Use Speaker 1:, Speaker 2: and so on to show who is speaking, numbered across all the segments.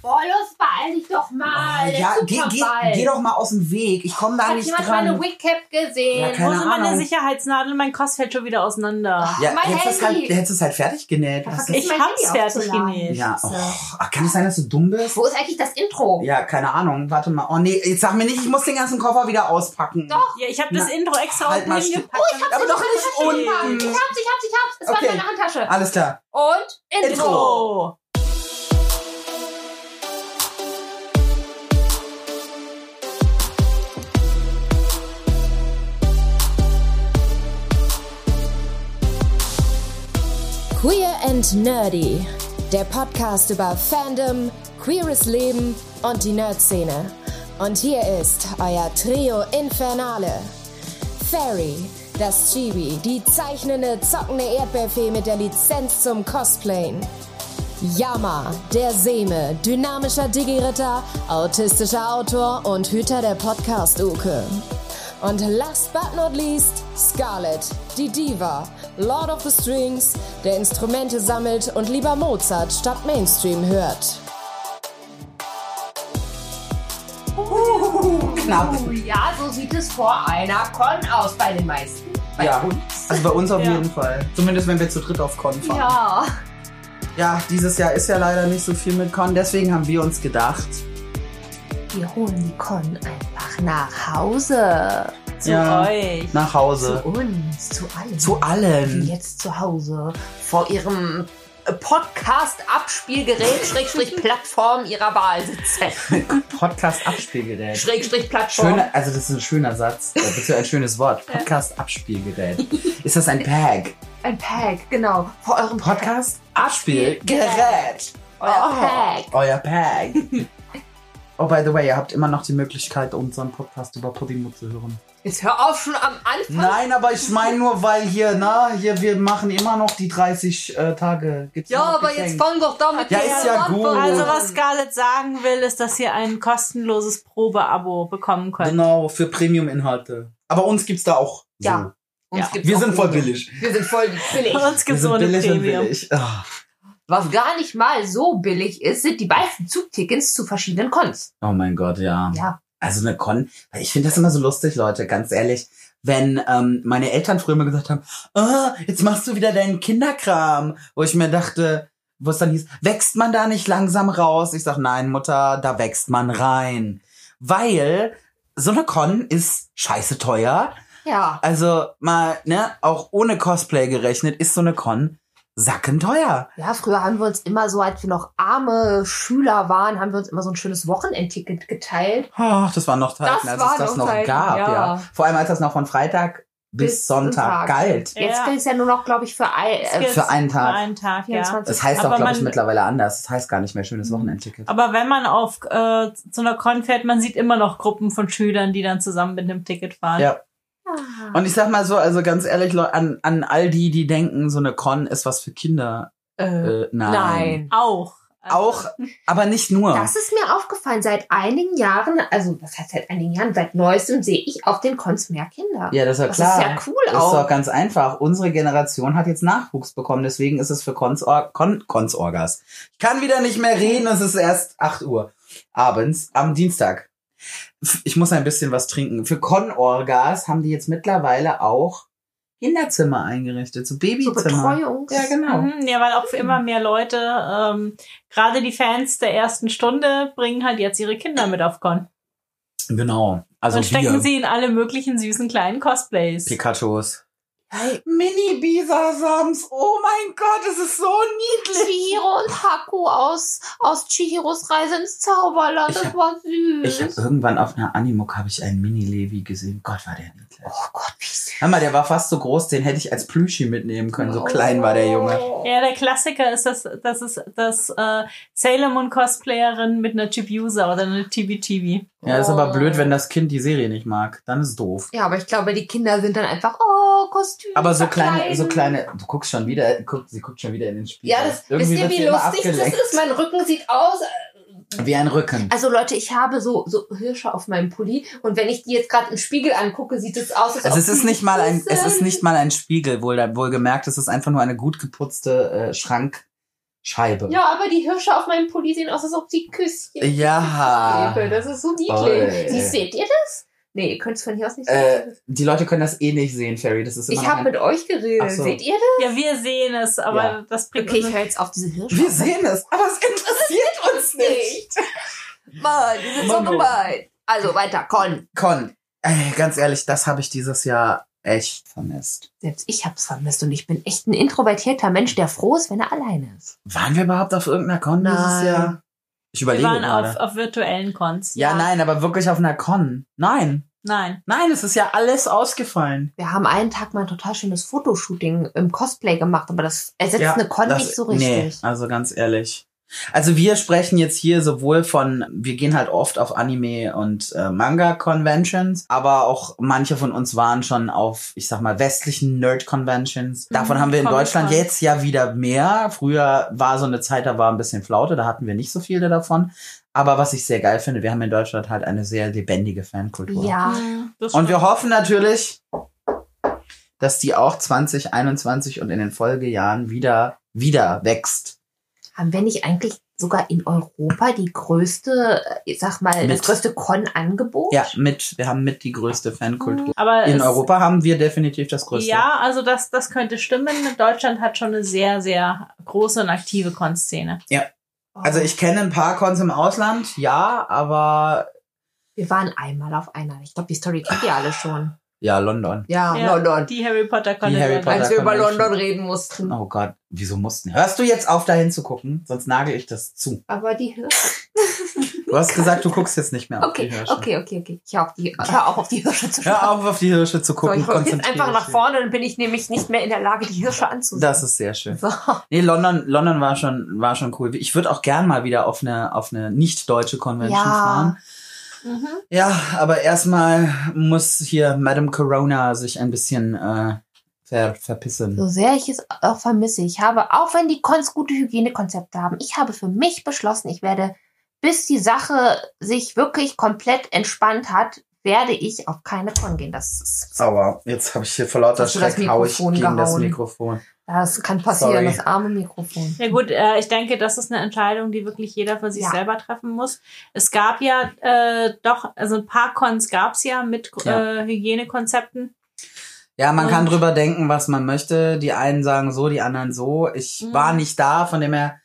Speaker 1: Frollos, beeil dich doch mal.
Speaker 2: Oh, ja, geh, geh, geh doch mal aus dem Weg. Ich komme da
Speaker 1: Hat
Speaker 2: nicht
Speaker 1: jemand meine
Speaker 2: dran.
Speaker 1: Wigcap gesehen?
Speaker 2: Ja,
Speaker 3: Wo
Speaker 2: keine
Speaker 3: sind meine
Speaker 2: Ahnung.
Speaker 3: Sicherheitsnadeln? Mein Kost fällt schon wieder auseinander.
Speaker 2: Ja,
Speaker 1: Oh, mein
Speaker 2: hättest du es halt,
Speaker 1: Handy.
Speaker 2: hättest du es halt fertig genäht. Das
Speaker 1: vergiss
Speaker 2: ist,
Speaker 3: ich
Speaker 1: mein
Speaker 3: hab's
Speaker 1: Handy
Speaker 3: fertig
Speaker 1: aufzuladen.
Speaker 3: genäht.
Speaker 2: ja, oh, ach, kann es sein, dass du dumm bist?
Speaker 1: Wo ist eigentlich das Intro?
Speaker 2: Ja, keine Ahnung. Warte mal. Oh nee, jetzt sag mir nicht, ich muss den ganzen Koffer wieder auspacken.
Speaker 1: Doch.
Speaker 3: Ja, ich habe das
Speaker 2: Na,
Speaker 3: Intro extra
Speaker 2: halt
Speaker 3: unten
Speaker 2: mal
Speaker 3: hingepackt. damit-
Speaker 2: Aber doch
Speaker 1: Ich hab's, ich
Speaker 2: nicht
Speaker 1: hab's, ich
Speaker 2: unten.
Speaker 1: hab's, ich hab's. Es war
Speaker 2: Okay.
Speaker 1: in meiner Handtasche.
Speaker 2: Alles klar.
Speaker 1: Und Intro.
Speaker 2: Intro.
Speaker 3: Oh.
Speaker 4: Queer and Nerdy, der Podcast über Fandom, queeres Leben und die Nerd-Szene. Und hier ist euer Trio Infernale. Fairy, das Chibi, die zeichnende, zockende Erdbeerfee mit der Lizenz zum Cosplayen. Yama, der Seme, dynamischer Digi-Ritter, autistischer Autor und Hüter der Podcast-Uke. Und last but not least, Scarlett, die Diva, Lord of the Strings, der Instrumente sammelt und lieber Mozart statt Mainstream hört.
Speaker 2: Knapp.
Speaker 1: Oh ja, so sieht es vor einer Con aus bei den meisten. Bei
Speaker 2: Ja.
Speaker 1: uns.
Speaker 2: Also bei uns auf
Speaker 3: Ja.
Speaker 2: jeden Fall. Zumindest wenn wir zu dritt auf Con fahren.
Speaker 1: Ja.
Speaker 2: Ja, dieses Jahr ist ja leider nicht so viel mit Con, deswegen haben wir uns gedacht.
Speaker 1: Wir holen die Con einfach nach Hause.
Speaker 3: Zu
Speaker 2: ja,
Speaker 3: euch.
Speaker 2: Nach Hause.
Speaker 1: Zu uns, zu allen.
Speaker 2: Zu
Speaker 1: die
Speaker 2: allen.
Speaker 1: jetzt zu Hause vor ihrem Podcast-Abspielgerät, Schrägstrich Plattform ihrer Wahl sitzen.
Speaker 2: Podcast-Abspielgerät.
Speaker 1: Schrägstrich Plattform.
Speaker 2: Schöner, also das ist ein schöner Satz. Das ist ja ein schönes Wort. Podcast-Abspielgerät. Ist das ein Tag?
Speaker 1: Ein Pack, genau. Vor eurem
Speaker 2: Podcast-Abspielgerät.
Speaker 1: Euer
Speaker 2: Oh,
Speaker 1: Pack.
Speaker 2: Euer Pack. Oh, by the way, ihr habt immer noch die Möglichkeit, unseren Podcast über Podimo zu hören.
Speaker 1: Jetzt hör auf schon am Anfang.
Speaker 2: Nein, aber ich meine nur, weil hier, na, hier, wir machen immer noch die 30 äh, Tage. Gibt's
Speaker 1: Ja,
Speaker 2: noch
Speaker 1: aber
Speaker 2: geschenkt.
Speaker 1: jetzt fang doch damit
Speaker 2: Ja,
Speaker 1: an.
Speaker 2: ist ja gut.
Speaker 3: Also was Scarlett sagen will, ist, dass ihr ein kostenloses Probeabo bekommen könnt.
Speaker 2: Genau, für Premium-Inhalte. Aber uns gibt's da auch.
Speaker 1: Ja. Uns
Speaker 3: Ja.
Speaker 2: So.
Speaker 1: gibt's
Speaker 2: Wir
Speaker 1: auch
Speaker 2: sind voll
Speaker 1: ohne.
Speaker 2: billig.
Speaker 1: Wir sind voll billig.
Speaker 3: Bei uns
Speaker 2: Wir
Speaker 3: gibt's so
Speaker 2: sind
Speaker 3: eine
Speaker 2: billig und
Speaker 3: Premium.
Speaker 2: billig. Ah.
Speaker 1: Was gar nicht mal so billig ist, sind die meisten Zugtickets zu verschiedenen Cons.
Speaker 2: Oh mein Gott, ja.
Speaker 1: Ja.
Speaker 2: Also eine Con. Ich finde das immer so lustig, Leute, ganz ehrlich. Wenn ähm, meine Eltern früher immer gesagt haben, ah, jetzt machst du wieder deinen Kinderkram. Wo ich mir dachte, wo es dann hieß, wächst man da nicht langsam raus? Ich sag, nein, Mutter, da wächst man rein. Weil so eine Con ist scheiße teuer.
Speaker 1: Ja.
Speaker 2: Also mal, ne, auch ohne Cosplay gerechnet, ist so eine Con sackenteuer.
Speaker 1: Ja, früher haben wir uns immer so, als wir noch arme Schüler waren, haben wir uns immer so ein schönes Wochenendticket geteilt.
Speaker 2: Ach, das waren noch Zeiten,
Speaker 1: Das
Speaker 2: als es
Speaker 1: waren
Speaker 2: das
Speaker 1: noch
Speaker 2: noch
Speaker 1: Zeiten,
Speaker 2: gab, ja.
Speaker 1: ja.
Speaker 2: Vor allem, als das noch von Freitag bis,
Speaker 1: Bis
Speaker 2: Sonntag
Speaker 1: Sonntag.
Speaker 2: galt.
Speaker 3: Ja.
Speaker 1: Jetzt gilt es ja nur noch, glaube ich, für ein,
Speaker 3: Es
Speaker 1: äh,
Speaker 3: gilt
Speaker 2: Für einen
Speaker 3: Für
Speaker 2: Tag.
Speaker 3: einen Tag, ja.
Speaker 1: 24.
Speaker 2: Das heißt auch,
Speaker 3: Aber
Speaker 2: glaube ich,
Speaker 3: man-
Speaker 2: mittlerweile anders. Das heißt gar nicht mehr schönes Wochenendticket.
Speaker 3: Aber wenn man auf äh, zu einer Con fährt, man sieht immer noch Gruppen von Schülern, die dann zusammen mit dem Ticket fahren.
Speaker 2: Ja.
Speaker 1: Ah.
Speaker 2: Und ich sag mal so, also ganz ehrlich, Leute, an, an all die, die denken, so eine Con ist was für Kinder.
Speaker 1: Äh,
Speaker 2: Äh, nein.
Speaker 1: nein.
Speaker 3: Auch. Also
Speaker 2: Auch, aber nicht nur.
Speaker 1: Das ist mir aufgefallen. Seit einigen Jahren, also was heißt seit einigen Jahren, seit neuestem sehe ich auf den Cons mehr Kinder.
Speaker 2: ja, das ist ja
Speaker 1: das
Speaker 2: klar.
Speaker 1: ist ja cool
Speaker 2: Ist doch
Speaker 1: auch.
Speaker 2: ganz einfach. Unsere Generation hat jetzt Nachwuchs bekommen, deswegen ist es für Konsorg Kon Konsorgas. Ich kann wieder nicht mehr reden, es ist erst 8 Uhr abends am Dienstag. F- Ich muss ein bisschen was trinken. Für Konorgas haben die jetzt mittlerweile auch Kinderzimmer eingerichtet, so
Speaker 1: So
Speaker 2: Babyzimmer.
Speaker 1: Betreuungs.
Speaker 2: ja, genau.
Speaker 3: Mhm, Ja, weil auch für immer mehr Leute, ähm, gerade die Fans der ersten Stunde, bringen halt jetzt ihre Kinder mit auf Con.
Speaker 2: Genau. Also
Speaker 3: und stecken
Speaker 2: wir,
Speaker 3: sie in alle möglichen süßen kleinen Cosplays.
Speaker 2: Pikachus. Mini-Bisasams, oh mein Gott, es ist so niedlich.
Speaker 1: Chihiro und Haku aus, aus Chihiros Reise ins Zauberland.
Speaker 2: Ich
Speaker 1: Das
Speaker 2: hab-
Speaker 1: war
Speaker 2: Ich habe
Speaker 1: süß. Oh.
Speaker 2: irgendwann auf einer Animuk habe ich einen Mini-Levi gesehen. Gott, war der niedlich.
Speaker 1: oh Gott, wie süß. Oh.
Speaker 2: Hör mal, der war fast so groß, den hätte ich als Plüschi mitnehmen können. So klein war der Junge.
Speaker 3: Ja, der Klassiker ist, dass, dass, es, dass äh, Sailor Moon Cosplayerin mit einer Chibusa oder einer Chibi-Chibi.
Speaker 2: Ja, ist aber blöd, wenn das Kind die Serie nicht mag. Dann ist doof.
Speaker 1: Ja, aber ich glaube, die Kinder sind dann einfach, oh, Kostüm.
Speaker 2: Aber so kleine,
Speaker 1: verkleiden.
Speaker 2: so kleine, du guckst schon wieder, guck, sie guckt schon wieder in den Spiegel.
Speaker 1: Ja, das,
Speaker 2: Irgendwie
Speaker 1: wisst ihr,
Speaker 2: wird
Speaker 1: wie
Speaker 2: sie immer
Speaker 1: lustig das
Speaker 2: abgelenkt.
Speaker 1: ist? Mein Rücken sieht aus.
Speaker 2: Wie ein Rücken.
Speaker 1: Also Leute, ich habe so, so Hirsche auf meinem Pulli und wenn ich die jetzt gerade im Spiegel angucke, sieht es aus, als
Speaker 2: Also
Speaker 1: ob
Speaker 2: es ist
Speaker 1: die
Speaker 2: nicht mal ein,
Speaker 1: süß
Speaker 2: es ist
Speaker 1: sind.
Speaker 2: nicht mal ein Spiegel, wohl, wohl gemerkt, es ist einfach nur eine gut geputzte äh, Schrank, Scheibe.
Speaker 1: Ja, aber die Hirsche auf meinem Pulli sehen aus, als ob sie Küsschen
Speaker 2: Ja.
Speaker 1: kleben. Das ist so
Speaker 2: Oi.
Speaker 1: niedlich. Sie, seht ihr das? Nee, ihr könnt es von hier aus nicht
Speaker 2: Äh,
Speaker 1: sehen.
Speaker 2: die Leute können das eh nicht sehen, Fairy. Das ist immer
Speaker 1: ich
Speaker 2: noch
Speaker 1: habe
Speaker 2: ein-
Speaker 1: mit euch
Speaker 2: Ach
Speaker 1: geredet.
Speaker 2: so.
Speaker 1: Seht ihr das?
Speaker 3: Ja, wir sehen es, aber
Speaker 2: Ja.
Speaker 3: das bringt
Speaker 1: Okay,
Speaker 3: uns
Speaker 1: ich höre jetzt auf diese Hirsche.
Speaker 2: Wir sehen es, aber es interessiert uns nicht.
Speaker 1: Mann, die sind
Speaker 2: so Manu.
Speaker 1: gemein. Also weiter, Con.
Speaker 2: Con, ey, ganz ehrlich, das habe ich dieses Jahr echt vermisst.
Speaker 1: Selbst ich hab's vermisst und ich bin echt ein introvertierter Mensch, der froh ist, wenn er alleine ist.
Speaker 2: Waren wir überhaupt auf irgendeiner Con dieses
Speaker 1: Nein.
Speaker 2: Jahr? Ich
Speaker 3: Wir
Speaker 2: überlege
Speaker 3: waren
Speaker 2: gerade.
Speaker 3: auf, auf virtuellen Cons.
Speaker 2: ja, nein, aber wirklich auf einer Con. Nein.
Speaker 3: Nein.
Speaker 2: Nein, es ist ja alles ausgefallen.
Speaker 1: Wir haben einen Tag mal ein total schönes Fotoshooting im Cosplay gemacht, aber das ersetzt
Speaker 2: ja,
Speaker 1: eine Con
Speaker 2: das-
Speaker 1: nicht so richtig.
Speaker 2: Nee, also ganz ehrlich. Also wir sprechen jetzt hier sowohl von, wir gehen halt oft auf Anime- und äh, Manga-Conventions, aber auch manche von uns waren schon auf, ich sag mal, westlichen Nerd-Conventions. Davon
Speaker 3: Mhm,
Speaker 2: haben wir in
Speaker 3: Comic-Con.
Speaker 2: Deutschland jetzt ja wieder mehr. Früher war so eine Zeit, da war ein bisschen Flaute, da hatten wir nicht so viele davon. Aber was ich sehr geil finde, wir haben in Deutschland halt eine sehr lebendige Fankultur.
Speaker 1: Ja.
Speaker 3: Mhm. Das
Speaker 2: Und wir hoffen natürlich, dass die auch 2021 und in den Folgejahren wieder, wieder wächst.
Speaker 1: Haben wir nicht eigentlich sogar in Europa die größte, äh, ich sag mal, das
Speaker 2: Mit-
Speaker 1: größte Con-Angebot?
Speaker 2: Ja, mit, wir haben mit die größte Fankultur.
Speaker 3: aber
Speaker 2: In
Speaker 3: es-
Speaker 2: Europa haben wir definitiv das größte.
Speaker 3: Ja, also das, das könnte stimmen. Deutschland hat schon eine sehr, sehr große und aktive Con-Szene.
Speaker 1: Oh.
Speaker 2: Also ich kenne ein paar Cons im Ausland, ja, aber
Speaker 1: Wir waren einmal auf einer. Ich glaube, die Story kennt ihr alle schon.
Speaker 2: ja, London.
Speaker 1: Ja,
Speaker 3: Ja,
Speaker 1: London.
Speaker 3: Die Harry Potter Con.
Speaker 2: Die
Speaker 3: in
Speaker 2: Harry
Speaker 3: London.
Speaker 2: Potter-
Speaker 1: Als wir über
Speaker 2: Convention.
Speaker 1: London reden mussten.
Speaker 2: Oh Gott, wieso mussten? Hörst du jetzt auf, da hinzugucken? Sonst nagel ich das zu.
Speaker 1: Aber die Hirsche.
Speaker 2: Du hast gesagt, du guckst jetzt nicht mehr auf die
Speaker 1: Okay,
Speaker 2: Hirsche.
Speaker 1: okay, okay, okay. Ich hör auf die, ich hör auf, auf die Hirsche zu
Speaker 2: Hör
Speaker 1: schauen.
Speaker 2: auf, auf die Hirsche zu
Speaker 1: So,
Speaker 2: gucken.
Speaker 1: ich guck jetzt
Speaker 2: konzentriere
Speaker 1: einfach nach
Speaker 2: dich.
Speaker 1: vorne, dann bin ich nämlich nicht mehr in der Lage, die Hirsche anzusehen.
Speaker 2: Das ist sehr schön.
Speaker 1: so.
Speaker 2: Nee, London, London war schon, war schon cool. Ich würde auch gern mal wieder auf eine, auf eine nicht-deutsche Convention
Speaker 1: Ja.
Speaker 2: fahren.
Speaker 3: Mhm.
Speaker 2: Ja, aber erstmal muss hier Madame Corona sich ein bisschen äh, ver verpissen.
Speaker 1: So sehr ich es auch vermisse, ich habe, auch wenn die Cons gute Hygienekonzepte haben, ich habe für mich beschlossen, ich werde, bis die Sache sich wirklich komplett entspannt hat, werde ich auf keine Con gehen. Das, ist,
Speaker 2: Sauer. Jetzt habe ich hier vor lauter
Speaker 1: Hast du das
Speaker 2: Schreck hau ich
Speaker 1: Mikrofon
Speaker 2: gegen das
Speaker 1: gehauen?
Speaker 2: Mikrofon.
Speaker 1: das kann passieren,
Speaker 2: Sorry.
Speaker 1: das arme Mikrofon.
Speaker 3: Ja gut, äh, ich denke, das ist eine Entscheidung, die wirklich jeder für sich
Speaker 1: Ja.
Speaker 3: selber treffen muss. Es gab ja äh, doch, also ein paar Cons gab's ja mit
Speaker 2: Ja.
Speaker 3: Äh, Hygienekonzepten.
Speaker 2: Ja, man
Speaker 3: Und-
Speaker 2: kann drüber denken, was man möchte. Die einen sagen so, die anderen so. Ich
Speaker 3: Mhm.
Speaker 2: war nicht da, von dem her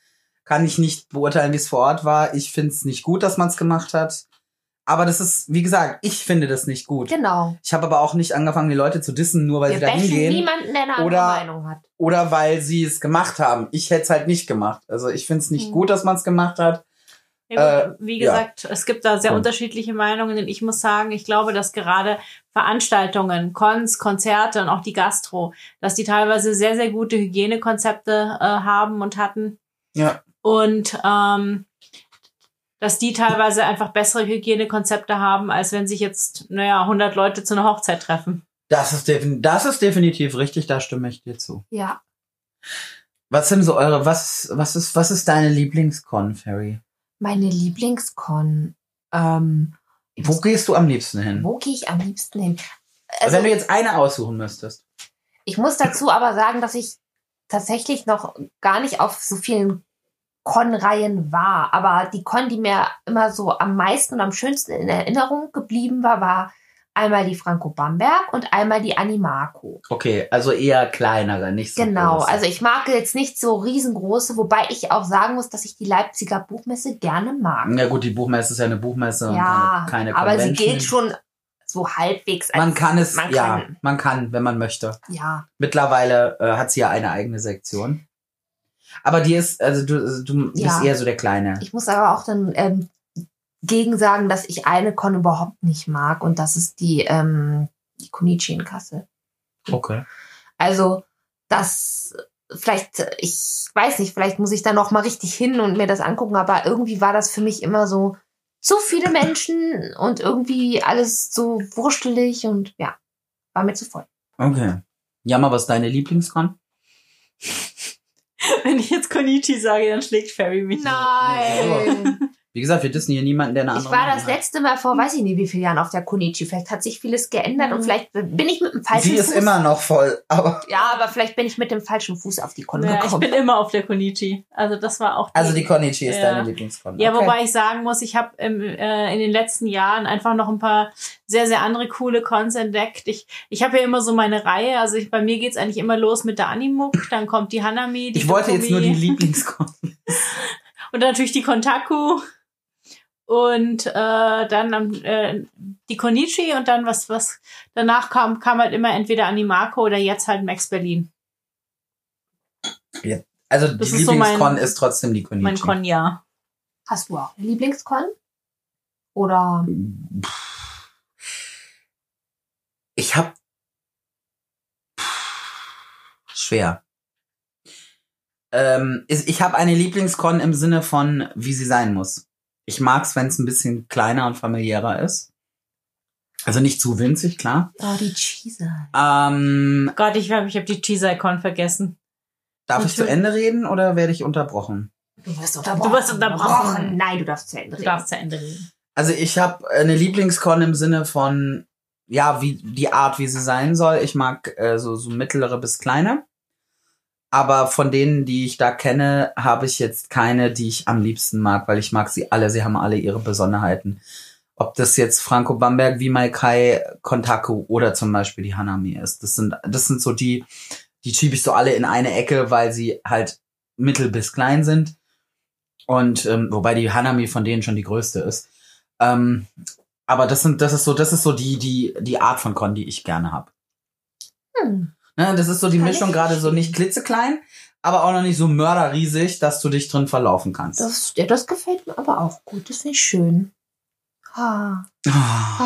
Speaker 2: kann ich nicht beurteilen, wie es vor Ort war. Ich finde es nicht gut, dass man es gemacht hat. Aber das ist, wie gesagt, ich finde das nicht gut.
Speaker 1: Genau.
Speaker 2: Ich habe aber auch nicht angefangen, die Leute zu dissen, nur weil
Speaker 1: Wir
Speaker 2: sie da
Speaker 1: bashen
Speaker 2: hingehen
Speaker 1: niemanden, der eine andere
Speaker 2: Oder-
Speaker 1: Meinung hat.
Speaker 2: oder weil sie es gemacht haben. Ich hätte es halt nicht gemacht. Also ich finde es nicht
Speaker 3: Mhm.
Speaker 2: gut, dass man es gemacht hat.
Speaker 3: Ja, gut, wie
Speaker 2: Äh, ja. Hm.
Speaker 3: gesagt, es gibt da sehr
Speaker 2: Und-
Speaker 3: unterschiedliche Meinungen. Denn ich muss sagen, ich glaube, dass gerade Veranstaltungen, Cons, Konzerte und auch die Gastro, dass die teilweise sehr, sehr gute Hygienekonzepte äh, haben und hatten.
Speaker 2: Ja.
Speaker 3: Und ähm, dass die teilweise einfach bessere Hygienekonzepte haben, als wenn sich jetzt, naja, 100 Leute zu einer Hochzeit treffen.
Speaker 2: Das ist, defin das ist definitiv richtig, da stimme ich dir zu.
Speaker 1: Ja.
Speaker 2: Was sind so eure, was, was ist, was ist deine Lieblingscon, Ferry?
Speaker 1: Meine Lieblingscon. Ähm,
Speaker 2: Wo gehst du am liebsten hin?
Speaker 1: wo gehe ich am liebsten hin? Also,
Speaker 2: Wenn du jetzt eine aussuchen müsstest.
Speaker 1: Ich muss dazu aber sagen, dass ich tatsächlich noch gar nicht auf so vielen Con-Reihen war. Aber die Con, die mir immer so am meisten und am schönsten in Erinnerung geblieben war, war einmal die Franco Bamberg und einmal die Animaco.
Speaker 2: Okay, also eher kleinere, nicht so
Speaker 1: Genau,
Speaker 2: große.
Speaker 1: also ich mag jetzt nicht so riesengroße, wobei ich auch sagen muss, dass ich die Leipziger Buchmesse gerne mag.
Speaker 2: Na gut, die Buchmesse ist ja eine Buchmesse
Speaker 1: Ja,
Speaker 2: und keine, keine
Speaker 1: aber sie
Speaker 2: Convention.
Speaker 1: gilt schon so halbwegs als,
Speaker 2: Man kann es,
Speaker 1: man
Speaker 2: ja,
Speaker 1: kann-
Speaker 2: man kann, wenn man möchte.
Speaker 1: ja,
Speaker 2: Mittlerweile äh, hat sie ja eine eigene Sektion. Aber die ist, also du, du bist
Speaker 1: Ja.
Speaker 2: eher so der Kleine.
Speaker 1: Ich muss aber auch dann ähm, gegen sagen, dass ich eine Con überhaupt nicht mag und das ist die, ähm, die Konichi in Kassel.
Speaker 2: Okay.
Speaker 1: Also das vielleicht, äh, ich weiß nicht, vielleicht muss ich da noch mal richtig hin und mir das angucken, aber irgendwie war das für mich immer so zu viele Menschen und irgendwie alles so wurstelig und ja, war mir zu voll.
Speaker 2: Okay. Jammer, was ist deine Lieblingscon?
Speaker 3: Wenn ich jetzt Konichi sage, dann schlägt Ferry mich.
Speaker 2: Nein. Wie gesagt, wir dissen hier niemanden, der eine
Speaker 1: Ich
Speaker 2: andere
Speaker 1: war
Speaker 2: Meinung
Speaker 1: das
Speaker 2: hat.
Speaker 1: letzte Mal vor, weiß ich nicht, wie vielen Jahren auf der Konichi. Vielleicht hat sich vieles geändert
Speaker 2: Mhm.
Speaker 1: und vielleicht bin ich mit dem falschen
Speaker 2: Sie ist
Speaker 1: Fuß.
Speaker 2: immer noch voll, aber
Speaker 1: ja, aber vielleicht bin ich mit dem falschen Fuß auf die Kon
Speaker 3: Ja, ich
Speaker 1: gekommen.
Speaker 3: bin immer auf der Konichi. Also das war auch
Speaker 2: also die Konichi ist
Speaker 3: Ja.
Speaker 2: deine Lieblingskon.
Speaker 3: Ja,
Speaker 2: okay.
Speaker 3: wobei ich sagen muss, ich habe im, äh, in den letzten Jahren einfach noch ein paar sehr, sehr andere coole Cons entdeckt. Ich, ich habe ja immer so meine Reihe. Also ich, bei mir geht's eigentlich immer los mit der Animuk, dann kommt die Hanami, die
Speaker 2: ich wollte jetzt nur die
Speaker 3: Kokomi
Speaker 2: Lieblingskon.
Speaker 3: und dann natürlich die Kontaku und äh, dann am, äh, die Konichi und dann was, was danach kam, kam halt immer entweder Animako oder jetzt halt Max Berlin.
Speaker 2: Also
Speaker 3: Das
Speaker 2: die
Speaker 3: ist so mein-
Speaker 2: Lieblingskon ist trotzdem die Konichi.
Speaker 3: Mein Konja.
Speaker 1: Hast du auch einen Lieblingskon? Oder
Speaker 2: Ich hab schwer. Ähm, ist- ich habe eine Lieblingskon im Sinne von, wie sie sein muss. Ich mag's, wenn's ein bisschen kleiner und familiärer ist. Also nicht zu winzig, klar.
Speaker 3: Ah,
Speaker 1: oh, die Cheese.
Speaker 2: Ähm,
Speaker 3: Gott, ich glaube, ich habe die Cheesai-Con vergessen.
Speaker 2: darf ich zu
Speaker 3: Natürlich.
Speaker 2: Ende reden oder werde ich unterbrochen?
Speaker 1: Du wirst
Speaker 3: Du wirst unterbrochen.
Speaker 1: Nein, du darfst zu Ende
Speaker 3: Du
Speaker 1: reden.
Speaker 3: darfst zu Ende reden.
Speaker 2: Also ich habe eine Lieblingskon im Sinne von, ja, wie die Art, wie sie sein soll. Ich mag äh, so, so mittlere bis kleine. Aber von denen, die ich da kenne, habe ich jetzt keine, die ich am liebsten mag, weil ich mag sie alle. Sie haben alle ihre Besonderheiten. Ob das jetzt Franco Bamberg, wie Kai, Kontaku oder zum Beispiel die Hanami ist. Das sind, das sind so die, die schiebe ich so alle in eine Ecke, weil sie halt mittel bis klein sind. Und ähm, wobei die Hanami von denen schon die größte ist. Ähm, aber das sind, das ist so, das ist so die, die, die Art von Con, die ich gerne habe.
Speaker 1: Hm.
Speaker 2: Ne, das ist so die
Speaker 1: Kann
Speaker 2: Mischung
Speaker 1: ich
Speaker 2: gerade so
Speaker 1: verstehen.
Speaker 2: nicht klitzeklein, aber auch noch nicht so mörderriesig, dass du dich drin verlaufen kannst.
Speaker 1: Das, ja, das gefällt mir aber auch gut. Das finde ich schön. Ah,
Speaker 2: Ah,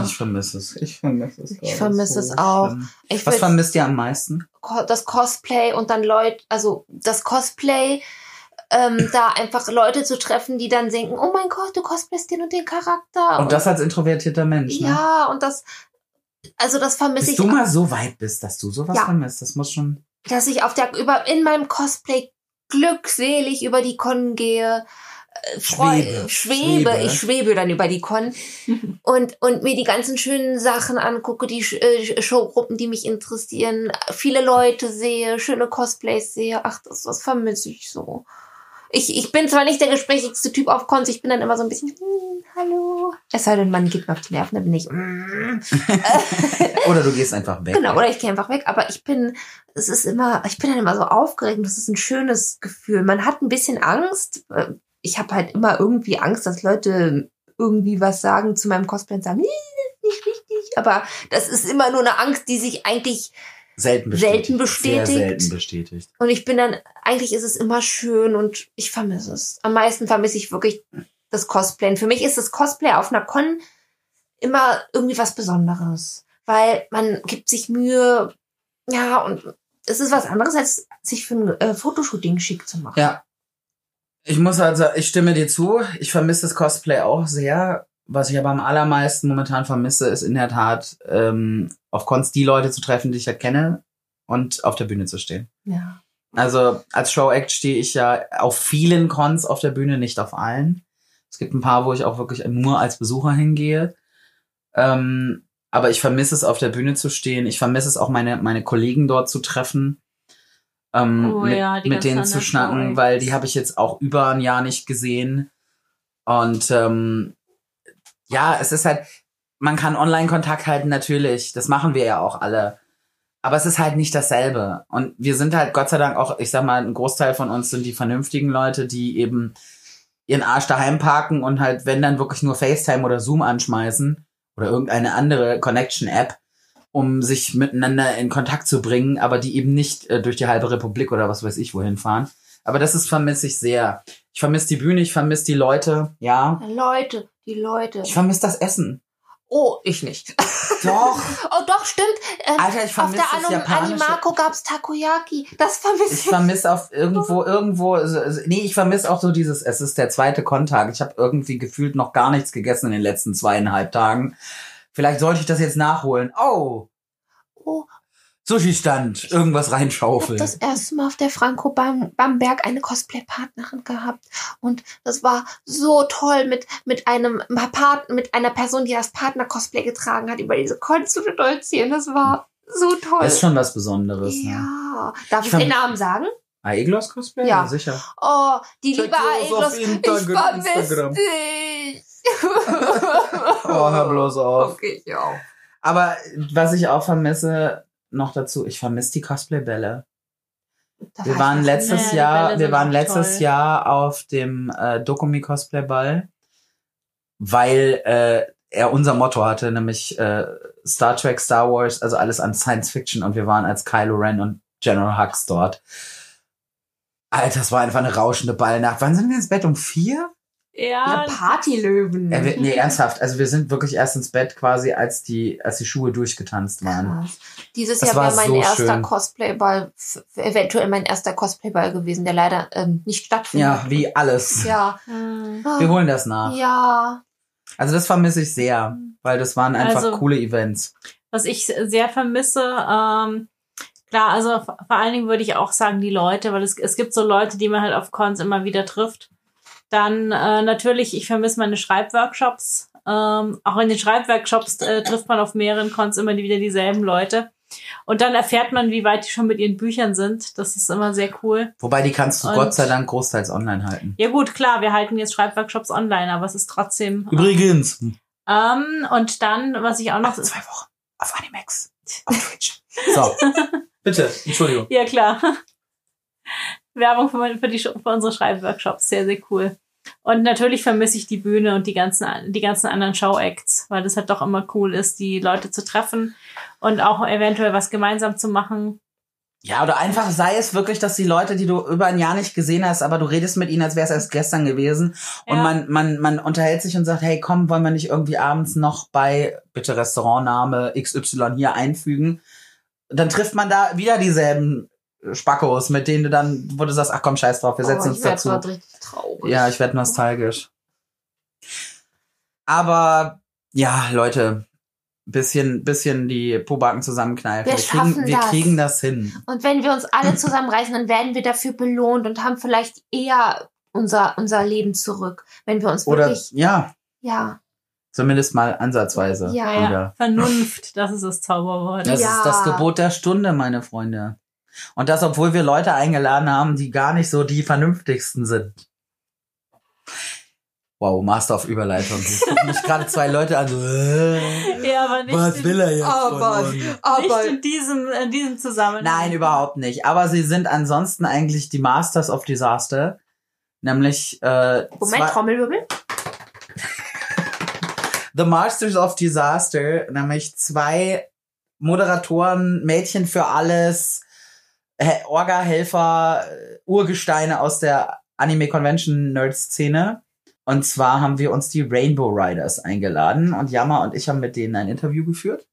Speaker 1: Ah.
Speaker 2: ich vermisse es. Ich vermisse es.
Speaker 1: Ich
Speaker 2: gerade
Speaker 1: vermisse es auch.
Speaker 2: schlimm.
Speaker 1: ich
Speaker 2: Was
Speaker 1: will-
Speaker 2: vermisst ihr am meisten?
Speaker 1: Co- das Cosplay und dann Leute, also das Cosplay, ähm, da einfach Leute zu treffen, die dann denken, oh mein Gott, du cosplayst den und den Charakter.
Speaker 2: Und das als introvertierter Mensch. Ne?
Speaker 1: ja, und das, also das vermisse
Speaker 2: Bis
Speaker 1: ich,
Speaker 2: du mal so weit bist, dass du sowas
Speaker 1: Ja.
Speaker 2: vermisst, das muss schon.
Speaker 1: dass ich auf der, über, in meinem Cosplay glückselig über die Con gehe, äh, freu- schwebe, schwebe,
Speaker 2: Schwebe. Schwebe.
Speaker 1: ich schwebe dann über die Con und, und mir die ganzen schönen Sachen angucke, die Sch- äh, Showgruppen, die mich interessieren, viele Leute sehe, schöne Cosplays sehe. Ach, das, das vermisse ich so. Ich, ich bin zwar nicht der gesprächigste Typ auf Cons, ich bin dann immer so ein bisschen, hm, hallo. Es sei denn, man geht mir auf die Nerven, dann bin ich, hm.
Speaker 2: Oder du gehst einfach weg.
Speaker 1: genau, oder ich gehe einfach weg. Aber ich bin, es ist immer, ich bin dann immer so aufgeregt und das ist ein schönes Gefühl. Man hat ein bisschen Angst. Ich habe halt immer irgendwie Angst, dass Leute irgendwie was sagen zu meinem Cosplay und sagen, nee, das ist nicht richtig. Aber das ist immer nur eine Angst, die sich eigentlich
Speaker 2: Selten bestätigt.
Speaker 1: Selten
Speaker 2: Sehr
Speaker 1: bestätigt.
Speaker 2: selten bestätigt.
Speaker 1: und ich bin dann, eigentlich ist es immer schön und ich vermisse es. Am meisten vermisse ich wirklich das Cosplayen. Für mich ist das Cosplay auf einer Con immer irgendwie was Besonderes. Weil man gibt sich Mühe, ja, und es ist was anderes, als sich für ein äh, Fotoshooting schick zu machen.
Speaker 2: Ja. Ich muss also, ich stimme dir zu. Ich vermisse das Cosplay auch sehr. Was ich aber am allermeisten momentan vermisse, ist in der Tat, ähm, auf Cons die Leute zu treffen, die ich ja kenne und auf der Bühne zu stehen.
Speaker 1: Ja.
Speaker 2: Also als Showact stehe ich ja auf vielen Cons auf der Bühne, nicht auf allen. Es gibt ein paar, wo ich auch wirklich nur als Besucher hingehe. Ähm, aber ich vermisse es, auf der Bühne zu stehen. Ich vermisse es auch, meine, meine Kollegen dort zu treffen. Ähm,
Speaker 3: Oh
Speaker 2: mit
Speaker 3: ja, die
Speaker 2: mit
Speaker 3: ganz
Speaker 2: denen
Speaker 3: anderen
Speaker 2: zu schnacken,
Speaker 3: Showacts.
Speaker 2: weil die habe ich jetzt auch über ein Jahr nicht gesehen. Und ähm, ja, es ist halt, man kann Online-Kontakt halten, natürlich. Das machen wir ja auch alle. Aber es ist halt nicht dasselbe. Und wir sind halt Gott sei Dank auch, ich sag mal, ein Großteil von uns sind die vernünftigen Leute, die eben ihren Arsch daheim parken und halt, wenn dann wirklich nur FaceTime oder Zoom anschmeißen oder irgendeine andere Connection-App, um sich miteinander in Kontakt zu bringen, aber die eben nicht äh, durch die halbe Republik oder was weiß ich wohin fahren. Aber das ist vermisse ich sehr. Ich vermisse die Bühne, ich vermisse die Leute, ja.
Speaker 1: Leute, die Leute.
Speaker 2: Ich vermisse das Essen.
Speaker 1: Oh, ich nicht.
Speaker 2: Doch.
Speaker 1: Oh, doch, stimmt. Ähm,
Speaker 2: Alter, ich
Speaker 1: auf
Speaker 2: vermisse
Speaker 1: der
Speaker 2: das
Speaker 1: Anum
Speaker 2: japanische.
Speaker 1: Animako gab's Takoyaki. Das vermisse
Speaker 2: Ich
Speaker 1: ich.
Speaker 2: vermisse auf irgendwo, irgendwo, so- so- nee, ich vermisse auch so dieses, es ist der zweite Kontag. Ich habe irgendwie gefühlt noch gar nichts gegessen in den letzten zweieinhalb Tagen. Vielleicht sollte ich das jetzt nachholen. Oh,
Speaker 1: Oh,
Speaker 2: Sushi-Stand, irgendwas
Speaker 1: Ich habe
Speaker 2: reinschaufeln.
Speaker 1: das erste Mal auf der Franco Bam Bamberg eine Cosplay-Partnerin gehabt. Und das war so toll mit, mit einem Part mit einer Person, die das Partner-Cosplay getragen hat, über diese Konzerte dolzieren. Das war so toll.
Speaker 2: Das ist schon was Besonderes. Ne?
Speaker 1: ja. Darf ich
Speaker 2: Ich
Speaker 1: den
Speaker 2: fand-
Speaker 1: Namen sagen?
Speaker 2: Aeglos-Cosplay?
Speaker 1: Ja.
Speaker 2: Sicher.
Speaker 1: Oh, die
Speaker 2: Check
Speaker 1: liebe
Speaker 2: uns auf
Speaker 1: Aeglos. Ich
Speaker 2: Instagram-
Speaker 1: vermisse
Speaker 2: Instagram.
Speaker 1: dich.
Speaker 2: Oh, hör bloß auf.
Speaker 1: Okay, ja.
Speaker 2: Aber was ich auch vermisse, noch dazu, ich vermisse die Cosplay-Bälle.
Speaker 1: Da
Speaker 2: Wir
Speaker 1: war
Speaker 2: waren
Speaker 1: ich-
Speaker 2: letztes
Speaker 3: die
Speaker 2: Jahr,
Speaker 3: Bälle
Speaker 2: wir
Speaker 3: sind
Speaker 2: waren
Speaker 3: auch
Speaker 2: letztes
Speaker 3: toll.
Speaker 2: Jahr auf dem äh, Dokumi Cosplay Ball, weil äh, er unser Motto hatte, nämlich äh, Star Trek, Star Wars, also alles an Science Fiction und wir waren als Kylo Ren und General Hux dort. Alter, es war einfach eine rauschende Ballnacht. Wann sind wir ins Bett? Um vier?
Speaker 1: Ja,
Speaker 3: Ja, Mhm.
Speaker 1: Partylöwen.
Speaker 2: Äh, wir, nee, ernsthaft. Also wir sind wirklich erst ins Bett quasi, als die, als die Schuhe durchgetanzt waren.
Speaker 1: Krass. Dieses
Speaker 2: Das
Speaker 1: Jahr wäre
Speaker 2: war
Speaker 1: mein
Speaker 2: so
Speaker 1: erster
Speaker 2: schön.
Speaker 1: Cosplayball, f- eventuell mein erster Cosplayball gewesen, der leider ähm, nicht
Speaker 2: Ja,
Speaker 1: stattfindet.
Speaker 2: wie alles.
Speaker 1: Ja.
Speaker 3: Mhm.
Speaker 2: Wir holen das nach.
Speaker 1: ja.
Speaker 2: Also das vermisse ich sehr, weil das waren einfach
Speaker 3: Also-
Speaker 2: coole Events.
Speaker 3: was ich sehr vermisse. Ähm, klar, also v- vor allen Dingen würde ich auch sagen, die Leute, weil es, es gibt so Leute, die man halt auf Cons immer wieder trifft. Dann äh, natürlich, ich vermisse meine Schreibworkshops. Ähm, auch in den Schreibworkshops äh, trifft man auf mehreren Cons immer die- wieder dieselben Leute. Und dann erfährt man, wie weit die schon mit ihren Büchern sind. Das ist immer sehr cool.
Speaker 2: Wobei die kannst du
Speaker 3: Und-
Speaker 2: Gott sei Dank großteils online halten.
Speaker 3: Ja gut, klar, wir halten jetzt Schreibworkshops online, aber es ist trotzdem.
Speaker 2: Übrigens,
Speaker 3: Ähm, und dann, was ich auch noch.
Speaker 2: alle Hm, zwei Wochen auf Animax. Auf Twitch. So. Bitte, Entschuldigung.
Speaker 3: Ja, klar. Werbung für, meine- für, die, Sch- für unsere Schreibworkshops. Sehr, sehr cool. Und natürlich vermisse ich die Bühne und die ganzen, die ganzen anderen Show-Acts, weil das halt doch immer cool ist, die Leute zu treffen und auch eventuell was gemeinsam zu machen.
Speaker 2: Ja, oder einfach sei es wirklich, dass die Leute, die du über ein Jahr nicht gesehen hast, aber du redest mit ihnen, als wäre es erst gestern gewesen. Und
Speaker 3: Ja.
Speaker 2: man, man, man unterhält sich und sagt, hey, komm, wollen wir nicht irgendwie abends noch bei, bitte Restaurantname XY hier einfügen? Und Dann trifft man da wieder dieselben Spackos, mit denen du dann, wo du sagst, ach komm, scheiß drauf, wir setzen
Speaker 1: Aber
Speaker 2: uns
Speaker 1: Oh, ich werd
Speaker 2: dazu.
Speaker 1: grad richtig traurig.
Speaker 2: Ja, ich werde nostalgisch. Aber ja, Leute, bisschen, bisschen die Pobacken zusammenkneifen.
Speaker 1: Wir schaffen
Speaker 2: kriegen, wir
Speaker 1: das.
Speaker 2: kriegen das hin.
Speaker 1: Und wenn wir uns alle zusammenreißen, dann werden wir dafür belohnt und haben vielleicht eher unser, unser Leben zurück. Wenn wir uns
Speaker 2: Oder
Speaker 1: wirklich,
Speaker 2: ja,
Speaker 1: ja,
Speaker 2: zumindest mal ansatzweise.
Speaker 1: Ja.
Speaker 3: Ja,
Speaker 2: wieder.
Speaker 3: Vernunft, das ist das Zauberwort.
Speaker 2: Das
Speaker 1: Ja.
Speaker 2: ist das Gebot der Stunde, meine Freunde. Und das, obwohl wir Leute eingeladen haben, die gar nicht so die vernünftigsten sind. Wow, Master auf Überleitung. Jetzt gucken mich gerade zwei Leute an. So, äh,
Speaker 3: Ja, aber nicht,
Speaker 2: was will er jetzt
Speaker 1: aber-
Speaker 2: von uns?
Speaker 3: in, nicht in, diesem, in diesem Zusammenhang.
Speaker 2: Nein, überhaupt nicht. Aber sie sind ansonsten eigentlich die Masters of Disaster. Nämlich äh,
Speaker 1: Moment,
Speaker 2: zwei-
Speaker 1: Trommelwirbel.
Speaker 2: The Masters of Disaster, nämlich zwei Moderatoren, Mädchen für alles, He- Orga-Helfer, äh, Urgesteine aus der Anime-Convention-Nerd-Szene. Und zwar haben wir uns die Rainbow Riders eingeladen und Yama und ich haben mit denen ein Interview geführt.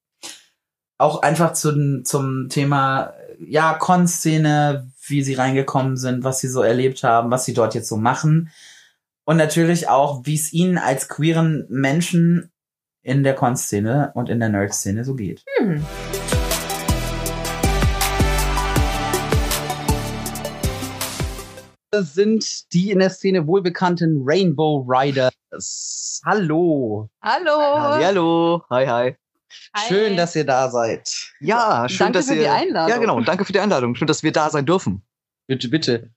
Speaker 2: Auch einfach zu, zum Thema, ja, Con-Szene, wie sie reingekommen sind, was sie so erlebt haben, was sie dort jetzt so machen. Und natürlich auch, wie es ihnen als queeren Menschen in der Con-Szene und in der Nerd-Szene so geht.
Speaker 1: Hm.
Speaker 2: Das sind die in der Szene wohlbekannten Rainbow Riders. Hallo.
Speaker 5: Hallo.
Speaker 6: Hallo, hi, hi.
Speaker 3: Hi.
Speaker 2: Schön, dass ihr da seid.
Speaker 6: Ja, schön,
Speaker 5: Danke
Speaker 6: dass
Speaker 5: für
Speaker 6: ihr.
Speaker 5: die Einladung.
Speaker 6: Ja, genau, danke für die Einladung. Schön, dass wir da sein dürfen.
Speaker 2: Bitte, bitte.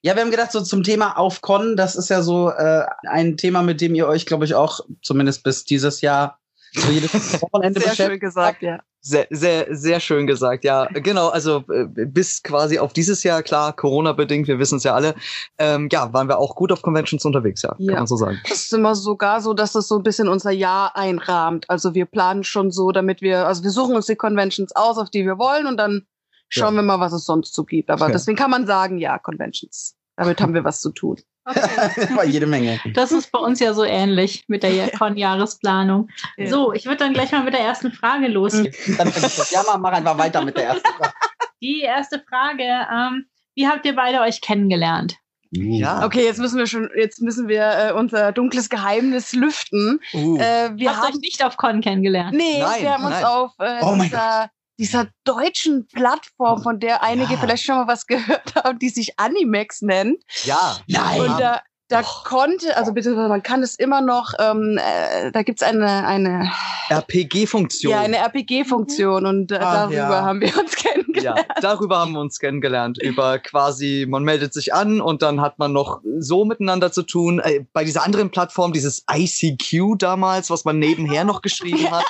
Speaker 2: Ja, wir haben gedacht, so zum Thema Aufkommen, das ist ja so äh, ein Thema, mit dem ihr euch, glaube ich, auch zumindest bis dieses Jahr so jedes Wochenende
Speaker 6: Sehr
Speaker 2: beschäftigt.
Speaker 6: schön gesagt, ja. Sehr, sehr, sehr schön gesagt, ja. Genau, also äh, bis quasi auf dieses Jahr, klar, Corona-bedingt, wir wissen es ja alle. Ähm, ja, waren wir auch gut auf Conventions unterwegs, ja,
Speaker 5: Ja.
Speaker 6: kann man so sagen.
Speaker 5: Das ist immer sogar so, dass das so ein bisschen unser Jahr einrahmt. Also wir planen schon so, damit wir, also wir suchen uns die Conventions aus, auf die wir wollen und dann schauen wir mal, was es sonst so gibt. Aber
Speaker 6: Ja.
Speaker 5: deswegen kann man sagen, ja, Conventions. Damit haben wir was zu tun.
Speaker 3: Okay.
Speaker 2: War jede Menge.
Speaker 3: Das ist bei uns ja so ähnlich mit der Con-Jahresplanung.
Speaker 5: Ja.
Speaker 3: So, ich würde dann gleich mal mit der ersten Frage los.
Speaker 2: Dann fängt das. Ja, mach, mach einfach weiter mit der ersten Frage.
Speaker 3: Die erste Frage, ähm, wie habt ihr beide euch kennengelernt?
Speaker 6: Ja.
Speaker 5: Okay, jetzt müssen wir schon, jetzt müssen wir äh, unser dunkles Geheimnis lüften.
Speaker 6: Uh.
Speaker 5: Äh, wir
Speaker 3: habt ihr
Speaker 5: haben
Speaker 3: euch nicht auf Con kennengelernt?
Speaker 5: Nee,
Speaker 6: Nein,
Speaker 5: wir haben uns
Speaker 6: nein.
Speaker 5: auf äh,
Speaker 2: Oh mein
Speaker 5: dieser dieser deutschen Plattform, von der einige
Speaker 6: Ja.
Speaker 5: vielleicht schon mal was gehört haben, die sich Animax nennt.
Speaker 6: Ja.
Speaker 2: Nein.
Speaker 5: Und äh, da, da
Speaker 6: Och.
Speaker 5: konnte, also beziehungsweise man kann es immer noch, ähm, äh, da gibt's eine, eine,
Speaker 6: RPG-Funktion.
Speaker 5: ja, eine RPG-Funktion
Speaker 6: Mhm.
Speaker 5: und äh,
Speaker 2: Ach,
Speaker 6: Ah,
Speaker 5: darüber
Speaker 2: ja.
Speaker 5: haben wir uns kennengelernt.
Speaker 6: Ja, darüber haben wir uns kennengelernt. Über quasi, man meldet sich an und dann hat man noch so miteinander zu tun. Äh, bei dieser anderen Plattform, dieses ICQ damals, was man nebenher noch geschrieben hat.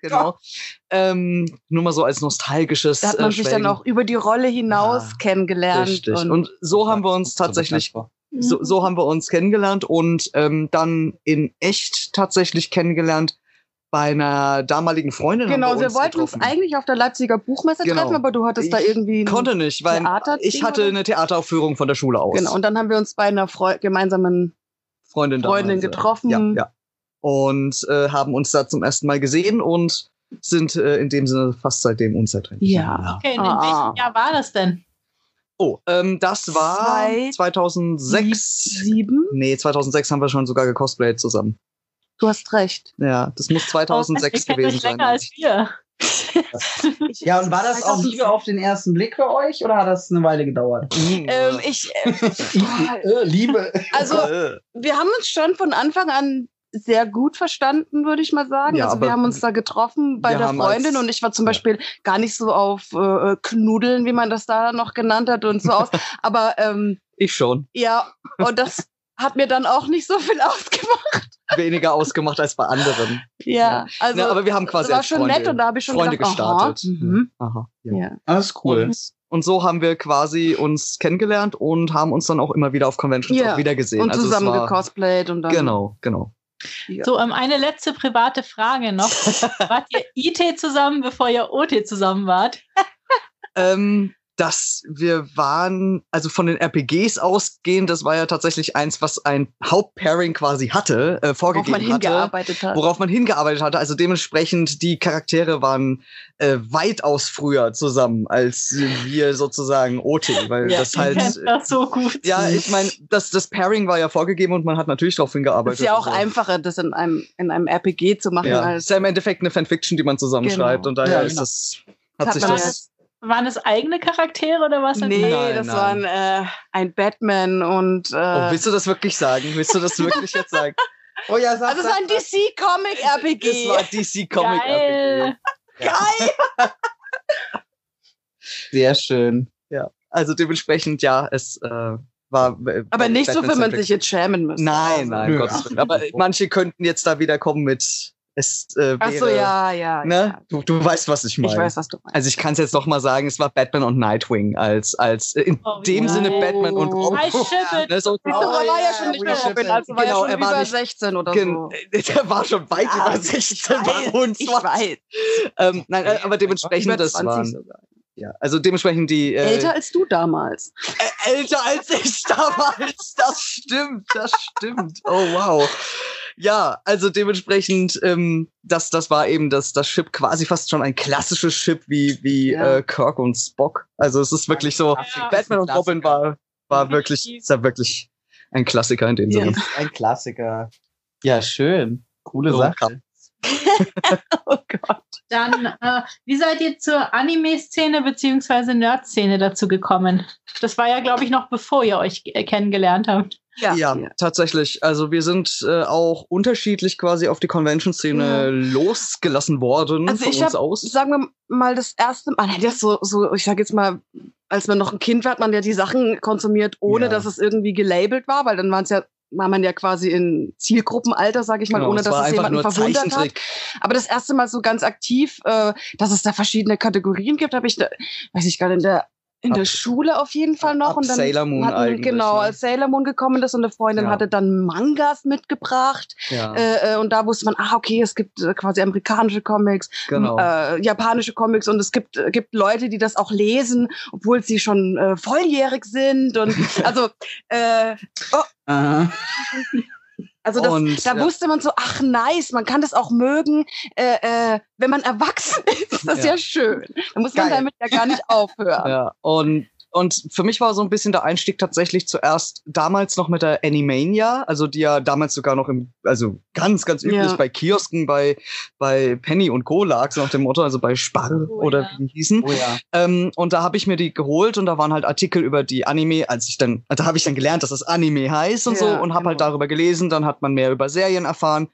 Speaker 6: genau. Ähm, nur mal so als nostalgisches.
Speaker 5: Da hat man
Speaker 6: äh,
Speaker 5: sich
Speaker 6: Schwelgen.
Speaker 5: dann auch über die Rolle hinaus
Speaker 2: Ja,
Speaker 5: kennengelernt.
Speaker 6: Richtig. Und, so haben wir uns tatsächlich,
Speaker 5: Mhm.
Speaker 6: so, so haben wir uns kennengelernt und ähm, dann in echt tatsächlich kennengelernt bei einer damaligen Freundin. haben
Speaker 5: Genau, wir
Speaker 6: uns
Speaker 5: wollten uns
Speaker 6: getroffen.
Speaker 5: eigentlich auf der Leipziger Buchmesse
Speaker 6: Genau.
Speaker 5: treffen, aber du hattest da
Speaker 6: Ich
Speaker 5: irgendwie. ein-
Speaker 6: konnte nicht, weil
Speaker 5: Theaterding
Speaker 6: ich hatte
Speaker 5: oder?
Speaker 6: eine Theateraufführung von der Schule aus.
Speaker 5: Genau, und dann haben wir uns bei einer Freu gemeinsamen
Speaker 6: Freundin,
Speaker 5: Freundin
Speaker 6: damals, äh,
Speaker 5: getroffen.
Speaker 6: Ja, ja. Und äh, haben uns da zum ersten Mal gesehen und sind äh, in dem Sinne fast seitdem unzertrennlich.
Speaker 5: Ja.
Speaker 3: Okay, in
Speaker 5: Ah.
Speaker 3: welchem Jahr war das denn?
Speaker 6: Oh, ähm, das war
Speaker 5: Zwei-
Speaker 6: 2006.
Speaker 5: Sieben?
Speaker 6: Nee, 2006 haben wir schon sogar gecosplayt zusammen.
Speaker 5: Du hast recht.
Speaker 6: Ja, das
Speaker 5: Oh,
Speaker 6: muss 2006
Speaker 3: ihr kennt
Speaker 6: gewesen
Speaker 3: euch
Speaker 6: sein.
Speaker 3: länger als wir.
Speaker 2: Ja, und war das auch Liebe auf den ersten Blick bei euch oder hat das eine Weile gedauert?
Speaker 5: Ähm, ich, äh,
Speaker 2: Äh, Liebe.
Speaker 5: also,
Speaker 6: Äh,
Speaker 5: wir haben uns schon von Anfang an sehr gut verstanden, würde ich mal sagen.
Speaker 6: Ja,
Speaker 5: also wir
Speaker 6: aber
Speaker 5: haben uns da getroffen bei
Speaker 6: wir
Speaker 5: der
Speaker 6: haben als-
Speaker 5: Freundin und ich war zum
Speaker 6: Ja.
Speaker 5: Beispiel gar nicht so auf äh, Knuddeln, wie man das da noch genannt hat und so aus. Aber ähm,
Speaker 6: ich schon.
Speaker 5: ja, und das hat mir dann auch nicht so viel ausgemacht.
Speaker 6: Weniger ausgemacht als bei anderen.
Speaker 5: Ja, also
Speaker 6: Na, aber wir haben quasi
Speaker 5: das war
Speaker 6: als
Speaker 5: schon
Speaker 6: Freunde,
Speaker 5: nett und da habe ich schon
Speaker 6: Freunde
Speaker 5: gedacht,
Speaker 6: gestartet.
Speaker 5: Aha, mhm,
Speaker 6: Aha, ja.
Speaker 5: ja.
Speaker 2: Das ist cool.
Speaker 6: Und, und so haben wir quasi uns kennengelernt und haben uns dann auch immer wieder auf Conventions
Speaker 5: Ja.
Speaker 6: auch wieder gesehen.
Speaker 5: Und
Speaker 6: Also es
Speaker 5: zusammen
Speaker 6: war-
Speaker 5: gecosplayt und dann.
Speaker 6: Genau, genau.
Speaker 3: So, ähm, eine letzte private Frage noch. wart ihr IT zusammen, bevor ihr OT zusammen wart?
Speaker 6: Ähm, dass wir waren, also von den RPGs ausgehend, das war ja tatsächlich eins, was ein Hauptpairing quasi hatte,
Speaker 5: Worauf
Speaker 6: äh,
Speaker 5: man
Speaker 6: vorgegeben hatte.
Speaker 5: hingearbeitet hat.
Speaker 6: Worauf man hingearbeitet hatte. Also dementsprechend, die Charaktere waren äh, weitaus früher zusammen als wir sozusagen OT, weil
Speaker 5: Ja,
Speaker 6: das
Speaker 5: ihr
Speaker 3: Ihr
Speaker 6: halt.
Speaker 3: kennt das so gut.
Speaker 6: Ja, ich meine, das, das Pairing war ja vorgegeben und man hat natürlich darauf
Speaker 5: Das
Speaker 6: hingearbeitet.
Speaker 5: ist ja auch
Speaker 6: Also,
Speaker 5: einfacher, das in einem, in einem RPG zu machen,
Speaker 6: Ja, ist
Speaker 5: als
Speaker 6: ja im Endeffekt eine Fanfiction, die man zusammenschreibt
Speaker 5: Genau.
Speaker 6: und
Speaker 2: Ja,
Speaker 6: daher ist
Speaker 2: genau.
Speaker 6: das, hat
Speaker 5: Hat
Speaker 6: sich
Speaker 5: man
Speaker 6: das.
Speaker 5: das-
Speaker 3: Waren es eigene Charaktere oder was?
Speaker 5: Nee,
Speaker 6: Nein,
Speaker 5: das
Speaker 6: nein.
Speaker 5: waren äh, ein Batman und äh,
Speaker 6: Oh, willst du das wirklich sagen? Willst du das wirklich jetzt sagen?
Speaker 2: Oh ja, sag,
Speaker 5: also es war ein DC Comic
Speaker 6: Das
Speaker 5: RPG.
Speaker 6: war DC Comic RPG.
Speaker 3: Geil.
Speaker 2: Sehr schön.
Speaker 6: Also dementsprechend, ja, es äh, war. äh,
Speaker 5: Aber nicht so,
Speaker 6: Batman
Speaker 5: wenn man
Speaker 6: Centric.
Speaker 5: sich jetzt schämen müsste. Also,
Speaker 6: Nein, nein,
Speaker 2: Nö.
Speaker 6: Gottes Willen. Aber manche könnten jetzt da wieder kommen mit. Es äh, wäre,
Speaker 5: Ach so, ja, ja.
Speaker 6: Ne? Du, du weißt, was ich
Speaker 5: ja.
Speaker 6: meine.
Speaker 5: Ich weiß, was du meinst.
Speaker 6: Also ich kann es jetzt noch mal sagen, es war Batman und Nightwing als als äh, in
Speaker 3: Oh, wie
Speaker 6: dem
Speaker 3: geil.
Speaker 6: Sinne Batman und Robin.
Speaker 5: Halt
Speaker 3: I ship it.
Speaker 6: Ne, so,
Speaker 5: Siehst du,
Speaker 2: Oh
Speaker 5: er war ja
Speaker 2: ja,
Speaker 5: schon nicht
Speaker 2: we
Speaker 5: mehr
Speaker 2: should
Speaker 5: Robin,
Speaker 2: say.
Speaker 5: also war
Speaker 6: Genau,
Speaker 5: ja
Speaker 6: er
Speaker 5: schon
Speaker 6: war
Speaker 5: über
Speaker 6: nicht-
Speaker 5: 16 oder
Speaker 6: Gen-
Speaker 5: so.
Speaker 6: Der war schon weit
Speaker 5: Ja,
Speaker 6: über 16, war
Speaker 5: Ich
Speaker 6: 25.
Speaker 5: weiß.
Speaker 6: Ähm, nein, äh, aber
Speaker 5: Über
Speaker 6: dementsprechend das
Speaker 5: 20
Speaker 6: waren.
Speaker 5: sogar.
Speaker 6: Ja, also dementsprechend die äh,
Speaker 5: Älter als du damals.
Speaker 6: Ä- älter als ich damals. Das stimmt, das stimmt. Oh wow. Ja, also dementsprechend, ähm, das, das war eben das, das Ship quasi fast schon ein klassisches Ship wie, wie
Speaker 5: Ja.
Speaker 6: äh, Kirk und Spock. Also es ist wirklich so,
Speaker 3: Ja.
Speaker 6: Batman und Robin war, war wirklich,
Speaker 3: Definitiv.
Speaker 6: ist ja wirklich ein Klassiker in dem
Speaker 5: Ja.
Speaker 6: Sinne.
Speaker 2: Ist ein Klassiker. Ja, schön. Coole
Speaker 6: Oh,
Speaker 2: Sache.
Speaker 5: Oh Gott.
Speaker 3: Dann, äh, wie seid ihr zur Anime-Szene bzw. Nerd-Szene dazu gekommen? Das war ja, glaube ich, noch bevor ihr euch äh, kennengelernt habt.
Speaker 5: Ja.
Speaker 6: Ja, tatsächlich. Also wir sind äh, auch unterschiedlich quasi auf die Convention-Szene losgelassen worden
Speaker 5: Mhm. Also
Speaker 6: von
Speaker 5: ich
Speaker 6: uns
Speaker 5: hab-
Speaker 6: aus.
Speaker 5: Sagen wir mal das erste Mal, nein, das so, so, ich sag jetzt mal, als man noch ein Kind war, hat man ja die Sachen konsumiert, ohne
Speaker 6: Ja.
Speaker 5: dass es irgendwie gelabelt war, weil dann waren es ja, war man ja quasi in Zielgruppenalter, sag ich mal,
Speaker 6: Genau,
Speaker 5: ohne dass
Speaker 6: war
Speaker 5: es
Speaker 6: einfach
Speaker 5: jemanden
Speaker 6: nur
Speaker 5: verwundert hat.
Speaker 6: Zeichentrick.
Speaker 5: Aber das erste Mal so ganz aktiv, äh, dass es da verschiedene Kategorien gibt, habe ich, da, weiß ich gar nicht, in der, in der
Speaker 6: Ab-
Speaker 5: Schule auf jeden Fall noch.
Speaker 6: ab
Speaker 5: und dann
Speaker 6: Sailor Moon
Speaker 5: hatten,
Speaker 6: eigentlich,
Speaker 5: genau,
Speaker 6: ne?
Speaker 5: als Sailor Moon gekommen ist und eine Freundin
Speaker 6: Ja.
Speaker 5: hatte dann Mangas mitgebracht.
Speaker 6: Ja,
Speaker 5: Äh, äh, und da wusste man, ah, okay, es gibt äh, quasi amerikanische Comics,
Speaker 6: genau.
Speaker 5: äh, japanische Comics und es gibt, äh, gibt Leute, die das auch lesen, obwohl sie schon äh, volljährig sind. Und also, äh,
Speaker 2: Aha.
Speaker 5: also das,
Speaker 6: Und,
Speaker 5: da
Speaker 6: ja.
Speaker 5: wusste man so, ach nice, man kann das auch mögen, äh, äh, wenn man erwachsen ist. Das ist ja,
Speaker 6: Ja.
Speaker 5: schön. Da muss man
Speaker 2: Geil.
Speaker 5: damit ja gar nicht aufhören.
Speaker 6: Ja, und, Und für mich war so ein bisschen der Einstieg tatsächlich zuerst damals noch mit der Animania, also die ja damals sogar noch im, also ganz, ganz üblich
Speaker 5: Ja.
Speaker 6: bei Kiosken, bei, bei Penny und Co. lag, so nach dem Motto, also bei Sparre
Speaker 3: Oh,
Speaker 6: oder
Speaker 3: ja.
Speaker 6: wie die hießen.
Speaker 2: Oh ja.
Speaker 6: Ähm, und da habe ich mir die geholt und da waren halt Artikel über die Anime, als ich dann, da habe ich dann gelernt, dass das Anime heißt und so
Speaker 5: Ja,
Speaker 6: und habe halt
Speaker 5: genau.
Speaker 6: darüber gelesen, dann hat man mehr über Serien erfahren.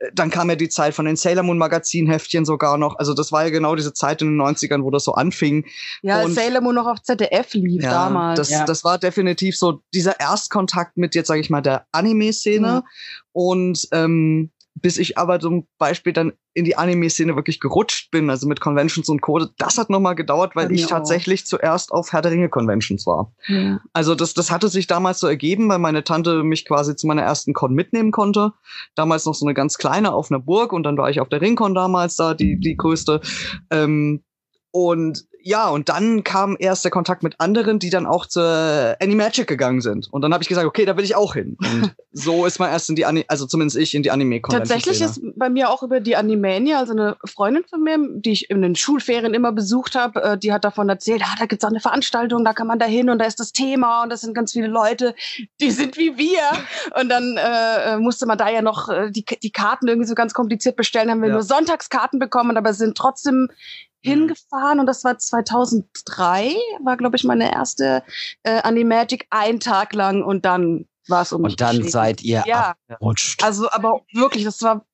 Speaker 6: Äh, Dann kam ja die Zeit von den Sailor Moon Magazin-Heftchen sogar noch. Also das war ja genau diese Zeit in den 90ern, wo das so anfing.
Speaker 5: Ja, als
Speaker 6: Und-
Speaker 5: Sailor Moon noch auf ZDF lief damals.
Speaker 6: Das,
Speaker 2: Ja.
Speaker 6: das war definitiv so dieser Erstkontakt mit jetzt, sage ich mal, der Anime-Szene.
Speaker 5: Mhm.
Speaker 6: Und ähm, bis ich aber zum Beispiel dann in die Anime-Szene wirklich gerutscht bin, also mit Conventions und Code, das hat nochmal gedauert, weil
Speaker 5: Bei
Speaker 6: ich
Speaker 5: mir auch.
Speaker 6: tatsächlich zuerst auf Herr der Ringe-Conventions war.
Speaker 5: Ja.
Speaker 6: Also das, das hatte sich damals so ergeben, weil meine Tante mich quasi zu meiner ersten Con mitnehmen konnte. Damals noch so eine ganz kleine auf einer Burg und dann war ich auf der Ringcon damals da, die, die größte. Ähm, und ja, und dann kam erst der Kontakt mit anderen, die dann auch zur Animagic gegangen sind. Und dann habe ich gesagt, okay, da will ich auch hin. Und so ist man erst in die Anime, also zumindest ich in die Anime-Con.
Speaker 5: Tatsächlich ist bei mir auch über die Animania, also eine Freundin von mir, die ich in den Schulferien immer besucht habe, äh, die hat davon erzählt, ah, da gibt's auch eine Veranstaltung, da kann man da hin und da ist das Thema und das sind ganz viele Leute, die sind wie wir. Und dann äh, äh, musste man da ja noch äh, die, die Karten irgendwie so ganz kompliziert bestellen, haben wir
Speaker 6: Ja.
Speaker 5: nur Sonntagskarten bekommen, aber sind
Speaker 2: Mhm.
Speaker 5: trotzdem hingefahren und das war 2003, war glaube ich meine erste äh, Animagic, ein Tag lang und dann war es um mich
Speaker 2: Und dann
Speaker 5: geschehen.
Speaker 2: seid ihr
Speaker 5: ja.
Speaker 2: abrutscht.
Speaker 5: Also, aber wirklich, das war,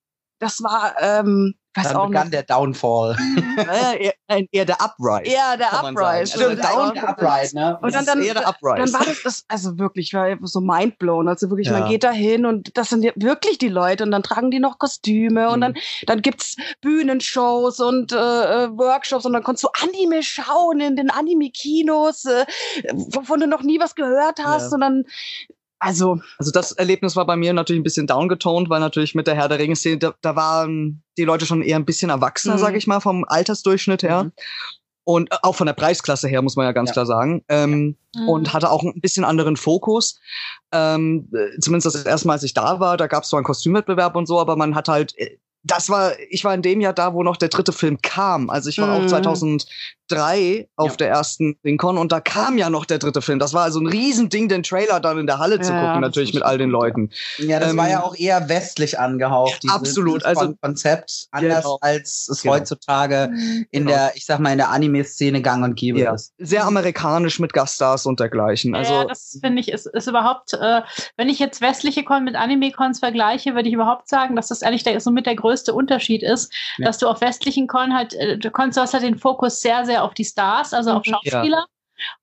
Speaker 5: das war, ähm, ich weiß
Speaker 2: Dann
Speaker 5: auch
Speaker 2: begann
Speaker 5: nicht.
Speaker 2: der Downfall.
Speaker 6: naja, eher, nein, eher der Uprise.
Speaker 5: Ja, der
Speaker 6: kann man sagen.
Speaker 5: Uprise.
Speaker 6: Also,
Speaker 5: Und
Speaker 6: der Down-
Speaker 5: dann-
Speaker 2: ne?
Speaker 5: Und dann, dann,
Speaker 6: eher der
Speaker 5: dann
Speaker 6: Uprise.
Speaker 5: war das, das, also wirklich, war so mindblown. Also wirklich,
Speaker 6: Ja.
Speaker 5: man geht da hin und das sind ja wirklich die Leute und dann tragen die noch Kostüme und
Speaker 6: Mhm.
Speaker 5: dann, dann gibt's Bühnenshows und äh, äh, Workshops und dann konntest du Anime schauen in den Anime-Kinos, äh, wovon du noch nie was gehört hast
Speaker 6: Ja.
Speaker 5: und dann, also,
Speaker 6: Also das Erlebnis war bei mir natürlich ein bisschen downgetoned, weil natürlich mit der Herr der Ringe Szene, da, da waren die Leute schon eher ein bisschen erwachsener,
Speaker 5: Mhm.
Speaker 6: sage ich mal, vom Altersdurchschnitt her.
Speaker 2: Mhm.
Speaker 6: Und äh, auch von der Preisklasse her, muss man ja ganz
Speaker 2: Ja.
Speaker 6: klar sagen. Ähm, Und hatte auch ein bisschen anderen Fokus. Ähm, äh, zumindest das erste Mal, als ich da war, da gab es so einen Kostümwettbewerb und so, aber man hat halt, äh, das war, ich war in dem Jahr da, wo noch der dritte Film kam. Also ich war auch
Speaker 5: Mhm.
Speaker 6: 2003 auf
Speaker 2: Ja.
Speaker 6: der ersten Rincon und da kam ja noch der dritte Film. Das war also ein Riesending, den Trailer dann in der Halle zu
Speaker 5: Ja,
Speaker 6: gucken,
Speaker 5: das
Speaker 6: natürlich
Speaker 5: ist
Speaker 6: mit all den
Speaker 5: schon
Speaker 6: Leuten.
Speaker 2: Ja, das
Speaker 6: Ähm,
Speaker 2: war ja auch eher westlich angehaucht. dieses-
Speaker 6: Absolut,
Speaker 2: dieses Kon-
Speaker 6: also-
Speaker 2: Konzept anders
Speaker 6: Genau.
Speaker 2: als es
Speaker 6: Genau.
Speaker 2: heutzutage in
Speaker 1: Mm,
Speaker 6: Genau.
Speaker 2: der, ich sag mal, in der Anime-Szene gang und gäbe
Speaker 6: Ja.
Speaker 2: ist.
Speaker 6: Sehr amerikanisch mit Gaststars und dergleichen. Also
Speaker 3: ja, das finde ich, ist, ist überhaupt, äh, wenn ich jetzt westliche Con mit Anime-Cons vergleiche, würde ich überhaupt sagen, dass das eigentlich der, somit der größte Unterschied ist,
Speaker 2: Ja.
Speaker 3: dass du auf westlichen Con halt, äh, du Cons, du hast halt den Fokus sehr, sehr auf die Stars, also auf
Speaker 5: Mhm.
Speaker 3: Schauspieler.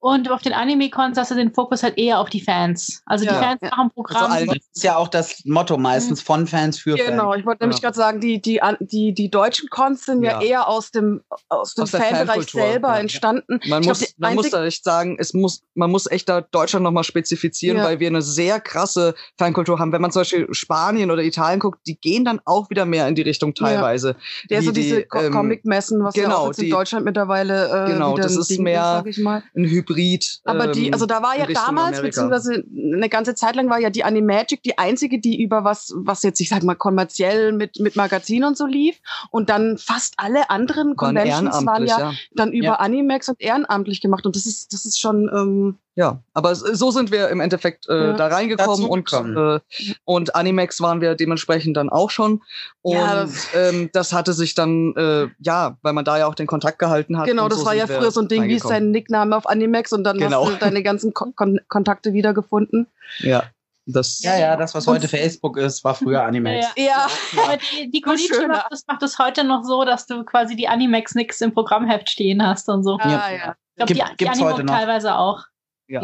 Speaker 3: Und auf den Anime-Cons hast du den Fokus halt eher auf die Fans. Also die
Speaker 5: Ja.
Speaker 3: Fans
Speaker 5: Ja.
Speaker 3: machen
Speaker 6: Also
Speaker 3: Programm.
Speaker 6: allen-
Speaker 2: Das ist ja auch das Motto meistens von Fans für
Speaker 5: Genau,
Speaker 2: Fans.
Speaker 5: ich wollte nämlich
Speaker 6: Ja.
Speaker 5: gerade sagen, die, die, an- die, die deutschen Cons sind ja,
Speaker 6: Ja.
Speaker 5: eher aus dem, aus dem
Speaker 6: Aus der
Speaker 5: Fanbereich
Speaker 6: Fankultur,
Speaker 5: selber
Speaker 6: ja.
Speaker 5: entstanden.
Speaker 6: man,
Speaker 5: ich glaub,
Speaker 6: muss,
Speaker 5: die
Speaker 6: man muss
Speaker 5: einzig-
Speaker 6: da echt sagen, es muss, man muss echt da Deutschland nochmal spezifizieren,
Speaker 5: Ja.
Speaker 6: weil wir eine sehr krasse Fankultur haben. Wenn man zum Beispiel Spanien oder Italien guckt, die gehen dann auch wieder mehr in die Richtung
Speaker 5: Ja.
Speaker 6: teilweise.
Speaker 5: Der
Speaker 6: Wie
Speaker 5: so diese
Speaker 6: die,
Speaker 5: Co
Speaker 6: ähm,
Speaker 5: Comic-Messen, was ja
Speaker 6: genau,
Speaker 5: auch jetzt in
Speaker 6: die-
Speaker 5: Deutschland mittlerweile äh,
Speaker 6: Genau,
Speaker 5: wieder
Speaker 6: das
Speaker 5: ein
Speaker 6: ist
Speaker 5: Ding
Speaker 6: mehr-
Speaker 5: sag ich mal.
Speaker 6: Ein Hybrid.
Speaker 5: Aber
Speaker 6: ähm,
Speaker 5: die, also da war
Speaker 6: in
Speaker 5: ja
Speaker 6: Richtung
Speaker 5: damals,
Speaker 6: Amerika.
Speaker 5: beziehungsweise eine ganze Zeit lang war ja die Animagic die einzige, die über was, was jetzt, ich sag mal, kommerziell mit, mit Magazin und so lief. Und dann fast alle anderen
Speaker 6: waren
Speaker 5: Conventions waren
Speaker 6: ehrenamtlich,
Speaker 5: ja,
Speaker 6: ja.
Speaker 5: dann über
Speaker 2: Ja.
Speaker 5: Animax und ehrenamtlich gemacht. Und das ist, das ist schon, ähm,
Speaker 6: Ja, aber s- so sind wir im Endeffekt äh,
Speaker 5: Ja.
Speaker 6: da reingekommen und, äh,
Speaker 2: Dazugekommen.
Speaker 6: und Animax waren wir dementsprechend dann auch schon. Und
Speaker 5: Ja,
Speaker 6: das, ähm, das hatte sich dann, äh, ja, weil man da ja auch den Kontakt gehalten hat.
Speaker 5: Genau,
Speaker 6: und
Speaker 5: das
Speaker 6: so
Speaker 5: war
Speaker 6: sind
Speaker 5: ja
Speaker 6: wir
Speaker 5: früher so ein Ding, wie ist
Speaker 6: reingekommen.
Speaker 5: dein Nickname auf Animax und dann
Speaker 6: Genau.
Speaker 5: hast du deine ganzen Kon Kon Kontakte wiedergefunden.
Speaker 6: Ja, das.
Speaker 2: Ja, ja, das, was heute Facebook ist, war früher Animax.
Speaker 3: Ja.
Speaker 5: Ja,
Speaker 3: Aber die, die Konichi
Speaker 5: schöner.
Speaker 3: macht das, macht das heute noch so, dass du quasi die Animex-Nix im Programmheft stehen hast und so.
Speaker 5: ah, ja.
Speaker 2: Ja.
Speaker 5: ja.
Speaker 3: Ich glaube,
Speaker 2: Gibt-
Speaker 3: die, die
Speaker 2: gibt's heute
Speaker 3: Anime
Speaker 2: noch.
Speaker 3: teilweise auch.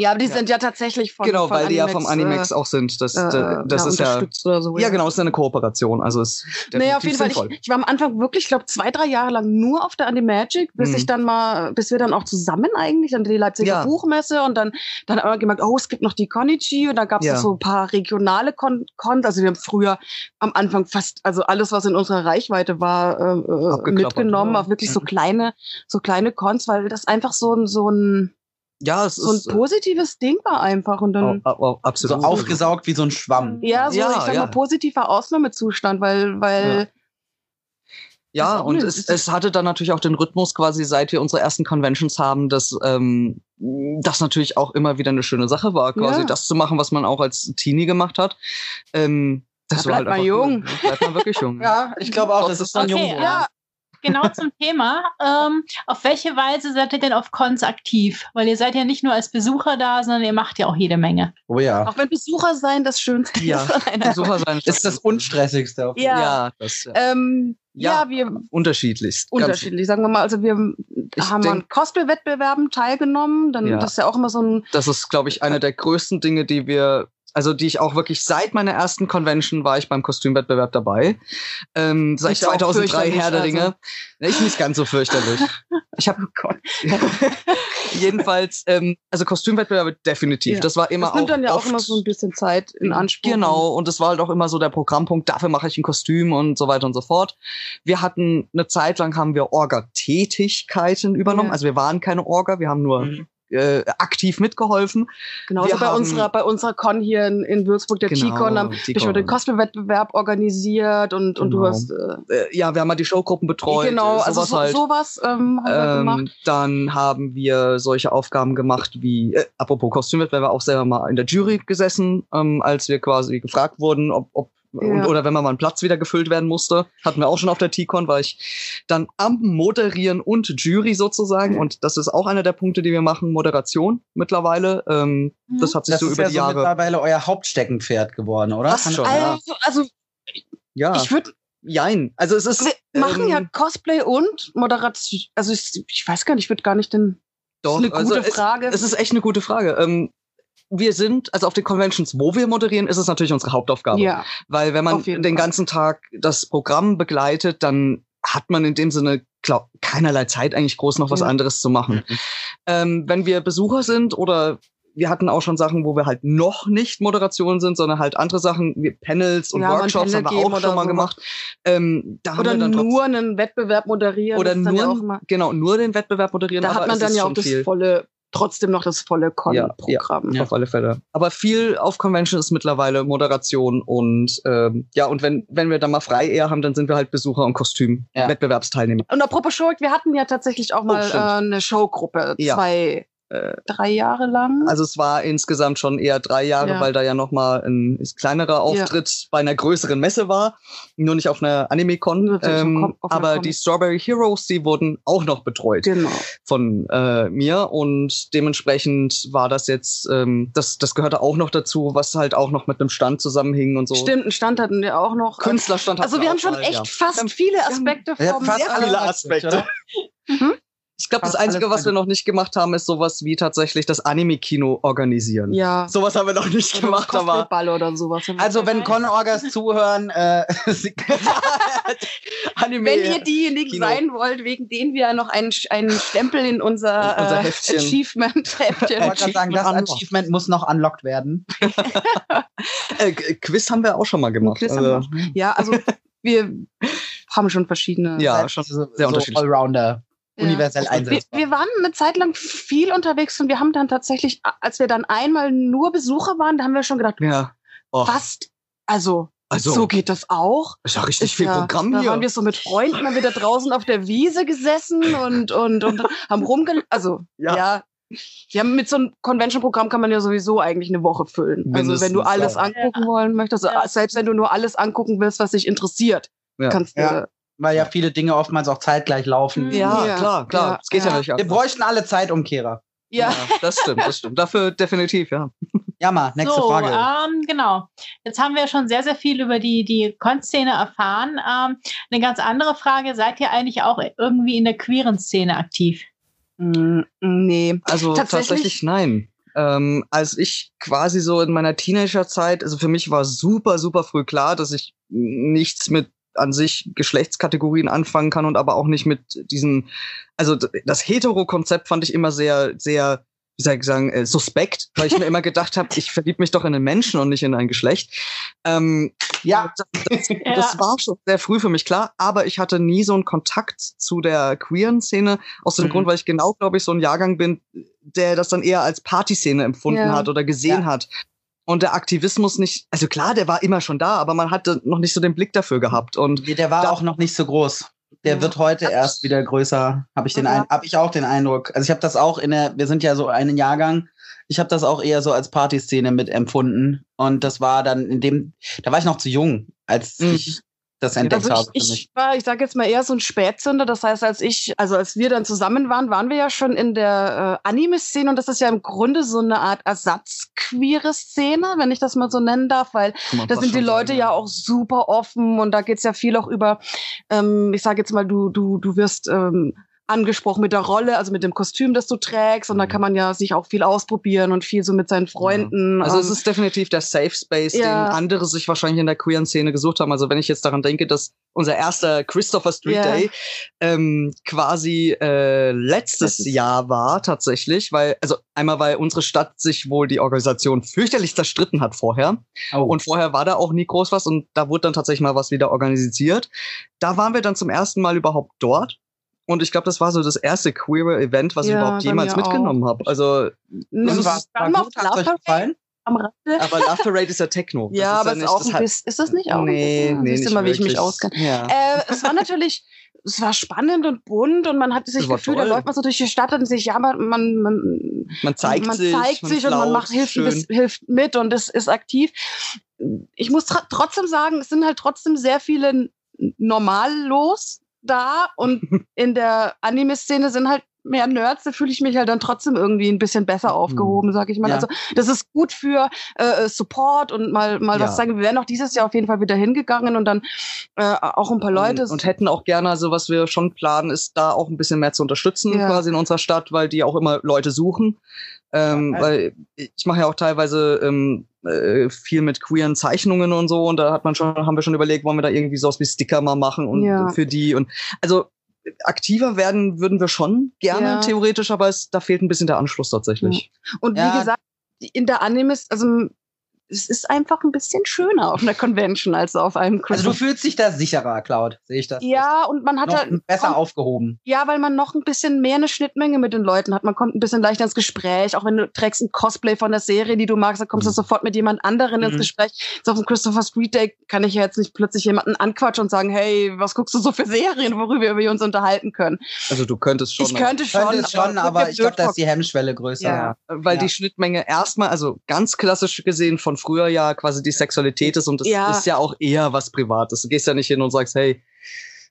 Speaker 5: aber die sind ja tatsächlich von
Speaker 6: genau,
Speaker 5: von
Speaker 6: weil die ja vom Animax
Speaker 5: äh,
Speaker 6: auch sind. Das,
Speaker 5: äh,
Speaker 6: da- das ist ja.
Speaker 5: unterstützt oder so,
Speaker 6: Ja, genau, ist ja eine Kooperation. Also ist
Speaker 5: Naja, auf
Speaker 6: definitiv
Speaker 5: jeden Fall.
Speaker 6: sinnvoll.
Speaker 5: Ich, ich war am Anfang wirklich, ich glaube, zwei, drei Jahre lang nur auf der Animagic, bis
Speaker 6: Mhm.
Speaker 5: ich dann mal, bis wir dann auch zusammen eigentlich, dann die Leipziger
Speaker 6: Ja.
Speaker 5: Buchmesse und dann, dann haben wir gemerkt, oh, es gibt noch die Konichi und da gab es
Speaker 6: Ja.
Speaker 5: noch so ein paar regionale Kon Cons. Also wir haben früher am Anfang fast, also alles, was in unserer Reichweite war, äh, äh,
Speaker 6: Abgeklappert, genau.
Speaker 5: mitgenommen,
Speaker 6: ja.
Speaker 5: auf wirklich so
Speaker 2: Mhm.
Speaker 5: kleine, so kleine Cons, weil das einfach so ein, so ein,
Speaker 6: Ja, es
Speaker 5: so ein
Speaker 6: ist. äh,
Speaker 5: positives Ding war einfach und dann.
Speaker 6: au- au-
Speaker 2: So
Speaker 6: absolut.
Speaker 2: aufgesaugt wie so ein Schwamm.
Speaker 5: Ja, so
Speaker 6: Ja,
Speaker 5: ich sag
Speaker 6: ja.
Speaker 5: mal positiver Ausnahmezustand, weil, weil
Speaker 6: Ja,
Speaker 5: Ist auch
Speaker 6: und
Speaker 5: nö,
Speaker 6: es,
Speaker 5: Äh, ist-
Speaker 6: es hatte dann natürlich auch den Rhythmus quasi, seit wir unsere ersten Conventions haben, dass ähm, das natürlich auch immer wieder eine schöne Sache war, quasi
Speaker 5: Ja.
Speaker 6: das zu machen, was man auch als Teenie gemacht hat. Ähm, das
Speaker 5: Da
Speaker 6: war
Speaker 5: bleibt
Speaker 6: halt
Speaker 5: man jung.
Speaker 6: Cool. Bleibt man wirklich jung.
Speaker 2: Ja, ich glaube auch, das ist so ein
Speaker 3: Okay,
Speaker 2: Jungwurm.
Speaker 3: ja. Genau zum Thema. Ähm, auf welche Weise seid ihr denn auf Cons aktiv? Weil ihr seid ja nicht nur als Besucher da, sondern ihr macht ja auch jede Menge.
Speaker 2: Oh ja.
Speaker 5: Auch wenn Besucher sein das Schönste
Speaker 6: Ja.
Speaker 5: ist. an einer-
Speaker 6: Besucher sein
Speaker 2: Ist das Unstressigste. auf-
Speaker 6: Ja,
Speaker 5: Ja.
Speaker 6: das ja.
Speaker 5: Ähm,
Speaker 6: Ja.
Speaker 5: ja. wir
Speaker 6: unterschiedlichst. ganz-
Speaker 5: unterschiedlich, sagen wir mal. Also wir
Speaker 6: Ich
Speaker 5: haben an
Speaker 6: denk-
Speaker 5: Cosplay-Wettbewerben teilgenommen. Dann
Speaker 6: Ja.
Speaker 5: das ist ja auch immer so ein
Speaker 6: Das ist, glaube ich, einer der größten Dinge, die wir, also die ich auch wirklich seit meiner ersten Convention war ich beim Kostümwettbewerb dabei. Ähm, seit
Speaker 5: Ist ja auch
Speaker 6: 2003
Speaker 5: fürchterlich,
Speaker 6: Herr der
Speaker 5: also.
Speaker 6: Dinge. Nee, Ich nicht ganz so fürchterlich. Ich habe oh Gott. Jedenfalls, ähm, also Kostümwettbewerbe definitiv.
Speaker 5: Ja.
Speaker 6: Das war immer
Speaker 5: das nimmt
Speaker 6: auch
Speaker 5: dann ja auch
Speaker 6: oft-
Speaker 5: immer so ein bisschen Zeit in Anspruch. ne?
Speaker 6: Genau, und es war halt auch immer so der Programmpunkt, dafür mache ich ein Kostüm und so weiter und so fort. Wir hatten eine Zeit lang haben wir Orga-Tätigkeiten übernommen.
Speaker 5: Ja.
Speaker 6: Also wir waren keine Orga, wir haben nur
Speaker 2: Mhm.
Speaker 6: äh, aktiv mitgeholfen.
Speaker 5: Genauso
Speaker 6: Wir
Speaker 5: bei
Speaker 6: haben-
Speaker 5: unserer, bei unserer Con hier in, in Würzburg, der
Speaker 6: Genau,
Speaker 5: T-Con, haben
Speaker 6: die
Speaker 5: wir schon den
Speaker 6: Con.
Speaker 5: Cosplay-Wettbewerb organisiert und, und
Speaker 6: Genau.
Speaker 5: du hast äh,
Speaker 6: Äh, ja, wir haben halt die Showgruppen betreut.
Speaker 5: genau,
Speaker 6: äh,
Speaker 5: also
Speaker 6: sowas
Speaker 5: so,
Speaker 6: halt.
Speaker 5: sowas ähm, haben wir gemacht.
Speaker 6: Ähm, dann haben wir solche Aufgaben gemacht wie, äh, apropos Kostümwettbewerb, auch selber mal in der Jury gesessen, ähm, als wir quasi gefragt wurden, ob, ob und, oder wenn man mal einen Platz wieder gefüllt werden musste. Hatten wir auch schon auf der T-Con, war ich dann am Moderieren und Jury sozusagen. Und das ist auch einer der Punkte, die wir machen, Moderation mittlerweile. Ähm,
Speaker 3: Mhm.
Speaker 6: Das hat sich
Speaker 2: Das
Speaker 6: so
Speaker 2: ist
Speaker 6: über
Speaker 2: ja
Speaker 6: die
Speaker 2: so
Speaker 6: Jahre.
Speaker 2: mittlerweile euer Hauptsteckenpferd geworden, oder?
Speaker 6: Fast schon, ja.
Speaker 5: also, also
Speaker 6: Ja,
Speaker 5: ich würde
Speaker 6: jein. Also es ist.
Speaker 5: Wir machen ja
Speaker 6: ähm,
Speaker 5: Cosplay und Moderation. Also ich, ich weiß gar nicht, ich würde gar nicht den.
Speaker 6: doch,
Speaker 5: das ist eine
Speaker 6: also
Speaker 5: gute
Speaker 6: es-
Speaker 5: Frage.
Speaker 6: Es ist echt eine gute Frage. Ähm, wir sind, also auf den Conventions, wo wir moderieren, ist es natürlich unsere Hauptaufgabe.
Speaker 5: ja,
Speaker 6: Weil wenn man
Speaker 5: Auf jeden
Speaker 6: den
Speaker 5: Fall.
Speaker 6: ganzen Tag das Programm begleitet, dann hat man in dem Sinne glaub, keinerlei Zeit, eigentlich groß noch was
Speaker 5: Ja.
Speaker 6: anderes zu machen. Ähm, wenn wir Besucher sind oder wir hatten auch schon Sachen, wo wir halt noch nicht Moderation sind, sondern halt andere Sachen wie Panels und
Speaker 5: Ja, mal ein
Speaker 6: Workshops
Speaker 5: Panel
Speaker 6: haben wir
Speaker 5: geben
Speaker 6: auch
Speaker 5: oder
Speaker 6: schon mal
Speaker 5: sowas.
Speaker 6: gemacht. Ähm, da
Speaker 5: oder
Speaker 6: haben wir dann
Speaker 5: nur einen Wettbewerb moderieren.
Speaker 6: trotzdem, oder
Speaker 5: das ist dann
Speaker 6: nur,
Speaker 5: ja auch mal,
Speaker 6: genau, nur den Wettbewerb moderieren.
Speaker 5: da
Speaker 6: aber
Speaker 5: hat man
Speaker 6: es
Speaker 5: dann
Speaker 6: ist
Speaker 5: ja
Speaker 6: schon
Speaker 5: auch das
Speaker 6: viel.
Speaker 5: volle, trotzdem noch das volle Con-Programm.
Speaker 6: Auf alle Fälle. Aber viel auf Convention ist mittlerweile Moderation und ähm, ja, und wenn, wenn wir dann mal frei eher haben, dann sind wir halt Besucher und Kostüm,
Speaker 2: Ja.
Speaker 6: Wettbewerbsteilnehmer.
Speaker 5: Und apropos Show, wir hatten ja tatsächlich auch mal
Speaker 6: Oh, stimmt.
Speaker 5: äh, eine Showgruppe,
Speaker 6: Ja.
Speaker 5: zwei, äh, drei Jahre lang.
Speaker 6: Also es war insgesamt schon eher drei Jahre,
Speaker 5: Ja.
Speaker 6: weil da ja nochmal ein kleinerer Auftritt bei einer größeren Messe war. Nur nicht auf einer Anime-Con.
Speaker 5: Natürlich auf
Speaker 6: Ähm,
Speaker 5: Kom- auf einer
Speaker 6: aber
Speaker 5: Con.
Speaker 6: die Strawberry Heroes, die wurden auch noch betreut.
Speaker 5: genau.
Speaker 6: von äh, mir und dementsprechend war das jetzt, ähm, das, das gehörte auch noch dazu, was halt auch noch mit einem Stand zusammenhing und so.
Speaker 5: Stimmt, einen Stand hatten wir auch noch.
Speaker 6: Künstlerstand
Speaker 5: also
Speaker 6: hatten
Speaker 5: wir haben
Speaker 6: auch
Speaker 5: schon
Speaker 6: mal,
Speaker 5: echt
Speaker 6: ja.
Speaker 5: fast viele Aspekte
Speaker 2: Ja,
Speaker 5: vom
Speaker 2: fast
Speaker 5: sehr
Speaker 2: alle
Speaker 5: viele-
Speaker 6: Aspekte.
Speaker 2: oder?
Speaker 6: Ich glaube, das
Speaker 2: Fast
Speaker 6: Einzige,
Speaker 2: alles
Speaker 6: was wir noch nicht gemacht haben, ist sowas wie tatsächlich das Anime-Kino organisieren.
Speaker 5: Ja.
Speaker 6: Sowas haben wir noch nicht
Speaker 5: Oder
Speaker 6: gemacht, aber
Speaker 5: Cosplay-Ball oder sowas.
Speaker 2: Also, wenn Con-Orgas zuhören, äh, sie-
Speaker 6: Anime.
Speaker 5: Wenn ihr diejenigen
Speaker 6: Kino.
Speaker 5: sein wollt, wegen denen wir noch einen, Sch- einen Stempel in unser,
Speaker 6: In unser
Speaker 5: äh,
Speaker 6: Heftchen.
Speaker 2: ich wollte
Speaker 5: Achievement-Heftchen.
Speaker 2: gerade sagen, das
Speaker 6: unlocked.
Speaker 2: Achievement muss noch unlocked werden.
Speaker 6: äh, G- Quiz haben wir auch schon mal gemacht.
Speaker 5: Quiz haben wir
Speaker 6: Also,
Speaker 5: ja, also wir haben schon verschiedene.
Speaker 6: Ja,
Speaker 2: Seid
Speaker 6: schon
Speaker 2: so, so
Speaker 6: sehr unterschiedlich.
Speaker 2: Allrounder,
Speaker 5: Ja.
Speaker 2: universell
Speaker 5: Wir,
Speaker 2: einsetzbar.
Speaker 5: wir waren eine Zeit lang viel unterwegs und wir haben dann tatsächlich, als wir dann einmal nur Besucher waren, da haben wir schon gedacht,
Speaker 6: ja. Och,
Speaker 5: fast, also
Speaker 6: Also,
Speaker 5: so geht das auch.
Speaker 6: ist ja richtig
Speaker 5: Ist
Speaker 6: viel
Speaker 5: ja-
Speaker 6: Programm
Speaker 5: da
Speaker 6: hier.
Speaker 5: waren wir so mit Freunden mal wieder draußen auf der Wiese gesessen und, und, und haben rumge... Also,
Speaker 6: Ja.
Speaker 5: ja. Wir haben mit so einem Convention-Programm kann man ja sowieso eigentlich eine Woche füllen. also
Speaker 6: Mindestens,
Speaker 5: wenn du alles
Speaker 2: ja.
Speaker 5: angucken wollen möchtest,
Speaker 3: Ja.
Speaker 5: selbst wenn du nur alles angucken willst, was dich interessiert,
Speaker 6: Ja.
Speaker 5: kannst du...
Speaker 2: Ja. Weil ja viele Dinge oftmals auch zeitgleich
Speaker 5: Mhm.
Speaker 2: laufen.
Speaker 6: ja,
Speaker 5: Ja.
Speaker 6: klar, klar.
Speaker 5: Ja.
Speaker 6: Es geht ja,
Speaker 5: Ja.
Speaker 6: nicht ab.
Speaker 2: Wir bräuchten alle Zeitumkehrer.
Speaker 5: Ja.
Speaker 6: das stimmt, das stimmt. Dafür definitiv, ja.
Speaker 2: Jammer, nächste
Speaker 3: so,
Speaker 2: Frage.
Speaker 5: ah.
Speaker 3: Ähm, genau. Jetzt haben wir schon sehr, sehr viel über die, die Con-Szene erfahren. Ähm, eine ganz andere Frage, seid ihr eigentlich auch irgendwie in der queeren Szene aktiv?
Speaker 5: Mm, nee.
Speaker 6: Also tatsächlich,
Speaker 5: Tatsächlich?
Speaker 6: nein. Ähm, als ich quasi so in meiner Teenagerzeit, also für mich war super, super früh klar, dass ich nichts mit an sich Geschlechtskategorien anfangen kann und aber auch nicht mit diesen, also d- das Hetero-Konzept fand ich immer sehr, sehr, wie soll ich sagen, äh, suspekt, weil ich mir immer gedacht habe, ich verlieb mich doch in einen Menschen und nicht in ein Geschlecht. Ähm,
Speaker 2: Ja.
Speaker 6: das, das, das war schon sehr früh für mich klar, aber ich hatte nie so einen Kontakt zu der queeren Szene, aus dem
Speaker 2: Mhm.
Speaker 6: Grund, weil ich genau, glaube ich, so ein Jahrgang bin, der das dann eher als Partyszene empfunden
Speaker 5: Ja.
Speaker 6: hat oder gesehen
Speaker 2: Ja.
Speaker 6: hat. Und der Aktivismus nicht, also klar, der war immer schon da, aber man hatte noch nicht so den Blick dafür gehabt. Und
Speaker 2: Der war
Speaker 6: Da-
Speaker 2: auch noch nicht so groß. Der
Speaker 5: Ja.
Speaker 2: wird heute erst wieder größer, habe ich den
Speaker 5: Ja.
Speaker 2: ein, habe ich auch den Eindruck. Also ich habe das auch in der, wir sind ja so einen Jahrgang. Ich habe das auch eher so als Partyszene mitempfunden und das war dann in dem, da war ich noch zu jung, als
Speaker 6: Mhm.
Speaker 2: ich das entdeckt
Speaker 5: Also
Speaker 2: habe. Für
Speaker 5: ich,
Speaker 2: mich.
Speaker 5: ich war, ich sage jetzt mal eher so ein Spätzünder. Das heißt, als ich, also als wir dann zusammen waren, waren wir ja schon in der äh, Anime-Szene und das ist ja im Grunde so eine Art ersatzqueere Szene, wenn ich das mal so nennen darf, weil
Speaker 6: Kann man
Speaker 5: da
Speaker 6: fast
Speaker 5: sind die
Speaker 6: schon
Speaker 5: Leute
Speaker 6: sagen,
Speaker 5: ja auch super offen und da geht's ja viel auch über, ähm, ich sage jetzt mal, du, du, du wirst ähm, angesprochen mit der Rolle, also mit dem Kostüm, das du trägst und da
Speaker 2: Mhm.
Speaker 5: kann man ja sich auch viel ausprobieren und viel so mit seinen Freunden.
Speaker 6: Also
Speaker 5: ähm,
Speaker 6: es ist definitiv der Safe Space,
Speaker 5: Ja.
Speaker 6: den andere sich wahrscheinlich in der queeren Szene gesucht haben. Also wenn ich jetzt daran denke, dass unser erster Christopher Street
Speaker 5: Ja.
Speaker 6: Day ähm, quasi äh,
Speaker 5: Das
Speaker 6: letztes
Speaker 5: ist-
Speaker 6: Jahr war tatsächlich, weil also einmal weil unsere Stadt sich wohl die Organisation fürchterlich zerstritten hat vorher.
Speaker 2: Oh.
Speaker 6: Und vorher war da auch nie groß was und da wurde dann tatsächlich mal was wieder organisiert. Da waren wir dann zum ersten Mal überhaupt dort. Und ich glaube, das war so das erste queere Event, was ich
Speaker 5: Ja,
Speaker 6: überhaupt
Speaker 5: bei
Speaker 6: jemals
Speaker 5: mir auch.
Speaker 6: mitgenommen habe. Also,
Speaker 5: nimm
Speaker 6: das
Speaker 2: war,
Speaker 6: ist-
Speaker 5: dann
Speaker 2: war
Speaker 5: mal auf
Speaker 2: gut, hat's euch
Speaker 5: Lava
Speaker 2: gefallen?
Speaker 5: am Rande.
Speaker 6: aber Love Parade ist ja Techno. Das
Speaker 5: Ja,
Speaker 6: ist
Speaker 5: aber
Speaker 6: ja
Speaker 5: es ist
Speaker 6: nicht-
Speaker 5: auch
Speaker 6: das
Speaker 5: ein
Speaker 6: hat-
Speaker 5: bisschen, ist das nicht auch
Speaker 6: Nee,
Speaker 5: ein bisschen?
Speaker 6: nee,
Speaker 5: Siehst du
Speaker 6: nicht
Speaker 5: mal, wie ich mich
Speaker 6: wirklich.
Speaker 5: auskenne.
Speaker 6: Ja.
Speaker 5: Äh, es war natürlich, es war spannend und bunt und man hatte sich
Speaker 6: Das
Speaker 5: das
Speaker 6: war
Speaker 5: Gefühl,
Speaker 6: toll.
Speaker 5: da läuft man so durch die Stadt und sich, ja, man, man, man
Speaker 6: man zeigt
Speaker 5: man
Speaker 6: sich.
Speaker 5: zeigt sich und man
Speaker 6: klaut,
Speaker 5: macht hilft, ein
Speaker 6: schön.
Speaker 5: bisschen- hilft mit und es ist aktiv. Ich muss tr- trotzdem sagen, es sind halt trotzdem sehr viele n- normallos da und in der Anime-Szene sind halt mehr Nerds, da fühle ich mich halt dann trotzdem irgendwie ein bisschen
Speaker 6: Hm.
Speaker 5: besser aufgehoben, sag ich mal.
Speaker 2: Ja.
Speaker 5: Also das ist gut für äh, äh, Support und mal, mal
Speaker 6: Ja.
Speaker 5: was sagen. Wir wären auch dieses Jahr auf jeden Fall wieder hingegangen und dann äh, auch ein paar Leute.
Speaker 6: Und, und hätten auch gerne, also was wir schon planen, ist da auch ein bisschen mehr zu unterstützen,
Speaker 5: Ja.
Speaker 6: quasi in unserer Stadt, weil die auch immer Leute suchen. Ähm,
Speaker 2: Ja,
Speaker 6: Weil ich mache ja auch teilweise ähm, äh, viel mit queeren Zeichnungen und so und da hat man schon, haben wir schon überlegt, wollen wir da irgendwie sowas wie Sticker mal machen und
Speaker 5: Ja.
Speaker 6: für die und also äh, aktiver werden würden wir schon gerne
Speaker 5: Ja.
Speaker 6: theoretisch, aber es, da fehlt ein bisschen der Anschluss tatsächlich.
Speaker 5: Und
Speaker 2: Ja.
Speaker 5: wie gesagt, die- in der Anime ist, also es ist einfach ein bisschen schöner auf einer Convention als auf einem
Speaker 2: Also du
Speaker 5: Christmas.
Speaker 2: fühlst dich da sicherer, Cloud, sehe ich das.
Speaker 5: ja, und man hat
Speaker 2: noch
Speaker 5: halt,
Speaker 2: besser
Speaker 5: kommt-
Speaker 2: aufgehoben.
Speaker 5: ja, weil man noch ein bisschen mehr eine Schnittmenge mit den Leuten hat. Man kommt ein bisschen leichter ins Gespräch, auch wenn du trägst ein Cosplay von der Serie, die du magst, dann kommst
Speaker 2: Mhm.
Speaker 5: du sofort mit jemand anderen
Speaker 6: Mhm.
Speaker 5: ins Gespräch. So auf dem Christopher Street Day kann ich ja jetzt nicht plötzlich jemanden anquatschen und sagen, hey, was guckst du so für Serien, worüber wir uns unterhalten können.
Speaker 6: Also du könntest schon.
Speaker 5: ich
Speaker 6: aber-
Speaker 5: könnte
Speaker 2: Schon,
Speaker 5: schon,
Speaker 2: Könnte es schon, aber, ich glaube, da ist die Hemmschwelle größer.
Speaker 5: Ja.
Speaker 6: weil
Speaker 2: Ja.
Speaker 6: die Schnittmenge erstmal, also ganz klassisch gesehen von früher ja quasi die Sexualität ist und das
Speaker 5: Ja.
Speaker 6: ist ja auch eher was Privates. Du gehst ja nicht hin und sagst, hey,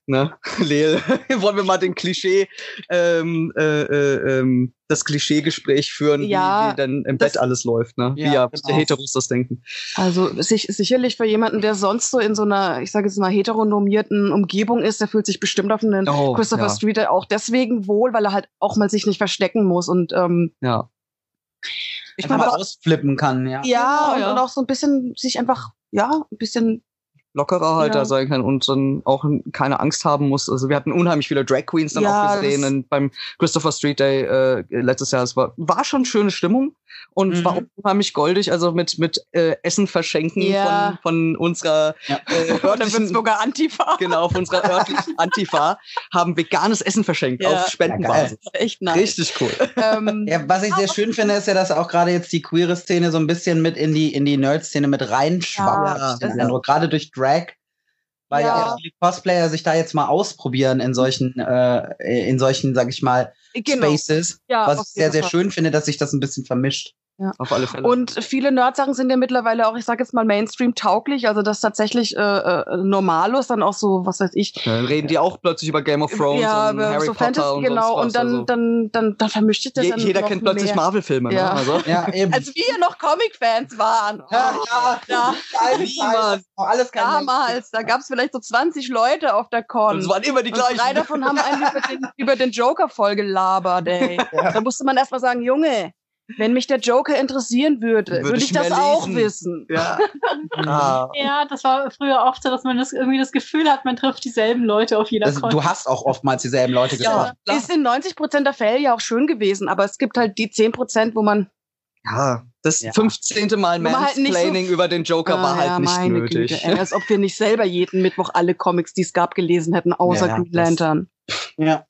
Speaker 6: ne, Leel, wollen wir mal den Klischee, ähm, äh, äh, ähm, das Klischee-Gespräch führen, wie,
Speaker 5: Ja,
Speaker 6: wie denn im
Speaker 5: das-
Speaker 6: Bett alles läuft, ne?
Speaker 2: Ja,
Speaker 6: wie ja
Speaker 2: genau.
Speaker 6: Heteros das denken.
Speaker 5: Also sich, sicherlich für jemanden, der sonst so in so einer, ich sage jetzt mal, heteronormierten Umgebung ist, der fühlt sich bestimmt auf einen
Speaker 6: Oh,
Speaker 5: Christopher
Speaker 6: ja,
Speaker 5: Street Day auch deswegen wohl, weil er halt auch mal sich nicht verstecken muss und ähm,
Speaker 6: ja.
Speaker 2: Ich
Speaker 5: meine,
Speaker 2: mal
Speaker 5: aber-
Speaker 2: ausflippen kann, ja.
Speaker 5: ja,
Speaker 6: Genau,
Speaker 5: und,
Speaker 6: ja.
Speaker 5: und auch so ein bisschen sich einfach, ja, ein bisschen,
Speaker 6: Lockerer halt
Speaker 5: Ja.
Speaker 6: da sein kann und dann auch keine Angst haben muss. Also wir hatten unheimlich viele Drag Queens dann
Speaker 5: Ja,
Speaker 6: auch gesehen
Speaker 5: das-
Speaker 6: und beim Christopher Street Day äh, letztes Jahr. Es war, war schon schöne Stimmung und
Speaker 2: Mhm.
Speaker 6: war auch unheimlich goldig. Also mit, mit äh, Essen verschenken
Speaker 5: Ja.
Speaker 6: von, von unserer
Speaker 2: Ja.
Speaker 6: äh,
Speaker 5: dann wird's
Speaker 6: örtlichen,
Speaker 5: sogar Antifa.
Speaker 6: genau, von unserer örtlichen Antifa haben veganes Essen verschenkt
Speaker 5: Ja.
Speaker 6: auf Spendenbasis.
Speaker 5: Echt nice.
Speaker 6: Richtig cool.
Speaker 5: Ähm,
Speaker 2: Ja, was ich sehr schön finde, ist ja, dass auch gerade jetzt die queere Szene so ein bisschen mit in die, in die Nerd-Szene mit reinschwappt.
Speaker 5: Ja,
Speaker 2: hab ich den
Speaker 5: das ist-
Speaker 2: Eindruck. Gerade durch Drag, weil ja.
Speaker 5: Ja.
Speaker 2: auch die Cosplayer sich da jetzt mal ausprobieren in solchen, äh, in solchen, sag ich mal,
Speaker 5: genau.
Speaker 2: Spaces.
Speaker 5: Ja,
Speaker 2: was
Speaker 5: auf
Speaker 2: ich sehr,
Speaker 5: jeden
Speaker 2: sehr
Speaker 5: Fall.
Speaker 2: schön finde, dass sich das ein bisschen vermischt.
Speaker 6: Auf alle Fälle.
Speaker 5: Und viele Nerd-Sachen sind ja mittlerweile auch, ich sage jetzt mal, Mainstream-tauglich, also dass tatsächlich äh, äh, Normalos dann auch so, was weiß ich,
Speaker 6: dann Äh, reden die auch plötzlich über Game of Thrones
Speaker 5: ja,
Speaker 6: und
Speaker 5: aber
Speaker 6: Harry
Speaker 5: so
Speaker 6: Potter
Speaker 5: Fantasy,
Speaker 6: und
Speaker 5: genau,
Speaker 6: sonst was.
Speaker 5: und dann,
Speaker 6: also,
Speaker 5: dann, dann, dann vermischt ihr das
Speaker 6: je,
Speaker 5: dann
Speaker 6: jeder
Speaker 5: noch
Speaker 6: kennt plötzlich
Speaker 5: mehr.
Speaker 6: Marvel-Filme.
Speaker 5: Ja.
Speaker 6: Ne? Also.
Speaker 2: Ja, eben.
Speaker 5: Als wir noch Comic-Fans waren. Oh,
Speaker 2: ja, ja,
Speaker 5: Ja.
Speaker 2: Geil, geil. Auch alles kein
Speaker 5: Damals, da gab es vielleicht so 20 Leute auf der Con.
Speaker 6: Und es waren immer die
Speaker 5: Und drei
Speaker 6: gleichen.
Speaker 5: davon haben einen über den, über den Joker voll gelabert, ey.
Speaker 2: Ja.
Speaker 5: Da musste man erstmal sagen, Junge, wenn mich der Joker interessieren würde,
Speaker 6: Würde
Speaker 5: würde,
Speaker 6: ich
Speaker 5: ich das
Speaker 6: mehr
Speaker 5: auch
Speaker 6: lesen."
Speaker 5: wissen.
Speaker 6: Ja.
Speaker 2: Mensch.
Speaker 6: Ah.
Speaker 3: Ja, das war früher oft so, dass man das irgendwie das Gefühl hat, man trifft dieselben Leute auf jeder
Speaker 2: Das,
Speaker 3: Con.
Speaker 2: du hast auch oftmals dieselben Leute getroffen.
Speaker 6: klar.
Speaker 5: Ist in 90% der Fälle ja auch schön gewesen, aber es gibt halt die 10%, wo man.
Speaker 6: Ja, das
Speaker 2: Ja.
Speaker 6: 15. Mal
Speaker 5: Wo man halt nicht so- Ah,
Speaker 6: Mansplaining über den Joker war halt
Speaker 5: ja,
Speaker 6: nicht nötig.
Speaker 5: Güte, ey, als ob wir nicht selber jeden Mittwoch alle Comics, die es gab, gelesen hätten, außer
Speaker 2: Ja,
Speaker 5: Green
Speaker 2: das-
Speaker 5: Lantern.
Speaker 2: Ja.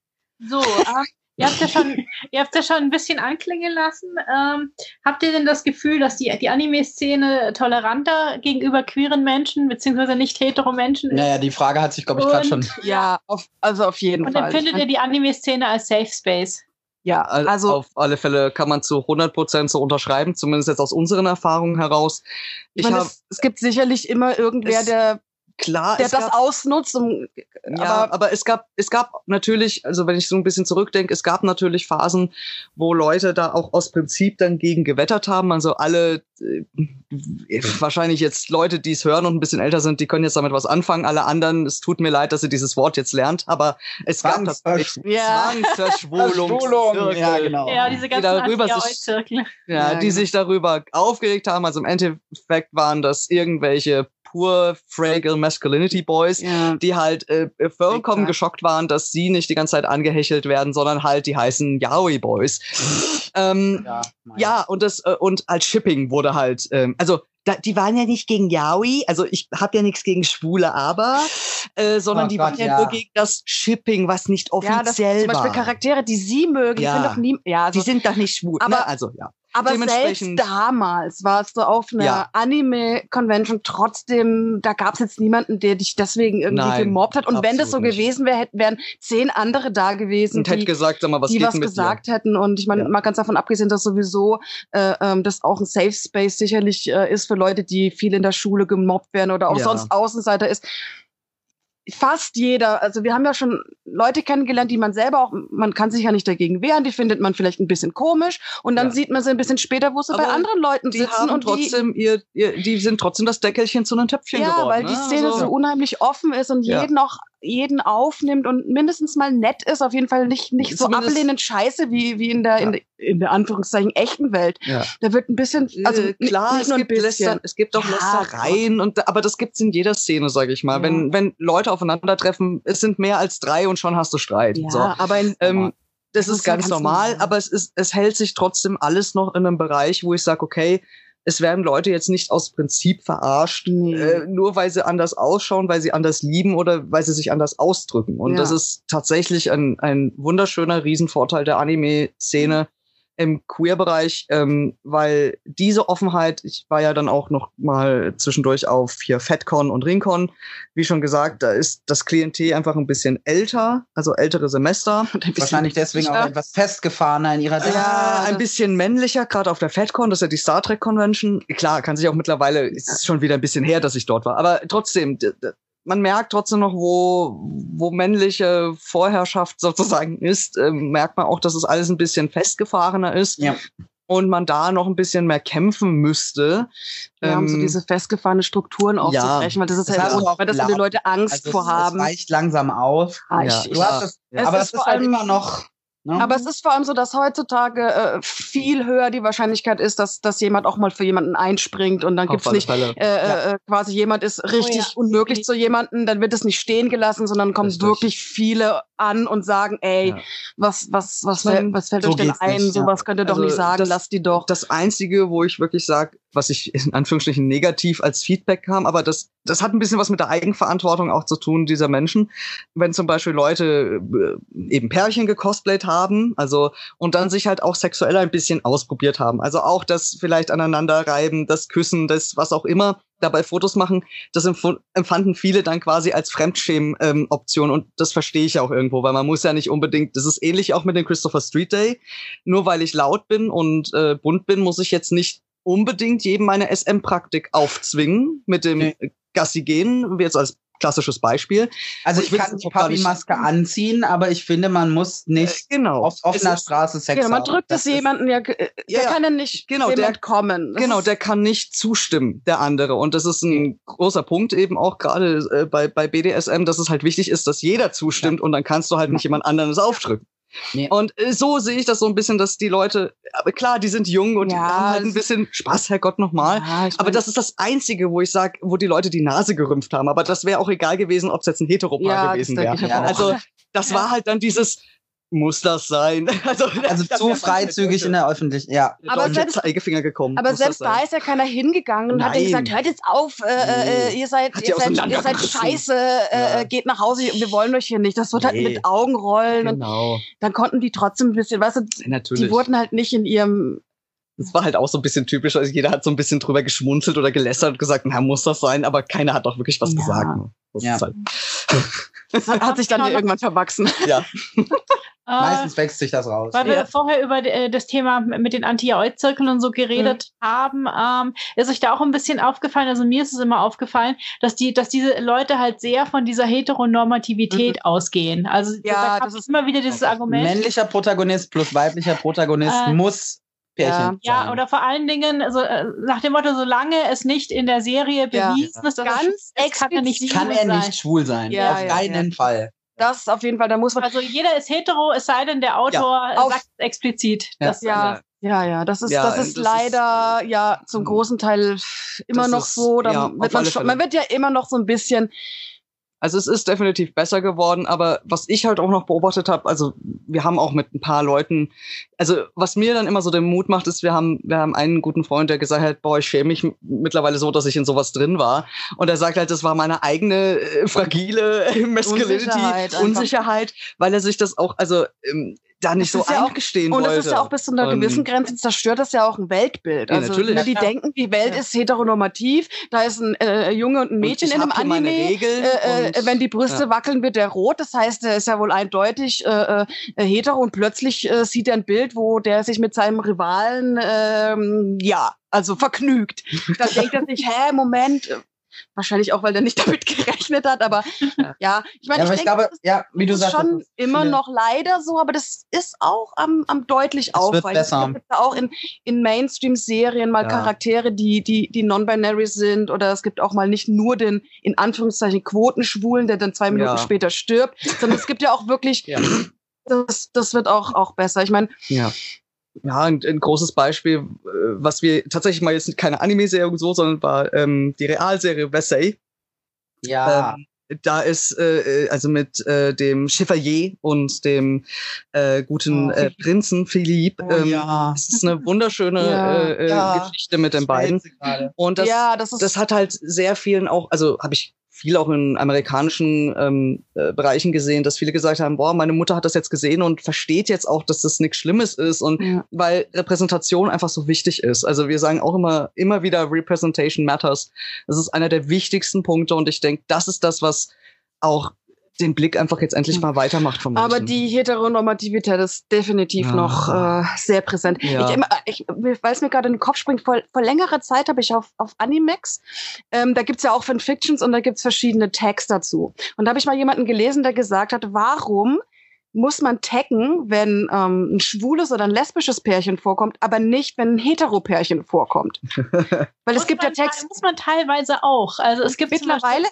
Speaker 3: So, ähm, Ihr habt ja schon, ihr habt ja schon ein bisschen anklingen lassen. Ähm, habt ihr denn das Gefühl, dass die, die Anime-Szene toleranter gegenüber queeren Menschen beziehungsweise nicht hetero Menschen ist?
Speaker 2: Naja, die Frage hat sich, glaube ich, gerade
Speaker 3: Und-
Speaker 2: schon.
Speaker 5: Ja, auf, also auf jeden
Speaker 3: Und
Speaker 5: Fall.
Speaker 3: empfindet ihr die Anime-Szene als Safe Space?
Speaker 5: ja,
Speaker 6: Al-
Speaker 5: also
Speaker 6: auf alle Fälle kann man zu 100% so unterschreiben, zumindest jetzt aus unseren Erfahrungen heraus.
Speaker 5: ich
Speaker 6: Ich
Speaker 5: meine,
Speaker 6: habe
Speaker 5: es, es gibt sicherlich immer irgendwer,
Speaker 6: Es-
Speaker 5: der,
Speaker 6: klar,
Speaker 5: der
Speaker 6: es
Speaker 5: das
Speaker 6: gab-
Speaker 5: ausnutzt, um
Speaker 6: Ja,
Speaker 5: aber-
Speaker 6: aber, es gab, es gab natürlich, also wenn ich so ein bisschen zurückdenke, es gab natürlich Phasen, wo Leute da auch aus Prinzip dann gegen gewettert haben. Also alle, äh, wahrscheinlich jetzt Leute, die es hören und ein bisschen älter sind, die können jetzt damit was anfangen. Alle anderen, es tut mir leid, dass ihr dieses Wort jetzt lernt, aber es gab
Speaker 2: Zwangs-
Speaker 6: tatsächlich
Speaker 5: Ja.
Speaker 2: Verschwulung.
Speaker 6: Zwangsverschwulung.
Speaker 2: Ja, genau.
Speaker 3: Ja, diese ganzen
Speaker 6: Die darüber sich-
Speaker 3: Anti-Aoi-Zirkel.
Speaker 6: Ja,
Speaker 5: Ja,
Speaker 6: die
Speaker 5: genau.
Speaker 6: sich darüber aufgeregt haben. Also im Endeffekt waren das irgendwelche pure Fragile Masculinity Boys,
Speaker 5: ja,
Speaker 6: die halt äh, äh, vollkommen
Speaker 5: Exakt.
Speaker 6: geschockt waren, dass sie nicht die ganze Zeit angehechelt werden, sondern halt die heißen Yaoi Boys. ähm,
Speaker 2: Ja,
Speaker 6: ja, und das äh, und als Shipping wurde halt, ähm, also da, die waren ja nicht gegen Yaoi, also ich habe ja nichts gegen Schwule, aber, äh, sondern
Speaker 2: Oh
Speaker 6: die
Speaker 2: Gott,
Speaker 6: waren ja,
Speaker 2: ja.
Speaker 6: nur gegen das Shipping, was nicht
Speaker 5: ja, das
Speaker 6: offiziell
Speaker 5: zum Beispiel
Speaker 6: war.
Speaker 5: Charaktere, die sie mögen,
Speaker 6: Ja.
Speaker 5: die sind doch nie, ja,
Speaker 6: Die
Speaker 5: also,
Speaker 6: sind doch nicht schwul.
Speaker 5: Aber-
Speaker 6: ne? also ja.
Speaker 5: aber selbst
Speaker 6: dementsprechend-
Speaker 5: damals warst du auf einer
Speaker 6: Ja.
Speaker 5: Anime-Convention trotzdem, da gab es jetzt niemanden, der dich deswegen irgendwie
Speaker 6: Nein,
Speaker 5: gemobbt hat. Und wenn das so
Speaker 6: absolut nicht.
Speaker 5: gewesen wäre, hätten- wären zehn andere da gewesen,
Speaker 6: Und hätte
Speaker 5: die,
Speaker 6: gesagt, sag mal, was
Speaker 5: die
Speaker 6: geht
Speaker 5: was
Speaker 6: denn mit dir?
Speaker 5: gesagt hätten. Und ich meine,
Speaker 6: Ja.
Speaker 5: mal ganz davon abgesehen, dass sowieso äh, ähm, das auch ein Safe Space sicherlich äh, ist für Leute, die viel in der Schule gemobbt werden oder auch
Speaker 6: Ja.
Speaker 5: sonst Außenseiter ist. Fast jeder, also wir haben ja schon Leute kennengelernt, die man selber auch, man kann sich ja nicht dagegen wehren, die findet man vielleicht ein bisschen komisch und dann
Speaker 6: Ja.
Speaker 5: sieht man sie ein bisschen später, wo sie bei
Speaker 6: Aber
Speaker 5: anderen Leuten
Speaker 6: die
Speaker 5: sitzen
Speaker 6: haben
Speaker 5: und
Speaker 6: trotzdem ihr, ihr, die sind trotzdem das Deckelchen zu einem
Speaker 5: die,
Speaker 6: Töpfchen
Speaker 5: ja,
Speaker 6: geworden.
Speaker 5: weil
Speaker 6: ne?
Speaker 5: die Szene
Speaker 6: also,
Speaker 5: so unheimlich offen ist und
Speaker 6: Ja.
Speaker 5: jeden auch jeden aufnimmt und mindestens mal nett ist, auf jeden Fall nicht, nicht so
Speaker 6: Zumindest-
Speaker 5: ablehnend scheiße wie, wie in der, in, der- in der Anführungszeichen echten Welt.
Speaker 6: ja.
Speaker 5: Da wird ein bisschen, also
Speaker 6: also klar,
Speaker 5: nicht
Speaker 6: es
Speaker 5: nur ein
Speaker 6: gibt, Läster,
Speaker 5: bisschen.
Speaker 6: es gibt auch
Speaker 5: Ja,
Speaker 6: Lästereien, und, aber das gibt's in jeder Szene, sage ich mal.
Speaker 5: Ja.
Speaker 6: Wenn, wenn Leute aufeinandertreffen, es sind mehr als drei und schon hast du Streit.
Speaker 5: Ja,
Speaker 6: So.
Speaker 5: aber in,
Speaker 6: Ähm, das,
Speaker 5: Das
Speaker 6: ist
Speaker 5: ist ja
Speaker 6: ganz,
Speaker 5: ganz
Speaker 6: normal,
Speaker 5: normal.
Speaker 6: aber es, ist, es hält sich trotzdem alles noch in einem Bereich, wo ich sage, okay, es werden Leute jetzt nicht aus Prinzip verarscht,
Speaker 5: Nee.
Speaker 6: äh, nur weil sie anders ausschauen, weil sie anders lieben oder weil sie sich anders ausdrücken. Und
Speaker 5: Ja.
Speaker 6: das ist tatsächlich ein, ein wunderschöner Riesenvorteil der Anime-Szene im Queer-Bereich, ähm, weil diese Offenheit, ich war ja dann auch noch mal zwischendurch auf hier FatCon und Ringcon, wie schon gesagt, da ist das Klientel einfach ein bisschen älter, also ältere Semester.
Speaker 2: Wahrscheinlich deswegen auch etwas festgefahrener in ihrer
Speaker 6: Also Ja,
Speaker 5: Ja,
Speaker 6: ein
Speaker 5: Ah, das-
Speaker 6: bisschen männlicher, gerade auf der FedCon, das ist ja die Star Trek Convention. Klar, kann sich auch mittlerweile, es ist schon wieder ein bisschen her, dass ich dort war, aber trotzdem, d- d- man merkt trotzdem noch, wo, wo männliche Vorherrschaft sozusagen ist, ähm, merkt man auch, dass es alles ein bisschen festgefahrener ist
Speaker 2: Ja.
Speaker 6: und man da noch ein bisschen mehr kämpfen müsste.
Speaker 5: wir haben so
Speaker 6: Ähm,
Speaker 5: diese festgefahrenen Strukturen aufzubrechen, weil das ist
Speaker 2: Das
Speaker 5: halt
Speaker 2: hast du
Speaker 5: auch,
Speaker 2: auch
Speaker 5: weil das viele
Speaker 2: laut-
Speaker 5: Leute Angst
Speaker 2: Also
Speaker 5: vor
Speaker 2: es,
Speaker 5: haben.
Speaker 2: es weicht langsam auf.
Speaker 5: Ah,
Speaker 6: Ja,
Speaker 5: ich,
Speaker 2: Du hast es,
Speaker 6: ja.
Speaker 2: aber
Speaker 5: Es
Speaker 2: es
Speaker 5: ist
Speaker 2: ist
Speaker 5: vor
Speaker 2: halt
Speaker 5: allem-
Speaker 2: immer noch. Ne?
Speaker 5: Aber es ist vor allem so, dass heutzutage äh, viel höher die Wahrscheinlichkeit ist, dass, dass jemand auch mal für jemanden einspringt und dann
Speaker 6: auf
Speaker 5: gibt's
Speaker 6: alle
Speaker 5: nicht
Speaker 6: Fälle.
Speaker 5: äh, äh, äh, quasi jemand ist
Speaker 6: Oh
Speaker 5: richtig
Speaker 3: ja.
Speaker 5: unmöglich zu jemanden, dann wird es nicht stehen gelassen, sondern kommen
Speaker 6: Hm. Richtig.
Speaker 5: wirklich viele an und sagen, ey,
Speaker 6: Ja.
Speaker 5: was, was, was,
Speaker 2: So-
Speaker 5: fällt, was fällt
Speaker 2: so
Speaker 5: euch denn
Speaker 2: geht's
Speaker 5: ein?
Speaker 2: nicht, ja.
Speaker 5: Sowas könnt ihr doch
Speaker 6: Also
Speaker 5: nicht sagen,
Speaker 6: das-
Speaker 5: lasst die doch.
Speaker 6: Das Einzige, wo ich wirklich sage, was ich in Anführungsstrichen negativ als Feedback kam, aber das, das hat ein bisschen was mit der Eigenverantwortung auch zu tun dieser Menschen. Wenn zum Beispiel Leute äh, eben Pärchen gecosplayt haben, also und dann sich halt auch sexuell ein bisschen ausprobiert haben. Also auch das vielleicht aneinander reiben, das Küssen, das was auch immer, dabei Fotos machen, das empfu- empfanden viele dann quasi als Fremdschämen-Option und das verstehe ich auch irgendwo, weil man muss ja nicht unbedingt, das ist ähnlich auch mit dem Christopher Street Day nur weil ich laut bin und äh, bunt bin, muss ich jetzt nicht unbedingt jedem meine SM-Praktik aufzwingen mit dem
Speaker 2: Nee.
Speaker 6: Gassi gehen, jetzt als klassisches Beispiel.
Speaker 2: also
Speaker 6: Und
Speaker 2: ich
Speaker 6: ich
Speaker 2: kann
Speaker 6: will's
Speaker 2: die
Speaker 6: auch gar nicht-
Speaker 2: Papi-Maske anziehen, aber ich finde, man muss nicht
Speaker 6: Genau.
Speaker 2: auf offener
Speaker 6: Es ist-
Speaker 2: Straße Sex
Speaker 5: Genau, man
Speaker 2: haben.
Speaker 5: drückt
Speaker 2: Das
Speaker 5: es
Speaker 2: ist-
Speaker 5: jemanden, ja, äh,
Speaker 6: Ja,
Speaker 5: der
Speaker 6: ja.
Speaker 5: kann dann nicht
Speaker 6: Genau,
Speaker 5: jemand
Speaker 6: der-
Speaker 5: kommen. Das
Speaker 6: genau,
Speaker 5: ist,
Speaker 6: der kann nicht zustimmen, der andere. Und das ist ein großer Punkt eben auch gerade äh, bei, bei BDSM, dass es halt wichtig ist, dass jeder zustimmt und dann kannst du
Speaker 5: Genau.
Speaker 6: halt nicht jemand anderes aufdrücken.
Speaker 2: Nee.
Speaker 6: Und äh, so sehe ich das so ein bisschen, dass die Leute, aber klar, die sind jung und die
Speaker 5: Ja,
Speaker 6: haben halt
Speaker 5: es-
Speaker 6: ein bisschen Spaß, Herrgott, nochmal.
Speaker 5: Ja, ich
Speaker 6: Aber
Speaker 5: mein,
Speaker 6: das ist das Einzige, wo ich sage, wo die Leute die Nase gerümpft haben. Aber das wäre auch egal gewesen, ob es jetzt ein Heteropaar
Speaker 5: Ja, das
Speaker 6: gewesen
Speaker 5: denke
Speaker 6: wäre.
Speaker 5: ich aber
Speaker 2: Ja,
Speaker 5: auch.
Speaker 6: Also das war halt dann dieses, muss das sein? Also,
Speaker 2: Also
Speaker 6: das
Speaker 2: zu
Speaker 6: wär-
Speaker 2: freizügig in der Öffentlichkeit. Ja.
Speaker 6: Der
Speaker 5: Aber
Speaker 6: deutsche
Speaker 5: selbst-
Speaker 6: Zeigefinger gekommen.
Speaker 5: Aber
Speaker 6: muss das
Speaker 5: selbst da
Speaker 6: sein.
Speaker 5: ist ja keiner hingegangen und hat ja
Speaker 6: Nein.
Speaker 5: gesagt, hört jetzt auf, äh, äh, ihr seid,
Speaker 6: Hat die
Speaker 5: ihr seid, ihr seid
Speaker 6: auseinandergerissen.
Speaker 5: scheiße, äh,
Speaker 6: Ja.
Speaker 5: äh, geht nach Hause, wir wollen euch hier nicht. Das wird halt
Speaker 6: Nee.
Speaker 5: mit Augenrollen und
Speaker 6: Genau,
Speaker 5: dann konnten die trotzdem ein bisschen, weißt du,
Speaker 6: Ja, natürlich.
Speaker 5: die wurden halt nicht in ihrem,
Speaker 6: das war halt auch so ein bisschen typisch. Also jeder hat so ein bisschen drüber geschmunzelt oder gelästert und gesagt, na, muss das sein? Aber keiner hat auch wirklich was
Speaker 5: Ja.
Speaker 6: gesagt. Das
Speaker 2: Ja.
Speaker 6: ist halt,
Speaker 5: das hat, hat sich dann ja
Speaker 3: Kann man-
Speaker 5: irgendwann verwachsen.
Speaker 3: Äh,
Speaker 2: Meistens wächst sich das raus.
Speaker 3: weil wir
Speaker 5: Ja.
Speaker 3: vorher über äh, das Thema mit den Anti-Jaoi-Zirkeln und so geredet
Speaker 5: Mhm.
Speaker 3: haben, ähm, ist euch da auch ein bisschen aufgefallen, also mir ist es immer aufgefallen, dass die, dass diese Leute halt sehr von dieser Heteronormativität ausgehen. Also
Speaker 5: Mhm. Ja,
Speaker 3: da
Speaker 5: das
Speaker 3: das
Speaker 5: ist-
Speaker 3: ist immer wieder dieses Argument.
Speaker 2: Männlicher Protagonist plus weiblicher Protagonist
Speaker 3: Äh,
Speaker 2: muss Pärchen.
Speaker 3: Ja,
Speaker 2: sein.
Speaker 3: oder vor allen Dingen, also, äh, nach dem Motto, solange es nicht in der Serie
Speaker 5: Ja.
Speaker 3: bewiesen ist, dass
Speaker 5: Ganz
Speaker 3: es schwul ist, kann er nicht
Speaker 5: explizit
Speaker 2: kann
Speaker 3: schwul
Speaker 2: er
Speaker 3: sein.
Speaker 2: nicht schwul sein.
Speaker 5: Ja,
Speaker 2: Auf
Speaker 5: ja,
Speaker 2: keinen Fall.
Speaker 5: Das auf jeden Fall, da muss man,
Speaker 3: Also jeder ist hetero, es sei denn, der Autor
Speaker 5: auf-
Speaker 3: sagt es explizit.
Speaker 2: Ja.
Speaker 3: Dass,
Speaker 5: ja, ja, ja, das ist,
Speaker 6: Ja,
Speaker 5: das ist
Speaker 6: das ist- äh, hm.
Speaker 5: leider, ja, zum großen Teil immer
Speaker 6: Das
Speaker 5: noch
Speaker 6: ist-
Speaker 5: so, da
Speaker 6: ja, auf
Speaker 5: wird man
Speaker 6: alle
Speaker 5: schon,
Speaker 6: Fälle.
Speaker 5: man wird ja immer noch so ein bisschen,
Speaker 6: Also es ist definitiv besser geworden, aber was ich halt auch noch beobachtet habe, also wir haben auch mit ein paar Leuten, also was mir dann immer so den Mut macht, ist, wir haben, wir haben einen guten Freund, der gesagt hat, boah, ich schäme mich m- mittlerweile so, dass ich in sowas drin war. Und er sagt halt, das war meine eigene äh, fragile äh, Masculinity,
Speaker 5: Unsicherheit
Speaker 6: Unsicherheit,
Speaker 5: einfach.
Speaker 6: weil er sich das auch, also ähm, da nicht
Speaker 5: Das
Speaker 6: so
Speaker 5: ist ja auch-
Speaker 6: eingestehen
Speaker 5: und
Speaker 6: wollte.
Speaker 5: das ist ja auch bis zu einer
Speaker 6: Und-
Speaker 5: gewissen Grenze, zerstört das ja auch ein Weltbild.
Speaker 6: Ja,
Speaker 5: Also,
Speaker 6: Ähm, natürlich.
Speaker 5: ne, die
Speaker 2: Ja.
Speaker 5: denken, die Welt
Speaker 3: Ja.
Speaker 5: ist heteronormativ, da ist ein äh, Junge und ein
Speaker 6: Und
Speaker 5: Mädchen
Speaker 6: ich
Speaker 5: in einem
Speaker 6: hab hier meine
Speaker 5: Anime.
Speaker 6: Regeln
Speaker 5: Äh, äh,
Speaker 6: und-
Speaker 5: wenn die Brüste wackeln, wird der rot. Das heißt, der ist ja wohl eindeutig äh, äh, hetero und plötzlich äh, sieht er ein Bild, wo der sich mit seinem Rivalen, ähm, ja, also vergnügt. Da denkt er sich, hä, Moment. äh, Wahrscheinlich auch, weil der nicht damit gerechnet hat, aber ja, ich meine,
Speaker 2: ja, aber
Speaker 5: ich,
Speaker 2: ich
Speaker 5: denke,
Speaker 2: glaube, ja, wie du
Speaker 5: das ist
Speaker 2: sagst,
Speaker 5: schon immer
Speaker 2: viele-
Speaker 5: noch leider so, aber das ist auch am, am deutlich
Speaker 2: Es wird
Speaker 5: aufweichen. Es
Speaker 2: besser.
Speaker 5: gibt auch in, in Mainstream-Serien mal
Speaker 2: Ja.
Speaker 5: Charaktere, die, die, die non-binary sind oder es gibt auch mal nicht nur den, in Anführungszeichen, Quotenschwulen, der dann zwei Minuten
Speaker 6: Ja.
Speaker 5: später stirbt, sondern es gibt ja auch wirklich,
Speaker 6: Ja.
Speaker 5: das, das wird auch, auch besser. Ich meine,
Speaker 6: Ja. Ja, ein, ein großes Beispiel, äh, was wir tatsächlich mal jetzt keine Anime-Serie und so, sondern war ähm, die Realserie Versailles.
Speaker 2: ja,
Speaker 6: Ähm, da ist äh, äh, also mit äh, dem Chevalier und dem äh, guten
Speaker 5: Oh.
Speaker 6: äh, Prinzen Philippe.
Speaker 2: Oh,
Speaker 6: ähm,
Speaker 2: ja.
Speaker 6: Es ist eine wunderschäne
Speaker 5: Ja.
Speaker 6: äh, äh,
Speaker 2: Ja.
Speaker 6: Geschichte mit den beiden. Und das,
Speaker 5: ja, das ist
Speaker 6: das hat halt sehr vielen auch, also habe ich viel auch in amerikanischen ähm, äh, Bereichen gesehen, dass viele gesagt haben, boah, meine Mutter hat das jetzt gesehen und versteht jetzt auch, dass das nichts Schlimmes ist und
Speaker 5: Ja.
Speaker 6: weil Repräsentation einfach so wichtig ist. Also wir sagen auch immer immer wieder Representation matters. Das ist einer der wichtigsten Punkte und ich denke, das ist das, was auch den Blick einfach jetzt endlich mal weitermacht von
Speaker 5: Aber
Speaker 6: manchen.
Speaker 5: die Heteronormativität ist definitiv
Speaker 6: Ja.
Speaker 5: noch äh, sehr präsent.
Speaker 6: Ja.
Speaker 5: Ich, ich, Weil es mir gerade in den Kopf springt, vor, vor längerer Zeit habe ich auf, auf Animex, ähm, da gibt's ja auch Fanfictions und da gibt's verschiedene Tags dazu. Und da habe ich mal jemanden gelesen, der gesagt hat, warum muss man taggen, wenn ähm, ein schwules oder ein lesbisches Pärchen vorkommt, aber nicht, wenn ein Hetero-Pärchen vorkommt? Weil es
Speaker 3: Muss
Speaker 5: gibt ja
Speaker 3: man te-
Speaker 5: Tags
Speaker 3: Muss man teilweise auch. Also es gibt zum Beispiel-
Speaker 5: mittlerweile.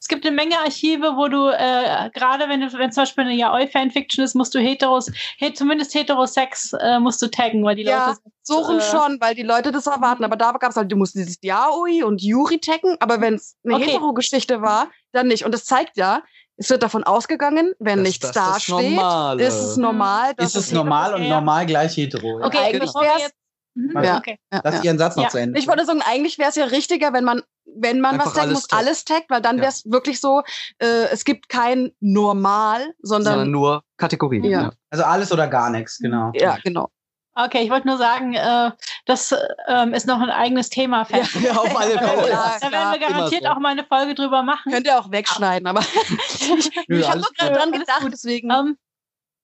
Speaker 3: Es gibt eine Menge Archive, wo du, äh, gerade wenn du, wenn zum Beispiel eine Yaoi-Fanfiction ist, musst du Heteros, he, zumindest Heterosex äh, musst du taggen, weil die
Speaker 5: Ja.
Speaker 3: Leute sind,
Speaker 5: So rum
Speaker 3: äh,
Speaker 5: schon, weil die Leute das erwarten. Aber da gab es halt, du musst dieses Yaoi und Yuri taggen. Aber wenn es eine
Speaker 3: Okay.
Speaker 5: Hetero-Geschichte war, dann nicht. Und das zeigt ja, es wird davon ausgegangen, wenn
Speaker 6: Dass
Speaker 5: nichts
Speaker 6: das
Speaker 5: da
Speaker 6: das
Speaker 5: steht,
Speaker 6: Normale.
Speaker 5: ist es normal. dass
Speaker 2: ist es
Speaker 5: es-
Speaker 2: normal und
Speaker 3: eher-
Speaker 2: normal gleich hetero.
Speaker 3: Okay,
Speaker 5: Eigentlich
Speaker 3: bevor wir
Speaker 5: wär's-
Speaker 3: jetzt. Mhm,
Speaker 2: Ja.
Speaker 3: Okay.
Speaker 5: Ja,
Speaker 2: Lass
Speaker 5: ja.
Speaker 2: ihren Satz noch
Speaker 3: Ja.
Speaker 2: zu Ende.
Speaker 5: Ich wollte sagen, eigentlich wäre es ja richtiger, wenn man, wenn man was
Speaker 6: Einfach
Speaker 5: taggt,
Speaker 6: alles
Speaker 5: muss
Speaker 6: taggen.
Speaker 5: alles taggt, weil dann
Speaker 6: Ja.
Speaker 5: wäre es wirklich so, äh, es gibt kein Normal,
Speaker 6: sondern
Speaker 5: sondern
Speaker 6: nur Kategorien.
Speaker 5: Ja.
Speaker 2: also alles oder gar nichts, genau.
Speaker 5: ja, genau.
Speaker 3: okay, ich wollte nur sagen, äh, das äh, ähm, ist noch ein eigenes Thema.
Speaker 5: Ja. oh,
Speaker 3: Fanfiction.
Speaker 6: Ja, auf alle
Speaker 5: Ja,
Speaker 3: Da
Speaker 6: Fälle.
Speaker 5: klar,
Speaker 3: werden wir
Speaker 6: klar, immer
Speaker 3: garantiert
Speaker 6: so.
Speaker 3: auch mal eine Folge drüber machen.
Speaker 5: Könnt ihr auch wegschneiden, aber
Speaker 2: Nö,
Speaker 5: ich habe
Speaker 2: alles
Speaker 5: nur gerade dran
Speaker 3: Alles
Speaker 5: gedacht,
Speaker 3: gut.
Speaker 5: deswegen.
Speaker 3: Ähm,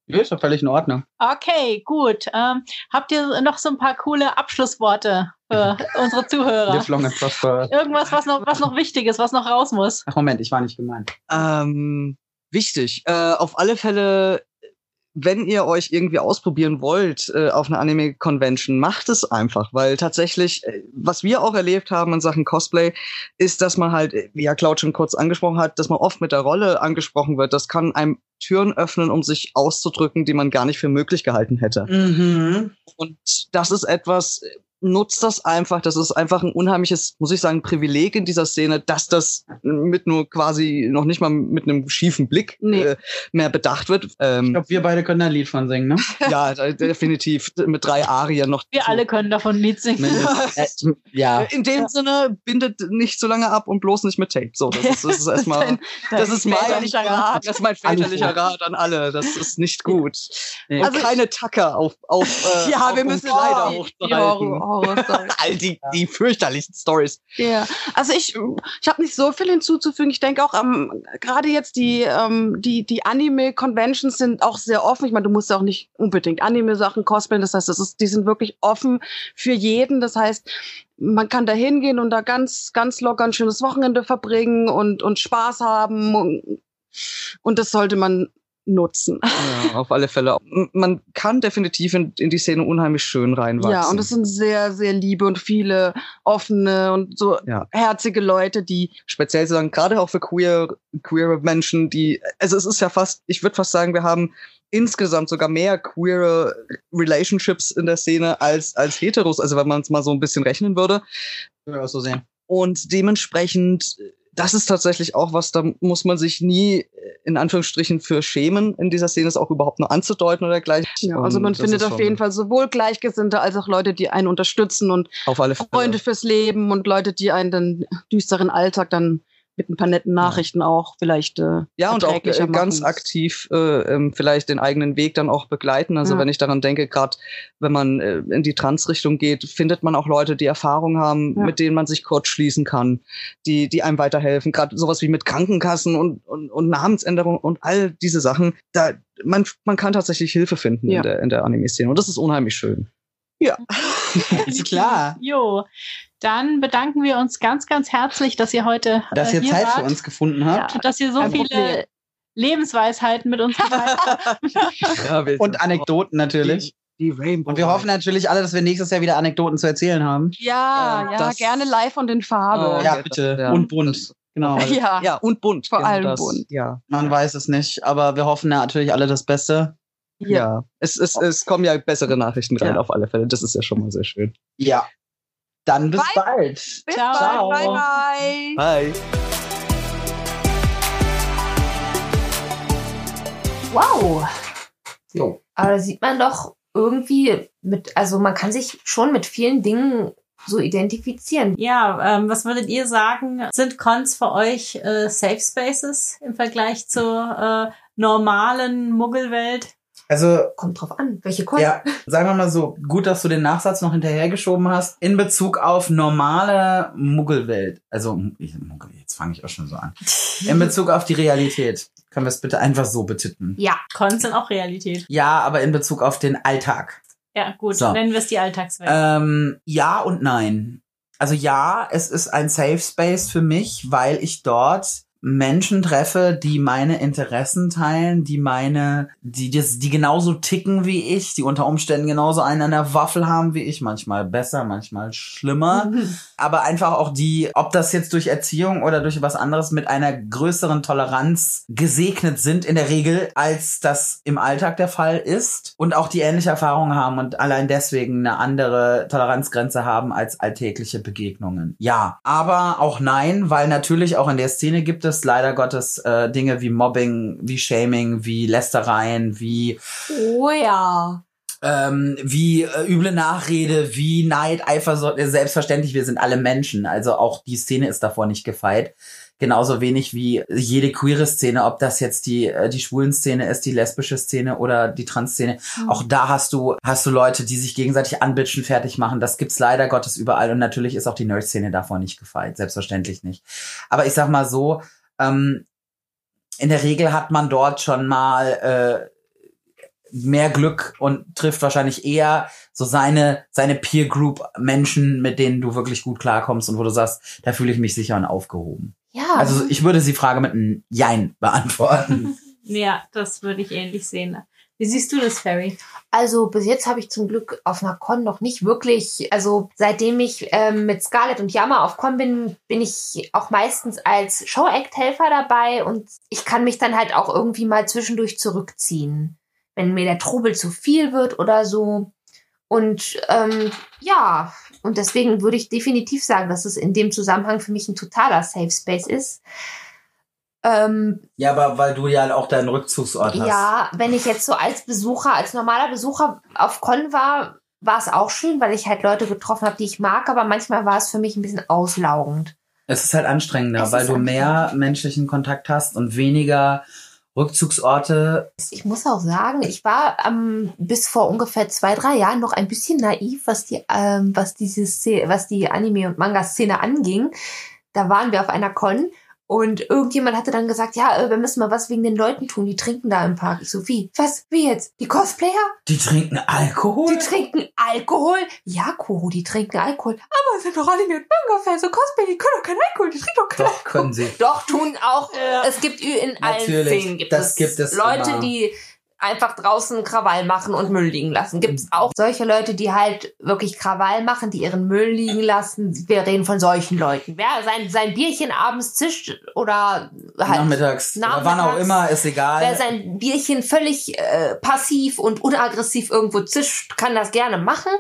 Speaker 2: Nö, ist doch völlig in Ordnung.
Speaker 3: okay, gut. Ähm, habt ihr noch so ein paar coole Abschlussworte für unsere Zuhörer?
Speaker 2: Live long and prosper.
Speaker 3: Irgendwas, was noch, was noch wichtig ist, was noch raus muss.
Speaker 2: Ach Moment, ich war nicht gemeint.
Speaker 6: Ähm, wichtig. Äh, auf alle Fälle, wenn ihr euch irgendwie ausprobieren wollt äh, auf einer Anime-Convention, macht es einfach, weil tatsächlich, äh, was wir auch erlebt haben in Sachen Cosplay, ist, dass man halt, äh, wie ja Cloud schon kurz angesprochen hat, dass man oft mit der Rolle angesprochen wird. Das kann einem Türen öffnen, um sich auszudrücken, die man gar nicht für möglich gehalten hätte.
Speaker 2: Mhm.
Speaker 6: Und das ist etwas, nutzt das einfach. Das ist einfach ein unheimliches, muss ich sagen, Privileg in dieser Szene, dass das mit nur quasi noch nicht mal mit einem schiefen Blick
Speaker 5: Nee.
Speaker 6: äh, mehr bedacht wird.
Speaker 2: Ich
Speaker 6: Ähm,
Speaker 2: glaube, wir beide können ein Lied von singen, ne?
Speaker 6: ja, da- definitiv mit drei Arien noch.
Speaker 3: Wir
Speaker 6: dazu.
Speaker 3: alle können davon ein Lied singen.
Speaker 2: Mindestens. Äh, ja.
Speaker 6: In dem Sinne, bindet nicht so lange ab und bloß nicht mit Tape. So, das ist, das ist erstmal, das ist mein
Speaker 5: väterlicher Rat.
Speaker 6: Das ist mein väterlicher
Speaker 2: Alles
Speaker 6: Rat an alle. Das ist nicht gut.
Speaker 2: Nee.
Speaker 6: Also keine Tacker auf, auf, äh,
Speaker 5: ja,
Speaker 6: auf
Speaker 5: wir
Speaker 6: um
Speaker 5: müssen
Speaker 6: Kleider
Speaker 5: die- die
Speaker 6: hochzuhalten.
Speaker 5: Horror- Horror-Story.
Speaker 6: All die, die fürchterlichsten Stories.
Speaker 5: Ja, also ich, ich habe nicht so viel hinzuzufügen. Ich denke auch, ähm, gerade jetzt die, ähm, die, die Anime-Conventions sind auch sehr offen. Ich meine, du musst ja auch nicht unbedingt Anime-Sachen cosplayen. Das heißt, das ist, die sind wirklich offen für jeden. Das heißt, man kann da hingehen und da ganz, ganz locker ein schönes Wochenende verbringen und, und Spaß haben. Und, und das sollte man nutzen.
Speaker 6: Ja, auf alle Fälle. Man kann definitiv in, in die Szene unheimlich schön reinwachsen.
Speaker 5: Ja, und es sind sehr, sehr liebe und viele offene und so
Speaker 6: Ja.
Speaker 5: herzige Leute, die
Speaker 6: speziell zu sagen, gerade auch für queer, queere Menschen, die, also es ist ja fast, ich würde fast sagen, wir haben insgesamt sogar mehr queere Relationships in der Szene als, als Heteros, also wenn man es mal so ein bisschen rechnen würde.
Speaker 2: Würde auch so sehen.
Speaker 6: Und dementsprechend, das ist tatsächlich auch was, da muss man sich nie äh, in Anführungsstrichen für schämen, in dieser Szene es auch überhaupt nur anzudeuten oder gleich.
Speaker 5: Ja, also man findet auf jeden Fall sowohl Gleichgesinnte als auch Leute, die einen unterstützen und
Speaker 6: auf alle Fälle.
Speaker 5: Freunde fürs Leben und Leute, die einen den düsteren Alltag dann mit ein paar netten Nachrichten auch vielleicht. Äh,
Speaker 6: Ja, und auch
Speaker 5: verträglicher
Speaker 6: äh, ganz
Speaker 5: machen.
Speaker 6: aktiv äh, ähm, vielleicht den eigenen Weg dann auch begleiten. Also
Speaker 5: Ja.
Speaker 6: wenn ich daran denke, gerade wenn man äh, in die Trans-Richtung geht, findet man auch Leute, die Erfahrung haben,
Speaker 5: Ja.
Speaker 6: mit denen man sich kurz schließen kann, die, die einem weiterhelfen. Gerade sowas wie mit Krankenkassen und, und, und Namensänderung und all diese Sachen. Da, man, man kann tatsächlich Hilfe finden
Speaker 5: Ja.
Speaker 6: in der, in der Anime-Szene. Und das ist unheimlich schön.
Speaker 2: Ist klar.
Speaker 3: Jo, dann bedanken wir uns ganz, ganz herzlich, dass ihr heute
Speaker 2: Dass
Speaker 3: äh,
Speaker 2: ihr
Speaker 3: hier
Speaker 2: Zeit
Speaker 3: wart
Speaker 2: für uns gefunden habt.
Speaker 3: und dass ihr so
Speaker 5: Kein
Speaker 3: viele
Speaker 5: Problem.
Speaker 3: Lebensweisheiten mit uns geteilt habt.
Speaker 2: Und Anekdoten natürlich.
Speaker 6: Die, die Rainbow.
Speaker 2: Und wir hoffen natürlich alle, dass wir nächstes Jahr wieder Anekdoten zu erzählen haben.
Speaker 5: ja,
Speaker 6: Äh,
Speaker 5: ja,
Speaker 6: das-
Speaker 5: gerne live und in Farbe.
Speaker 6: Oh,
Speaker 2: ja,
Speaker 6: okay,
Speaker 2: bitte.
Speaker 6: das- ja.
Speaker 2: Und bunt. Genau.
Speaker 5: ja. ja.
Speaker 6: Ja, und bunt. genau
Speaker 5: Vor allem
Speaker 6: das.
Speaker 5: bunt.
Speaker 6: Ja.
Speaker 2: Man weiß es nicht, aber wir hoffen natürlich alle das Beste.
Speaker 6: Ja, Es, es, es kommen ja bessere Nachrichten rein,
Speaker 2: Ja.
Speaker 6: auf alle Fälle. Das ist ja schon mal sehr schön.
Speaker 2: Ja. Dann bis
Speaker 5: Bye.
Speaker 2: bald.
Speaker 5: Bis
Speaker 3: Ciao.
Speaker 5: bald. Bye, bye.
Speaker 6: Hi.
Speaker 1: Wow.
Speaker 2: Jo.
Speaker 1: Aber da sieht man doch irgendwie mit, also man kann sich schon mit vielen Dingen so identifizieren.
Speaker 3: Ja, ähm, was würdet ihr sagen? Sind Cons für euch äh, Safe Spaces im Vergleich zur äh, normalen Muggelwelt?
Speaker 2: Also
Speaker 1: Kommt drauf an, welche Kunst.
Speaker 2: Ja, sagen wir mal so, gut, dass du den Nachsatz noch hinterhergeschoben hast. In Bezug auf normale Muggelwelt, also ich- Muggel, jetzt fange ich auch schon so an. In Bezug auf die Realität, können wir es bitte einfach so betiteln.
Speaker 3: Cons sind auch Realität.
Speaker 2: Ja, aber in Bezug auf den Alltag.
Speaker 3: Ja, gut,
Speaker 2: So.
Speaker 3: nennen wir es die Alltagswelt.
Speaker 2: Ähm, ja und nein. Also ja, es ist ein Safe Space für mich, weil ich dort Menschen treffe, die meine Interessen teilen, die meine, die, die, die genauso ticken wie ich, die unter Umständen genauso einen an der Waffel haben wie ich, manchmal besser, manchmal schlimmer, aber einfach auch die, ob das jetzt durch Erziehung oder durch was anderes mit einer größeren Toleranz gesegnet sind in der Regel, als das im Alltag der Fall ist und auch die ähnliche Erfahrungen haben und allein deswegen eine andere Toleranzgrenze haben als alltägliche Begegnungen. Ja, aber auch nein, weil natürlich auch in der Szene gibt es leider Gottes äh, Dinge wie Mobbing, wie Shaming, wie Lästereien, wie
Speaker 1: Oh ja.
Speaker 2: ähm, wie äh, üble Nachrede, wie Neid, Eifersucht. Äh, Selbstverständlich, wir sind alle Menschen. Also auch die Szene ist davor nicht gefeit. Genauso wenig wie jede queere Szene, ob das jetzt die, äh, die schwulen Szene ist, die lesbische Szene oder die Trans-Szene. Auch da hast du, hast du Leute, die sich gegenseitig anbitschen, fertig machen. Das gibt's leider Gottes überall. Und natürlich ist auch die Nerd-Szene davor nicht gefeit. Selbstverständlich nicht. Aber ich sag mal so, ähm, in der Regel hat man dort schon mal, äh, mehr Glück und trifft wahrscheinlich eher so seine, seine Peer Group Menschen, mit denen du wirklich gut klarkommst und wo du sagst, da fühle ich mich sicher und aufgehoben.
Speaker 1: Ja.
Speaker 2: Also ich würde die Frage mit einem Jein beantworten.
Speaker 3: Ja, das würde ich ähnlich sehen. Wie siehst du das, Ferry?
Speaker 1: Also bis jetzt habe ich zum Glück auf einer Con noch nicht wirklich, also seitdem ich ähm, mit Scarlett und Yama auf Con bin, bin ich auch meistens als Show-Act-Helfer dabei und ich kann mich dann halt auch irgendwie mal zwischendurch zurückziehen, wenn mir der Trubel zu viel wird oder so. Und ähm, ja, Und deswegen würde ich definitiv sagen, dass es in dem Zusammenhang für mich ein totaler Safe Space ist. Ähm,
Speaker 2: Ja, aber weil du ja auch deinen Rückzugsort hast.
Speaker 1: ja, wenn ich jetzt so als Besucher, als normaler Besucher auf Con war, war es auch schön, weil ich halt Leute getroffen habe, die ich mag, aber manchmal war es für mich ein bisschen auslaugend.
Speaker 2: Es ist halt anstrengender,
Speaker 1: Es
Speaker 2: weil
Speaker 1: ist
Speaker 2: du mehr menschlichen Kontakt hast und weniger Rückzugsorte.
Speaker 1: Ich muss auch sagen, ich war ähm, bis vor ungefähr zwei, drei Jahren noch ein bisschen naiv, was die, ähm, was dieses, Szene- was die Anime- und Manga-Szene anging. Da waren wir auf einer Con und irgendjemand hatte dann gesagt, ja, äh, wir müssen mal was wegen den Leuten tun, die trinken da im Park. Ich so, wie? Was? Wie jetzt? Die Cosplayer?
Speaker 2: Die trinken Alkohol.
Speaker 1: Die trinken Alkohol? Ja, Koro, die trinken Alkohl. Aber es sind doch Anime und Manga-Fans und Cosplay, die können doch keinen Alkohol, die trinken doch keinen
Speaker 2: Doch, können sie.
Speaker 1: Doch, tun auch.
Speaker 3: Ja.
Speaker 1: Es gibt Ü- in allen
Speaker 2: Natürlich,
Speaker 1: Szenen gibt
Speaker 2: das
Speaker 1: es
Speaker 2: gibt es
Speaker 1: Leute,
Speaker 2: immer.
Speaker 1: die einfach draußen Krawall machen und Müll liegen lassen. Gibt
Speaker 2: Mhm.
Speaker 1: es auch solche Leute, die halt wirklich Krawall machen, die ihren Müll liegen lassen. Wir reden von solchen Leuten. Wer sein, sein Bierchen abends zischt oder
Speaker 2: Genau,
Speaker 1: halt
Speaker 2: Nachmittags. Oder wann
Speaker 1: Nachmittags.
Speaker 2: auch immer, ist
Speaker 1: Wer
Speaker 2: egal.
Speaker 1: sein Bierchen völlig äh, passiv und unaggressiv irgendwo zischt, kann das gerne machen.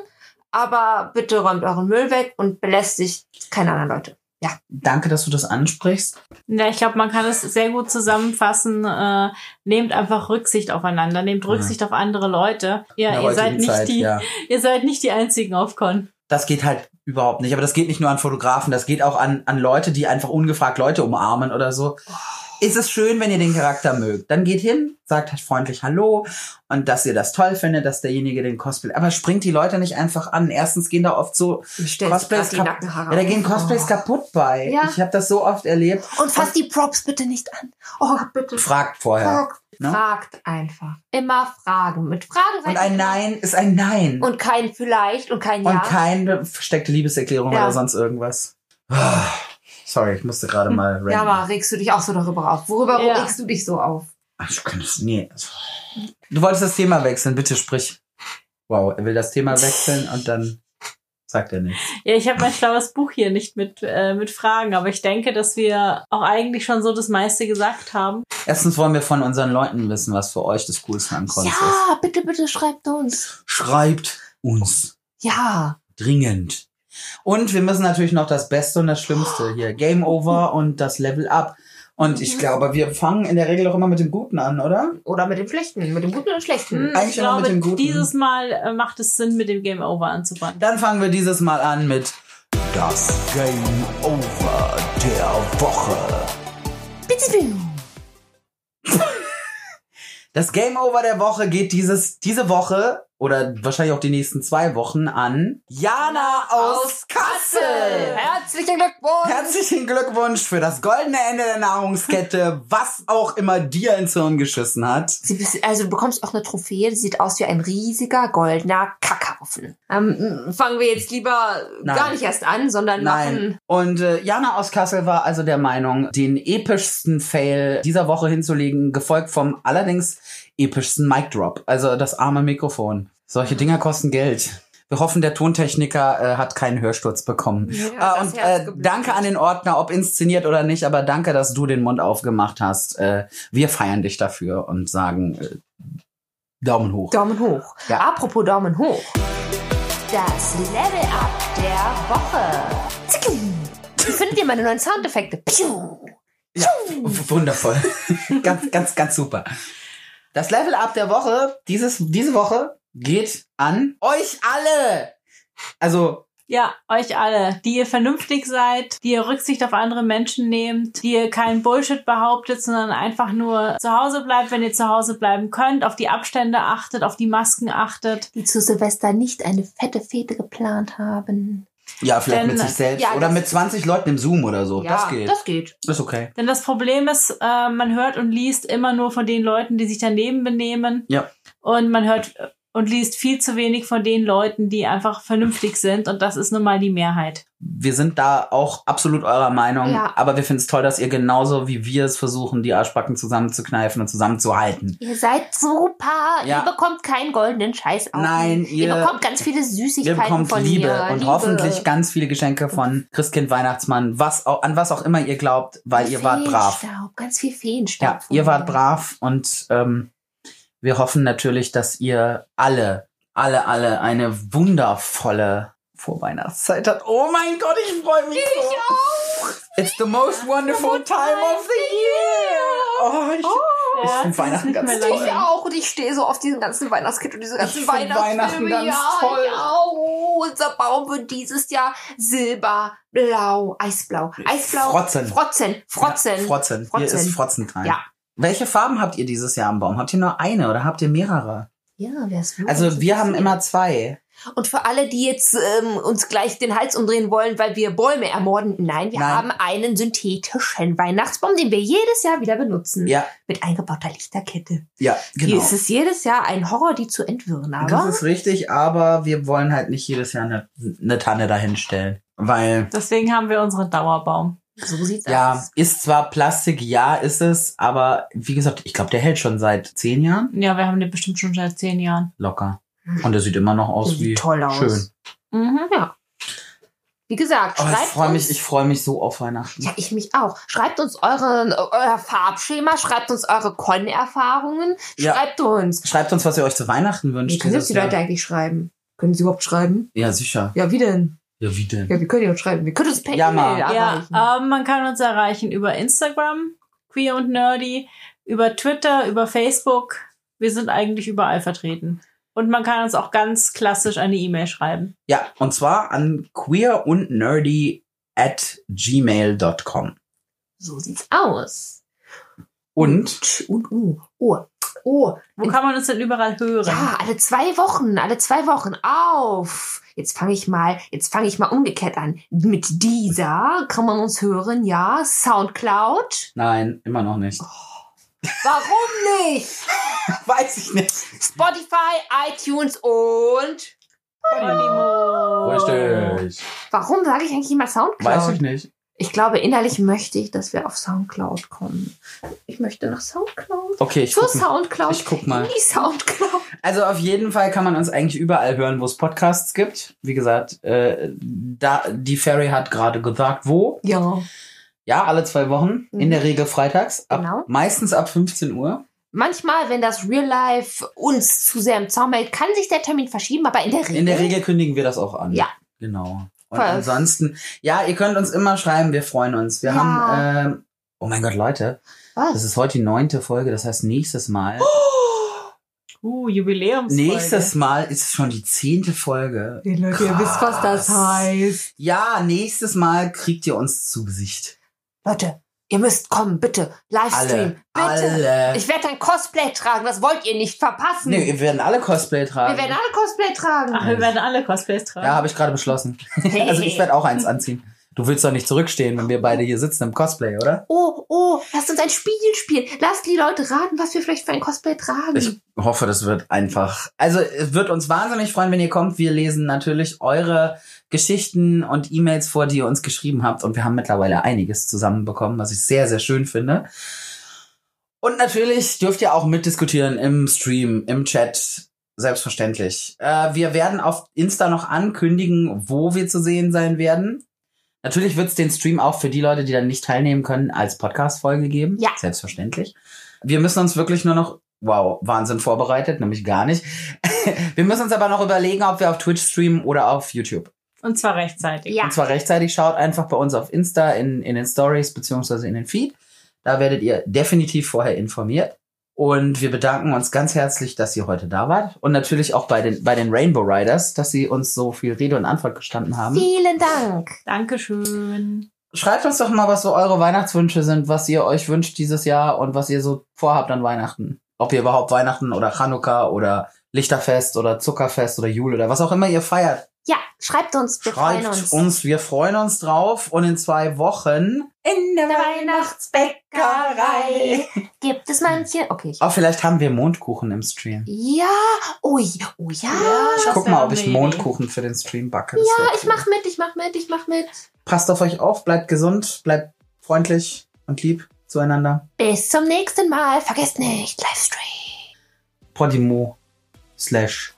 Speaker 1: Aber bitte räumt euren Müll weg und belästigt keine anderen Leute.
Speaker 2: Danke, dass du das ansprichst.
Speaker 3: Na, ich glaube, man kann es sehr gut zusammenfassen. Äh, nehmt einfach Rücksicht aufeinander, nehmt Rücksicht auf andere Leute.
Speaker 2: In
Speaker 3: Ja,
Speaker 2: der
Speaker 3: ihr seid
Speaker 2: heutigen
Speaker 3: nicht
Speaker 2: Zeit,
Speaker 3: die,
Speaker 2: ja.
Speaker 3: ihr seid nicht die einzigen auf Con.
Speaker 2: Das geht halt überhaupt nicht. Aber das geht nicht nur an Fotografen, das geht auch an, an Leute, die einfach ungefragt Leute umarmen oder so. Ist es schön, wenn ihr den Charakter mögt. Dann geht hin, sagt halt freundlich Hallo und dass ihr das toll findet, dass derjenige den Cosplay. Aber springt die Leute nicht einfach an. Erstens gehen da oft so.
Speaker 1: Stellt sich
Speaker 2: Cosplays
Speaker 1: grad die
Speaker 2: kap-
Speaker 1: Nackenhaare
Speaker 2: Ja, da
Speaker 1: auf.
Speaker 2: gehen Cosplays
Speaker 1: Oh.
Speaker 2: kaputt bei.
Speaker 1: Ja.
Speaker 2: Ich habe das so oft erlebt.
Speaker 1: Und fass die Props bitte nicht an. Oh, bitte.
Speaker 2: Fragt vorher.
Speaker 1: Fragt,
Speaker 2: Ne?
Speaker 1: fragt einfach. Immer fragen. Mit Fragen seid
Speaker 2: Und ein
Speaker 1: ihr-
Speaker 2: Nein ist ein Nein.
Speaker 1: Und kein vielleicht und kein Ja.
Speaker 2: Und keine versteckte Liebeserklärung
Speaker 1: Ja.
Speaker 2: oder sonst irgendwas. Ah, Sorry, ich musste gerade mal
Speaker 1: Hm. ja,
Speaker 2: ranten.
Speaker 1: aber regst du dich auch so darüber auf? Worüber
Speaker 3: Ja.
Speaker 1: regst du dich so auf?
Speaker 2: Ach, Ich kann es nie. also, Du wolltest das Thema wechseln, bitte sprich. Wow, er will das Thema wechseln und dann sagt er nichts.
Speaker 3: Ja, ich habe mein schlaues Buch hier nicht mit, äh, mit Fragen, aber ich denke, dass wir auch eigentlich schon so das meiste gesagt haben.
Speaker 2: Erstens wollen wir von unseren Leuten wissen, was für euch das Coolste an Cons ist.
Speaker 1: Ja, bitte, bitte schreibt uns.
Speaker 2: Schreibt uns
Speaker 1: Ja.
Speaker 2: dringend. Und wir müssen natürlich noch das Beste und das Schlimmste hier. Game Over und das Level Up. Und
Speaker 1: Mhm.
Speaker 2: ich glaube, wir fangen in der Regel doch immer mit dem Guten an, oder?
Speaker 1: Oder mit dem Schlechten, mit dem Guten oder Schlechten.
Speaker 3: Hm,
Speaker 2: Eigentlich
Speaker 3: ich
Speaker 2: auch mit
Speaker 3: glaube,
Speaker 2: dem Guten.
Speaker 3: dieses Mal äh, macht es Sinn, mit dem Game Over anzufangen.
Speaker 2: Dann fangen wir dieses Mal an mit
Speaker 7: Das Game Over der Woche.
Speaker 2: Das Game Over der Woche geht dieses, diese Woche oder wahrscheinlich auch die nächsten zwei Wochen an Jana aus Kassel.
Speaker 1: Herzlichen Glückwunsch.
Speaker 2: Herzlichen Glückwunsch für das goldene Ende der Nahrungskette, was auch immer dir ins Hirn geschissen hat.
Speaker 1: Sie bes- also du bekommst auch eine Trophäe, die sieht aus wie ein riesiger goldener Kackhaufen. Ähm, fangen wir jetzt lieber
Speaker 2: Nein.
Speaker 1: gar nicht erst an, sondern machen
Speaker 2: Nein. Und äh, Jana aus Kassel war also der Meinung, den epischsten Fail dieser Woche hinzulegen, gefolgt vom allerdings epischsten Mic Drop, also das arme Mikrofon. Solche Dinger kosten Geld. Wir hoffen, der Tontechniker äh, hat keinen Hörsturz bekommen.
Speaker 1: Ja,
Speaker 2: äh,
Speaker 1: das
Speaker 2: und
Speaker 1: Herz
Speaker 2: äh,
Speaker 1: geblutet.
Speaker 2: danke an den Ordner, ob inszeniert oder nicht, aber danke, dass du den Mund aufgemacht hast. Äh, wir feiern dich dafür und sagen äh, Daumen hoch.
Speaker 1: Daumen hoch.
Speaker 2: Ja.
Speaker 1: Apropos Daumen hoch. Das Level Up der Woche. Zickling. Wie findet ihr meine neuen Soundeffekte? Piu.
Speaker 2: Ja, w- wundervoll. ganz, ganz, ganz super. Das Level Up der Woche, dieses, diese Woche, geht an euch alle. Also,
Speaker 3: Ja, euch alle, die ihr vernünftig seid, die ihr Rücksicht auf andere Menschen nehmt, die ihr keinen Bullshit behauptet, sondern einfach nur zu Hause bleibt, wenn ihr zu Hause bleiben könnt, auf die Abstände achtet, auf die Masken achtet.
Speaker 1: Die zu Silvester nicht eine fette Fete geplant haben.
Speaker 2: ja, vielleicht
Speaker 3: Denn,
Speaker 2: mit sich selbst
Speaker 1: ja,
Speaker 2: oder
Speaker 1: das-
Speaker 2: mit 20 Leuten im Zoom oder so. das geht.
Speaker 1: Das geht.
Speaker 2: ist okay.
Speaker 3: Denn das Problem ist, äh, man hört und liest immer nur von den Leuten, die sich daneben benehmen.
Speaker 2: Ja.
Speaker 3: Und man hört äh, und liest viel zu wenig von den Leuten, die einfach vernünftig sind. Und das ist nun mal die Mehrheit.
Speaker 2: Wir sind da auch absolut eurer Meinung,
Speaker 1: Ja.
Speaker 2: aber wir finden es toll, dass ihr genauso wie wir es versuchen, die Arschbacken zusammenzukneifen und zusammenzuhalten.
Speaker 1: Ihr seid super.
Speaker 2: Ja.
Speaker 1: Ihr bekommt keinen goldenen Scheiß auf.
Speaker 2: Nein,
Speaker 1: ihr,
Speaker 2: ihr-
Speaker 1: bekommt ganz viele
Speaker 2: Ihr
Speaker 1: Süßigkeiten
Speaker 2: bekommt
Speaker 1: von
Speaker 2: Liebe
Speaker 1: mir.
Speaker 2: und
Speaker 1: Liebe.
Speaker 2: hoffentlich ganz viele Geschenke von Christkind, Weihnachtsmann, was auch, an was auch immer ihr glaubt, weil ihr wart brav.
Speaker 1: Feenstaub, Ganz viel
Speaker 2: Ja,
Speaker 1: Feenstaub. von
Speaker 2: ihr wart
Speaker 1: mir.
Speaker 2: brav und ähm, wir hoffen natürlich, dass ihr alle, alle, alle eine wundervolle Vorweihnachtszeit hat. Oh mein Gott, ich freue mich so. It's the most wonderful time of the year. Oh, ich, ich
Speaker 3: Ja,
Speaker 2: finde
Speaker 3: das ist
Speaker 2: Weihnachten
Speaker 3: nicht
Speaker 2: ganz
Speaker 3: mehr
Speaker 2: toll.
Speaker 3: lange.
Speaker 1: Ich auch. Und ich stehe so auf diesen ganzen Weihnachtskind und diese ganzen
Speaker 2: Ich find
Speaker 1: Weihnachtsfilme.
Speaker 2: Weihnachten ganz
Speaker 1: ja,
Speaker 2: toll.
Speaker 1: ich auch. Unser Baum wird dieses Jahr silber, blau, eisblau, eisblau.
Speaker 2: Frotzen.
Speaker 1: Frotzen. Frotzen.
Speaker 2: Ja, Frotzen. Hier
Speaker 1: Frotzen.
Speaker 2: ist Frotzentime.
Speaker 1: Ja.
Speaker 2: Welche Farben habt ihr dieses Jahr am Baum? Habt ihr nur eine oder habt ihr mehrere?
Speaker 1: Ja, wer ist wirklich
Speaker 2: Also wir haben
Speaker 1: interessiert?
Speaker 2: immer zwei.
Speaker 1: Und für alle, die jetzt ähm, uns gleich den Hals umdrehen wollen, weil wir Bäume ermorden, nein, wir
Speaker 2: Nein.
Speaker 1: haben einen synthetischen Weihnachtsbaum, den wir jedes Jahr wieder benutzen.
Speaker 2: Ja,
Speaker 1: Mit eingebauter Lichterkette.
Speaker 2: ja,
Speaker 1: Hier
Speaker 2: genau.
Speaker 1: ist es jedes Jahr ein Horror, die zu entwirren,
Speaker 2: Das
Speaker 1: aber.
Speaker 2: ist richtig, aber wir wollen halt nicht jedes Jahr eine, eine Tanne dahinstellen. Weil,
Speaker 3: Deswegen haben wir unseren Dauerbaum.
Speaker 1: So sieht's
Speaker 2: ja,
Speaker 1: aus.
Speaker 2: ist zwar Plastik, ja, ist es, aber wie gesagt, ich glaube, der hält schon seit zehn Jahren
Speaker 3: Ja, wir haben den bestimmt schon seit zehn Jahren.
Speaker 2: locker. Und der sieht immer noch
Speaker 1: Der
Speaker 2: aus wie
Speaker 1: sieht Hm. toll aus.
Speaker 2: schön.
Speaker 3: Mhm.
Speaker 1: Wie gesagt,
Speaker 2: Oh,
Speaker 1: schreibt
Speaker 2: ich freue mich,
Speaker 1: uns-
Speaker 2: ich freue mich so auf Weihnachten.
Speaker 1: Ja, ich mich auch. Schreibt uns euren, euer Farbschema, schreibt uns eure Con-Erfahrungen,
Speaker 2: Ja.
Speaker 1: schreibt uns.
Speaker 2: Schreibt uns, was ihr euch zu Weihnachten
Speaker 1: Wie
Speaker 2: wünscht.
Speaker 1: können
Speaker 2: dieses
Speaker 1: jetzt die
Speaker 2: Jahr.
Speaker 1: Leute eigentlich schreiben? Können sie überhaupt schreiben?
Speaker 2: Ja, sicher.
Speaker 1: Ja, wie denn?
Speaker 2: Ja, wie denn?
Speaker 1: Ja, wie können die auch schreiben? Wir können uns per
Speaker 2: Ja,
Speaker 1: E-Mail
Speaker 2: Ma.
Speaker 3: Ja,
Speaker 1: erreichen.
Speaker 3: ähm, man kann uns erreichen über Instagram, queer und nerdy, über Twitter, über Facebook. Wir sind eigentlich überall vertreten. Und man kann uns auch ganz klassisch eine E-Mail schreiben.
Speaker 2: Ja, und zwar an queer und nerdy at gmail.com.
Speaker 1: So sieht's aus.
Speaker 2: Und
Speaker 1: Und, uh, oh, oh.
Speaker 3: Wo kann man uns denn überall hören?
Speaker 1: Ja, alle zwei Wochen, alle zwei Wochen auf. Jetzt fange ich mal, jetzt fange ich mal umgekehrt an. Mit dieser kann man uns hören, ja. Soundcloud.
Speaker 2: nein, immer noch nicht.
Speaker 1: Oh. Warum nicht?
Speaker 2: Weiß ich nicht.
Speaker 1: Spotify, iTunes und. Oh.
Speaker 3: Podimo.
Speaker 1: Warum sage ich eigentlich immer Soundcloud?
Speaker 2: Weiß ich nicht.
Speaker 1: Ich glaube, innerlich möchte ich, dass wir auf Soundcloud kommen. Ich möchte nach Soundcloud.
Speaker 2: Okay, ich
Speaker 1: Zur
Speaker 2: guck, mal.
Speaker 1: Soundcloud.
Speaker 2: ich guck mal.
Speaker 1: In die Soundcloud.
Speaker 2: Also auf jeden Fall kann man uns eigentlich überall hören, wo es Podcasts gibt. Wie gesagt, äh, da, die Fairy hat gerade gesagt, wo.
Speaker 1: Ja.
Speaker 2: Ja, alle zwei Wochen. In
Speaker 1: Mhm.
Speaker 2: der Regel freitags. Ab,
Speaker 1: Genau.
Speaker 2: Meistens ab 15 Uhr.
Speaker 1: Manchmal, wenn das Real Life uns zu sehr im Zaum hält, kann sich der Termin verschieben, aber in der Regel.
Speaker 2: In der Regel kündigen wir das auch an.
Speaker 1: Genau. Ja.
Speaker 2: Genau. Und
Speaker 1: Voll.
Speaker 2: ansonsten, ja, ihr könnt uns immer schreiben, wir freuen uns. Wir
Speaker 1: Ja.
Speaker 2: haben, ähm, oh mein Gott, Leute, das
Speaker 1: Was?
Speaker 2: ist heute die neunte Folge, das heißt nächstes Mal.
Speaker 3: Uh, Jubiläumsfolge.
Speaker 2: nächstes Mal ist schon die zehnte Folge.
Speaker 1: Die Leute, ihr wisst, was das heißt.
Speaker 2: Ja, nächstes Mal kriegt ihr uns zu Gesicht.
Speaker 1: Leute, ihr müsst kommen, bitte. Livestream.
Speaker 2: Alle.
Speaker 1: Bitte.
Speaker 2: Alle.
Speaker 1: Ich werde ein Cosplay tragen, das wollt ihr nicht verpassen.
Speaker 2: nee, wir werden alle Cosplay
Speaker 1: wir
Speaker 2: tragen.
Speaker 1: werden alle Cosplay tragen.
Speaker 3: Ach, wir werden alle Cosplays tragen.
Speaker 2: ja, habe ich gerade beschlossen. also ich werde auch eins anziehen. Du willst doch nicht zurückstehen, wenn wir beide hier sitzen im Cosplay, oder?
Speaker 1: Oh, oh, lasst uns ein Spiel spielen. Lasst die Leute raten, was wir vielleicht für ein Cosplay tragen.
Speaker 2: Ich hoffe, das wird einfach. Also es wird uns wahnsinnig freuen, wenn ihr kommt. Wir lesen natürlich eure Geschichten und E-Mails vor, die ihr uns geschrieben habt. Und wir haben mittlerweile einiges zusammenbekommen, was ich sehr, sehr schön finde. Und natürlich dürft ihr auch mitdiskutieren im Stream, im Chat. Selbstverständlich. Äh, wir werden auf Insta noch ankündigen, wo wir zu sehen sein werden. Natürlich wird es den Stream auch für die Leute, die dann nicht teilnehmen können, als Podcast-Folge geben.
Speaker 1: Ja.
Speaker 2: Selbstverständlich. Wir müssen uns wirklich nur noch, wow, Wahnsinn vorbereitet, nämlich gar nicht. wir müssen uns aber noch überlegen, ob wir auf Twitch streamen oder auf YouTube.
Speaker 3: Und zwar rechtzeitig.
Speaker 1: Ja.
Speaker 2: Und zwar rechtzeitig schaut einfach bei uns auf Insta in, in den Stories beziehungsweise in den Feed. Da werdet ihr definitiv vorher informiert. Und wir bedanken uns ganz herzlich, dass ihr heute da wart. Und natürlich auch bei den, bei den Rainbow Riders, dass sie uns so viel Rede und Antwort gestanden haben.
Speaker 1: Vielen Dank.
Speaker 3: Dankeschön.
Speaker 2: Schreibt uns doch mal, was so eure Weihnachtswünsche sind, was ihr euch wünscht dieses Jahr und was ihr so vorhabt an Weihnachten. Ob ihr überhaupt Weihnachten oder Chanukka oder Lichterfest oder Zuckerfest oder Jule oder was auch immer ihr feiert.
Speaker 1: Ja, schreibt uns. Wir
Speaker 2: Schreibt
Speaker 1: freuen uns.
Speaker 2: uns. wir freuen uns drauf und in zwei Wochen in der
Speaker 1: Weihnachtsbäckerei. Gibt es manche? Okay. Ich
Speaker 2: Oh, vielleicht haben wir Mondkuchen im Stream.
Speaker 1: ja, oh, ja, oh ja.
Speaker 2: Ich
Speaker 3: das
Speaker 2: guck
Speaker 3: wär
Speaker 2: mal,
Speaker 3: doch
Speaker 2: ob ich
Speaker 3: eine
Speaker 2: Mondkuchen für den Stream backe. Das
Speaker 1: Ja,
Speaker 2: wär
Speaker 1: ich
Speaker 2: cool.
Speaker 1: mach mit, ich mach mit, ich mach mit.
Speaker 2: Passt auf euch auf, bleibt gesund, bleibt freundlich und lieb zueinander.
Speaker 1: Bis zum nächsten Mal. Vergesst nicht, Livestream.
Speaker 2: Podimo slash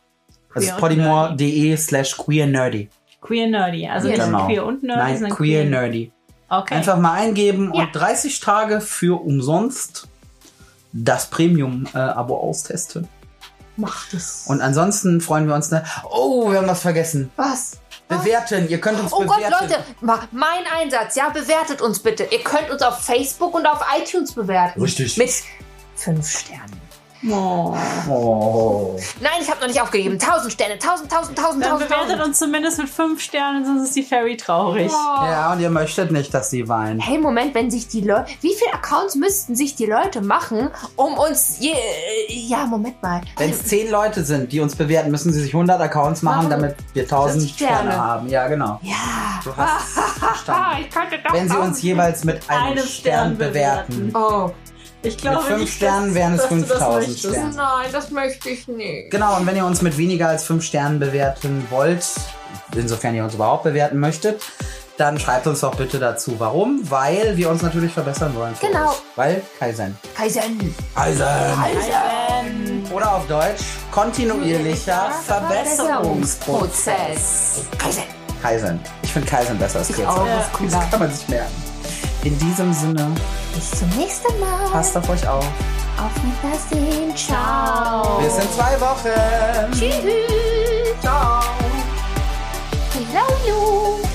Speaker 2: also
Speaker 3: Queer und
Speaker 2: podimo.de slash queernerdy.
Speaker 3: Queer Nerdy. Also wir sind
Speaker 2: Genau.
Speaker 3: queer und nerdy.
Speaker 2: Nein,
Speaker 3: sondern
Speaker 2: queer nerdy.
Speaker 3: Okay.
Speaker 2: Einfach mal eingeben
Speaker 1: Ja.
Speaker 2: und 30 Tage für umsonst das Premium-Abo austesten.
Speaker 1: Macht es.
Speaker 2: Und ansonsten freuen wir uns. Ne? Oh, wir haben was vergessen.
Speaker 1: Was?
Speaker 2: Bewerten, ihr könnt uns
Speaker 1: Oh Gott,
Speaker 2: bewerten.
Speaker 1: Leute, ma- mein Einsatz, ja, bewertet uns bitte. Ihr könnt uns auf Facebook und auf iTunes bewerten.
Speaker 2: Richtig.
Speaker 1: Mit fünf Sternen.
Speaker 2: Oh.
Speaker 1: Nein, ich habe noch nicht aufgegeben. 1000 Sterne, 1000, 1000, 1000,
Speaker 3: Dann
Speaker 1: 1000.
Speaker 3: bewertet uns zumindest mit fünf Sternen, sonst ist die Fairy traurig.
Speaker 2: Ja, und ihr möchtet nicht, dass sie weinen.
Speaker 1: Oh. Hey, Moment, wenn sich die Leute. Wie viele Accounts müssten sich die Leute machen, um uns. Je äh, ja, Moment mal.
Speaker 2: Wenn es zehn Leute sind, die uns bewerten, müssen sie sich 100 Accounts machen,
Speaker 1: Machen.
Speaker 2: damit wir 1000
Speaker 1: 40 Sterne.
Speaker 2: Sterne haben. Ja, genau.
Speaker 1: Ja.
Speaker 2: Du hast verstanden.
Speaker 1: ich könnte doch.
Speaker 2: Wenn sie uns jeweils mit einem,
Speaker 3: Einem
Speaker 2: Stern,
Speaker 3: Stern
Speaker 2: bewerten.
Speaker 1: Oh.
Speaker 3: Ich
Speaker 2: Mit
Speaker 3: glaube
Speaker 2: fünf
Speaker 3: nicht,
Speaker 2: Sternen
Speaker 3: dass-
Speaker 2: wären es
Speaker 3: dass du das
Speaker 2: 5000
Speaker 3: möchtest.
Speaker 2: Sterne.
Speaker 1: Nein, das möchte ich nicht.
Speaker 2: Genau, und wenn ihr uns mit weniger als fünf Sternen bewerten wollt, insofern ihr uns überhaupt bewerten möchtet, dann schreibt uns doch bitte dazu. Warum? Weil wir uns natürlich verbessern wollen. für
Speaker 1: Genau.
Speaker 2: Euch. Weil Kaizen.
Speaker 1: Kaizen.
Speaker 2: Kaizen.
Speaker 3: Ähm,
Speaker 2: Oder auf Deutsch kontinuierlicher Verbesserungsprozess.
Speaker 1: Kaizen.
Speaker 2: Kaizen. Ich finde Kaizen besser als
Speaker 1: Auch
Speaker 2: Kaizen.
Speaker 1: das
Speaker 2: Das
Speaker 1: cooler.
Speaker 2: kann man sich merken. In diesem Sinne,
Speaker 1: Bis zum nächsten Mal.
Speaker 2: passt auf euch auf.
Speaker 1: Auf Wiedersehen. Ciao.
Speaker 2: Wir sind zwei Wochen.
Speaker 1: Tschüss. Ciao. I love you.